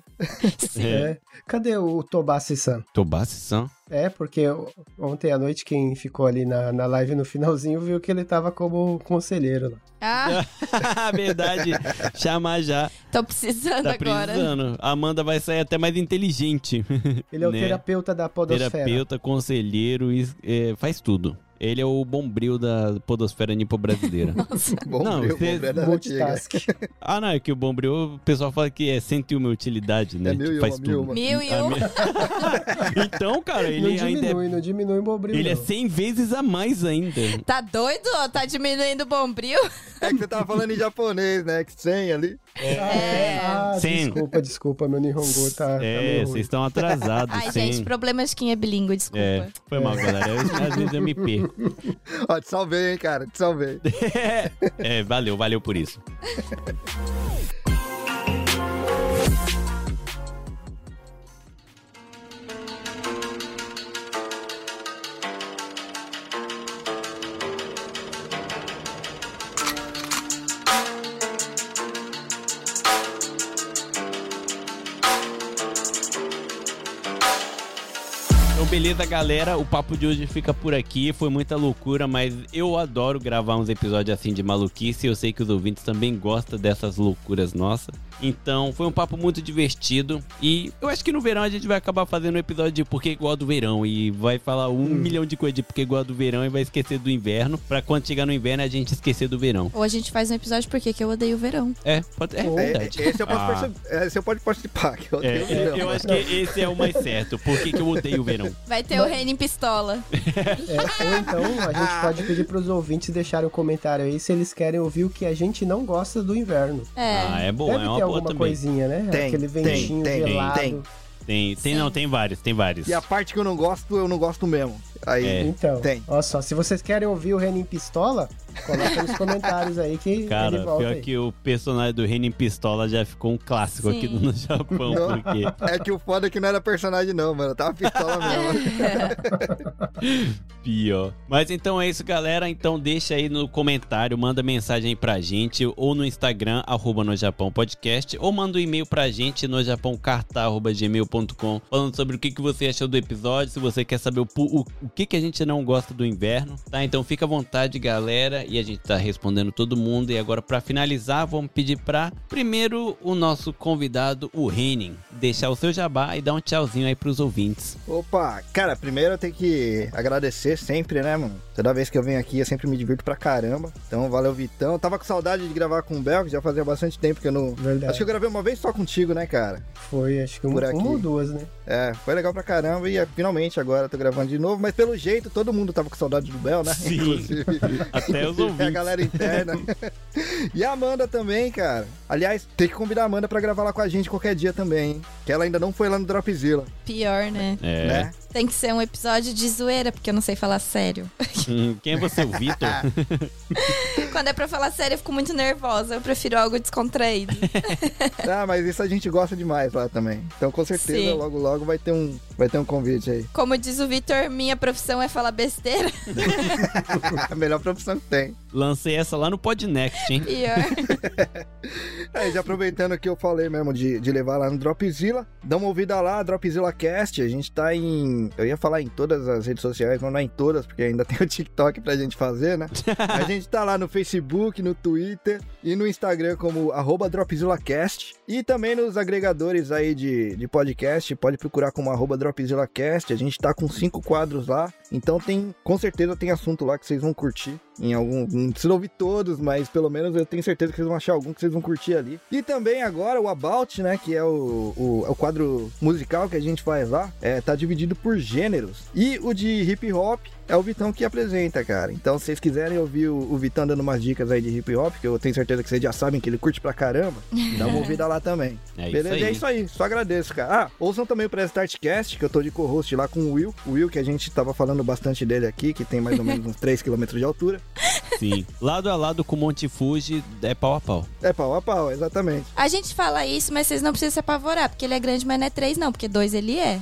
Speaker 2: É.
Speaker 4: É. Cadê o Tobassi-san?
Speaker 2: Tobassi-san.
Speaker 4: É, porque eu- ontem à noite quem ficou ali na, na live no finalzinho viu que ele tava como conselheiro lá.
Speaker 3: Ah,
Speaker 2: Verdade. Chamar já.
Speaker 3: tô precisando
Speaker 2: Tá
Speaker 3: agora.
Speaker 2: precisando. A Amanda vai sair até mais inteligente.
Speaker 4: Ele é o
Speaker 2: Né?
Speaker 4: terapeuta da podosfera.
Speaker 2: Terapeuta, conselheiro, e, é, faz tudo. Ele é o bombril da podosfera nipo-brasileira.
Speaker 5: Bom,
Speaker 2: Não,
Speaker 5: meu,
Speaker 2: você-
Speaker 5: bom, é da antiga.
Speaker 4: Multitask.
Speaker 2: ah, não, é que o bombril, o pessoal fala que é 101 utilidade, né?
Speaker 5: É mil
Speaker 2: Tipo,
Speaker 5: e
Speaker 2: faz
Speaker 5: uma, mil e
Speaker 2: tudo.
Speaker 5: uma.
Speaker 3: Mil e
Speaker 2: Ah,
Speaker 3: um.
Speaker 2: mil- então, cara,
Speaker 4: Não
Speaker 2: ele ainda é
Speaker 4: diminui, não diminui o bombril.
Speaker 2: Ele é
Speaker 4: não.
Speaker 2: 100 vezes a mais ainda.
Speaker 3: Tá doido? ó? Tá diminuindo o bombril?
Speaker 5: É que você tava falando em japonês, né? Que sem ali.
Speaker 3: É.
Speaker 4: Ah,
Speaker 2: Sim.
Speaker 4: desculpa, desculpa, meu Nihongo tá, tá
Speaker 2: é,
Speaker 4: meio ruim.
Speaker 2: vocês estão atrasados.
Speaker 3: Ai,
Speaker 2: 100.
Speaker 3: gente, problema de quem é bilíngue, desculpa.
Speaker 2: É, foi mal, galera. Eu, às vezes eu me perco.
Speaker 5: Ó, te salvei, hein, cara? Te salvei.
Speaker 2: É, valeu, valeu por isso. Então, beleza, galera. O papo de hoje fica por aqui. Foi muita loucura, mas eu adoro gravar uns episódios assim de maluquice. Eu sei que os ouvintes também gostam dessas loucuras nossas. Então, foi um papo muito divertido. E eu acho que no verão a gente vai acabar fazendo um episódio de Por que Igual do Verão. E vai falar um milhão de coisas de Por que Igual do Verão e vai esquecer do inverno. Pra quando chegar no inverno a gente esquecer do verão.
Speaker 3: Ou a gente faz um episódio porque que eu odeio o verão.
Speaker 2: É, pode é
Speaker 5: É,
Speaker 2: verdade.
Speaker 5: esse eu posso
Speaker 2: Ah.
Speaker 5: perceber. Esse eu posso participar. Que eu,
Speaker 2: É,
Speaker 5: tenho um
Speaker 2: eu,
Speaker 5: não.
Speaker 2: eu acho que esse é o mais certo. Por que, que eu odeio o verão?
Speaker 3: Vai ter o reino em pistola.
Speaker 4: É, ou então a gente pode pedir pros ouvintes deixarem um comentário aí se eles querem ouvir o que a gente não gosta do inverno.
Speaker 3: É.
Speaker 2: Ah, é bom,
Speaker 4: Deve
Speaker 2: é
Speaker 4: ter
Speaker 2: uma boa
Speaker 4: alguma
Speaker 2: também.
Speaker 4: coisinha, né?
Speaker 5: Tem,
Speaker 4: Aquele
Speaker 5: tem,
Speaker 4: ventinho
Speaker 5: tem,
Speaker 4: gelado.
Speaker 5: tem.
Speaker 2: Tem, tem
Speaker 3: Sim.
Speaker 2: não, tem vários, tem vários.
Speaker 5: E a parte que eu não gosto, eu não gosto mesmo. Aí.
Speaker 2: É.
Speaker 4: Então,
Speaker 5: Tem.
Speaker 4: olha só, se vocês querem ouvir o Renin Pistola, coloca nos comentários aí que
Speaker 2: Cara,
Speaker 4: ele tá volta
Speaker 2: pior
Speaker 4: aí.
Speaker 2: que o personagem do Renin Pistola já ficou um clássico
Speaker 3: Sim.
Speaker 2: aqui no Japão,
Speaker 5: Não.
Speaker 2: porque
Speaker 5: É que o foda é que não era personagem, não, mano. Tava pistola mesmo.
Speaker 2: pior. Mas então é isso, galera. Então deixa aí no comentário, manda mensagem aí pra gente, ou no Instagram, arroba no Japão Podcast, ou manda um e-mail pra gente no japãocarta.gmail.com falando sobre o que, que você achou do episódio, se você quer saber o, pu- o, o que, que a gente não gosta do inverno, tá? Então fica à vontade, galera, e a gente tá respondendo todo mundo. E agora, pra finalizar, vamos pedir pra primeiro o nosso convidado, o Renin, deixar o seu jabá e dar um tchauzinho aí pros ouvintes.
Speaker 5: Opa, cara, primeiro eu tenho que agradecer sempre, né, mano? Toda vez que eu venho aqui eu sempre me divirto pra caramba. Então, valeu, Vitão. Eu tava com saudade de gravar com o Bel, que já fazia bastante tempo que eu não.
Speaker 2: É.
Speaker 4: Verdade.
Speaker 5: Acho que eu gravei uma vez só contigo, né, cara?
Speaker 4: Foi, acho que um,
Speaker 5: Por aqui.
Speaker 4: uma ou duas, né?
Speaker 5: É, foi legal pra caramba e é, finalmente agora eu tô gravando de novo, mas pelo jeito todo mundo tava com saudade do Bel, né?
Speaker 2: Sim.
Speaker 5: Inclusive.
Speaker 2: Até os
Speaker 5: E a
Speaker 2: ouvintes.
Speaker 5: galera interna. e a Amanda também, cara. Aliás, tem que convidar a Amanda pra gravar lá com a gente qualquer dia também, hein? Que ela ainda não foi lá no Dropzilla,
Speaker 3: Pior, né?
Speaker 2: É.
Speaker 5: né?
Speaker 3: Tem que ser um episódio de zoeira, porque eu não sei falar sério.
Speaker 2: Hum, Quem é você, o Vitor?
Speaker 3: Quando é pra falar sério, eu fico muito nervosa. Eu prefiro algo descontraído.
Speaker 5: Ah, mas isso a gente gosta demais lá também. Então com certeza
Speaker 3: Sim.
Speaker 5: logo logo vai ter um, vai ter um convite aí.
Speaker 3: Como diz o Vitor, minha profissão é falar besteira.
Speaker 5: a melhor profissão que tem.
Speaker 2: Lancei essa lá no Podnext, hein?
Speaker 3: Pior.
Speaker 5: Aí, É, já aproveitando o que eu falei mesmo de, de levar lá no Dropzilla, dá uma ouvida lá, Dropzilla Cast. A gente tá em. Eu ia falar em todas as redes sociais, mas não é em todas, porque ainda tem o TikTok pra gente fazer, né? a gente tá lá no Facebook, no Twitter e no Instagram como arroba DropzillaCast. E também nos agregadores aí de, de podcast, pode procurar como arroba DropzillaCast. A gente tá com cinco quadros lá, então tem, com certeza tem assunto lá que vocês vão curtir em algum. Não precisa ouvir todos, mas pelo menos eu tenho certeza que vocês vão achar algum que vocês vão curtir ali. E também agora o About, né? Que é o, o, é o quadro musical que a gente faz lá, é, tá dividido por gêneros. E o de hip hop é o Vitão que apresenta, cara. Então, se vocês quiserem ouvir o, o Vitão dando umas dicas aí de hip hop, que eu tenho certeza que vocês já sabem que ele curte pra caramba, dá uma ouvida lá também.
Speaker 2: É isso
Speaker 5: Beleza?
Speaker 2: aí.
Speaker 5: É isso aí, só agradeço, cara. Ah, ouçam também o Prestartcast, que eu tô de co-host lá com o Will. O Will, que a gente tava falando bastante dele aqui, que tem mais ou menos uns 3 km de altura.
Speaker 2: Sim. Lado a lado com o Monte Fuji, é pau a pau.
Speaker 5: É pau a pau, exatamente.
Speaker 3: A gente fala isso, mas vocês não precisam se apavorar, porque ele é grande, mas não é três, não, porque dois ele é.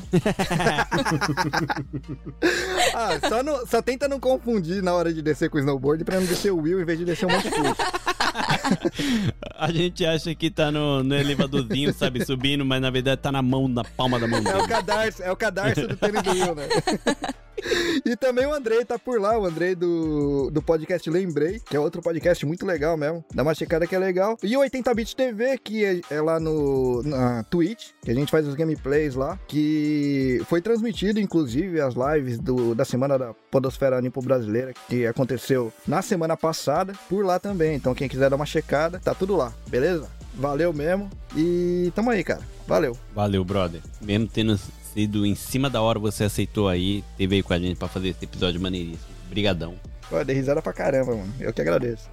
Speaker 5: Ah, só, não- só tenta não confundir na hora de descer com o snowboard pra não descer o Will em vez de descer um monte de coisa.
Speaker 2: A gente acha que tá no, no elevadorzinho, sabe, subindo, mas na verdade tá na mão, na palma da mão
Speaker 5: É o
Speaker 2: dele.
Speaker 5: cadarço, é o cadarço do tênis do Will, né? E também o Andrei tá por lá, o Andrei do, do podcast Lembrei, que é outro podcast muito legal mesmo. Dá uma checada que é legal. E o 80 Bit TV, que é, é lá no na Twitch, que a gente faz os gameplays lá, que foi transmitido, inclusive, as lives do, da semana da Podosfera Nipo Brasileira, que aconteceu na semana passada, por lá também. Então quem quiser dar uma checada, tá tudo lá, beleza? Valeu mesmo. E tamo aí, cara. Valeu.
Speaker 2: Valeu, brother. Mesmo tendo sido em cima da hora, você aceitou aí, teve aí com a gente pra fazer esse episódio maneiríssimo. Brigadão.
Speaker 5: Pô, dei risada pra caramba, mano. Eu que agradeço.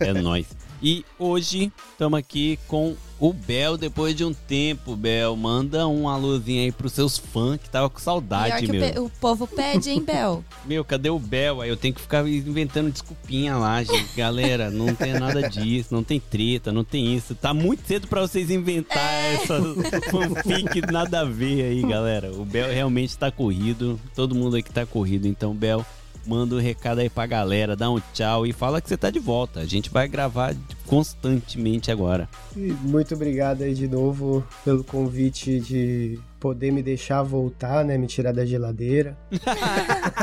Speaker 2: É nóis. E hoje estamos aqui com o Bel depois de um tempo. Bel, manda um alôzinho aí pros seus fãs que tava com
Speaker 3: Melhor
Speaker 2: saudade,
Speaker 3: que o,
Speaker 2: meu.
Speaker 3: pe- o povo pede, hein, Bel?
Speaker 2: Meu, cadê o Bel? Aí eu tenho que ficar inventando desculpinha lá, gente. Galera, não tem nada disso, não tem treta, não tem isso. Tá muito cedo pra vocês inventar essas fanfic nada a ver aí, galera. O Bel realmente tá corrido, todo mundo aqui tá corrido. Então, Bel, manda um recado aí pra galera, dá um tchau e fala que você tá de volta. A gente vai gravar constantemente agora.
Speaker 4: E muito obrigado aí de novo pelo convite de poder me deixar voltar, né? Me tirar da geladeira.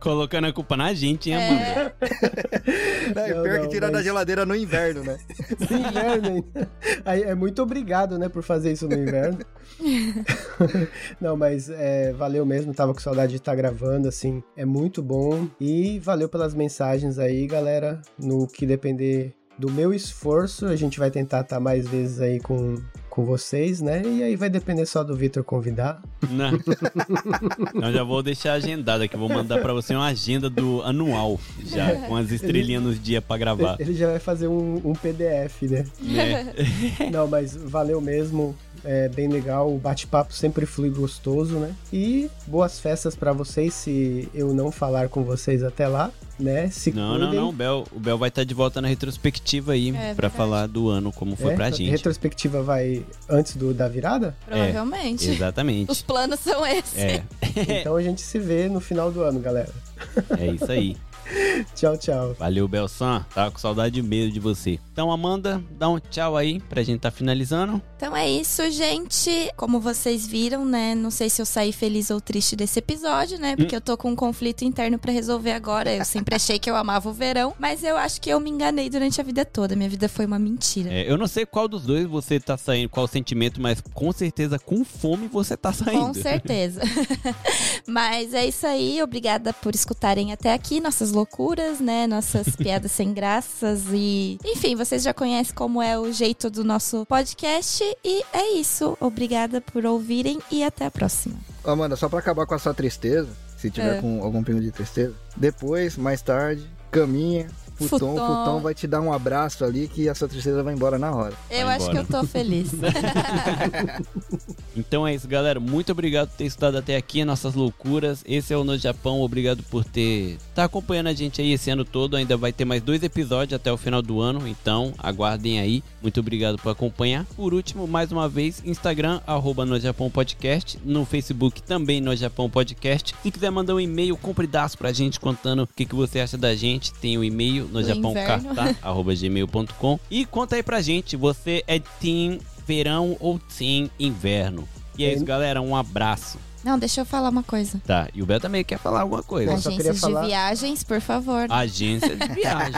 Speaker 2: Colocando a culpa na gente, hein, Amanda?
Speaker 3: É,
Speaker 5: Não, É, e
Speaker 4: Não,
Speaker 5: pior
Speaker 4: não,
Speaker 5: que tirar
Speaker 4: mas-
Speaker 5: da geladeira no inverno, né?
Speaker 4: Esse inverno, hein? é, Aí, é muito obrigado, né, por fazer isso no inverno. Não, mas é, valeu mesmo, tava com saudade de estar gravando, assim, é muito bom. E valeu pelas mensagens aí, galera. No que depender do meu esforço, a gente vai tentar estar mais vezes aí com, com vocês, né? E aí vai depender só do Vitor convidar.
Speaker 2: Não. Eu Né? Então, já vou deixar agendado aqui. Vou mandar pra você uma agenda do anual, já, com as estrelinhas nos dias pra gravar.
Speaker 4: Ele já vai fazer um, um PDF, né?
Speaker 3: É.
Speaker 2: Né?
Speaker 4: Não, mas valeu mesmo. É bem legal, o bate-papo sempre flui gostoso, né? E boas festas pra vocês, se eu não falar com vocês até lá, né? Se
Speaker 2: Não, não, não. O Bel, o Bel vai estar de volta na retrospectiva aí, pra
Speaker 3: É verdade.
Speaker 2: falar do ano, como foi
Speaker 4: É,
Speaker 2: pra
Speaker 4: a
Speaker 2: gente.
Speaker 4: Retrospectiva vai antes do da virada?
Speaker 3: provavelmente.
Speaker 2: É.
Speaker 3: Os
Speaker 2: Exatamente.
Speaker 3: planos são esses.
Speaker 2: É,
Speaker 4: Então a gente se vê no final do ano, galera.
Speaker 2: é isso aí.
Speaker 4: Tchau, tchau.
Speaker 2: Valeu, Belsan. Tava com saudade mesmo de você. Então, Amanda, dá um tchau aí pra gente tá finalizando.
Speaker 3: Então é isso, gente. Como vocês viram, né? Não sei se eu saí feliz ou triste desse episódio, né? Porque eu tô com um conflito interno pra resolver agora. Eu sempre achei que eu amava o verão, mas eu acho que eu me enganei durante a vida toda. Minha vida foi uma mentira.
Speaker 2: É, eu não sei qual dos dois você tá saindo, qual sentimento, mas com certeza com fome você tá saindo.
Speaker 3: Com certeza. Mas é isso aí. Obrigada por escutarem até aqui nossas loucuras, né? Nossas piadas sem graças e. Enfim, vocês já conhecem como é o jeito do nosso podcast. E é isso. Obrigada por ouvirem e até a próxima.
Speaker 5: Amanda, só pra acabar com a sua tristeza, se tiver
Speaker 3: É.
Speaker 5: com algum pingo de tristeza, depois, mais tarde, caminha, futon,
Speaker 3: Futon.
Speaker 5: futon vai te dar um abraço ali que a sua tristeza vai embora na hora.
Speaker 3: Eu
Speaker 2: Vai
Speaker 3: acho que
Speaker 2: embora.
Speaker 3: eu tô feliz.
Speaker 2: Então é isso, galera. Muito obrigado por ter estudado até aqui nossas loucuras. Esse é o No Japão. Obrigado por ter tá acompanhando a gente aí esse ano todo. Ainda vai ter mais dois episódios até o final do ano. Então aguardem aí. Muito obrigado por acompanhar. Por último, mais uma vez, Instagram arroba No Japão Podcast, no Facebook também No Japão Podcast. Se quiser mandar um e-mail compridaço pra gente contando o que, que você acha da gente, tem o e-mail no
Speaker 3: Do
Speaker 2: Japão
Speaker 3: inverno.
Speaker 2: Cartá, arroba gmail.com. E conta aí pra gente, você é team verão ou team inverno? E é isso, galera. Um abraço.
Speaker 3: Não, deixa eu falar uma coisa.
Speaker 2: Tá, e o Bel também quer falar alguma coisa.
Speaker 4: Eu só queria
Speaker 3: Agências
Speaker 4: falar-
Speaker 3: de viagens, por favor.
Speaker 2: Ah, Agência de viagem.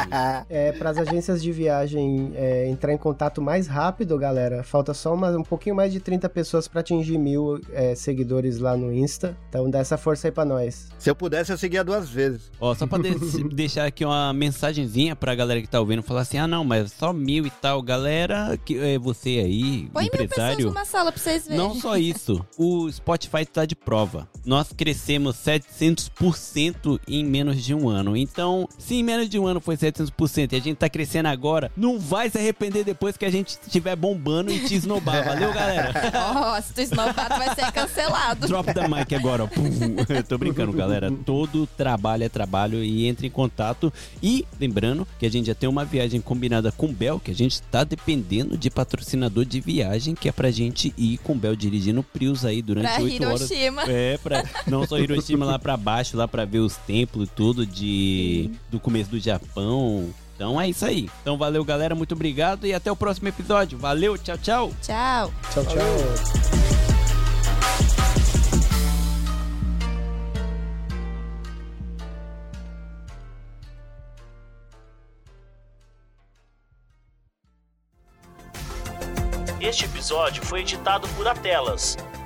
Speaker 4: É, para as agências de viagem é, entrar em contato mais rápido, galera, falta só umas- um pouquinho mais de 30 pessoas pra atingir mil é, seguidores lá no Insta. Então dá essa força aí pra nós.
Speaker 5: Se eu pudesse, eu seguia duas vezes.
Speaker 2: Ó, só pra de- deixar aqui uma mensagenzinha pra galera que tá ouvindo, falar assim, ah não, mas só mil e tal, galera, que é você aí,
Speaker 3: Põe mil pessoas
Speaker 2: empresário.
Speaker 3: numa sala pra vocês verem.
Speaker 2: Não só isso, o Spotify tá de de prova. Nós crescemos 700% em menos de um ano. Então, se em menos de um ano foi 700% e a gente tá crescendo agora, não vai se arrepender depois que a gente estiver bombando e te esnobar. Valeu, galera?
Speaker 3: Ó, se tu esnobar, tu vai ser cancelado.
Speaker 2: Drop da mic agora, ó. Pum. Eu tô brincando, galera. Todo trabalho é trabalho e entre em contato. E lembrando que a gente já tem uma viagem combinada com o Bel, que a gente tá dependendo de patrocinador de viagem, que é pra gente ir com o Bel dirigindo Prius aí durante
Speaker 3: Pra
Speaker 2: oito horas.
Speaker 3: Hiroshima.
Speaker 2: É, pra, não só Hiroshima lá pra baixo, lá pra ver os templos e tudo de, do começo do Japão. Então é isso aí. Então valeu, galera. Muito obrigado e até o próximo episódio. Valeu, tchau, tchau.
Speaker 3: Tchau.
Speaker 4: Tchau, tchau.
Speaker 8: Este episódio foi editado por Atelas,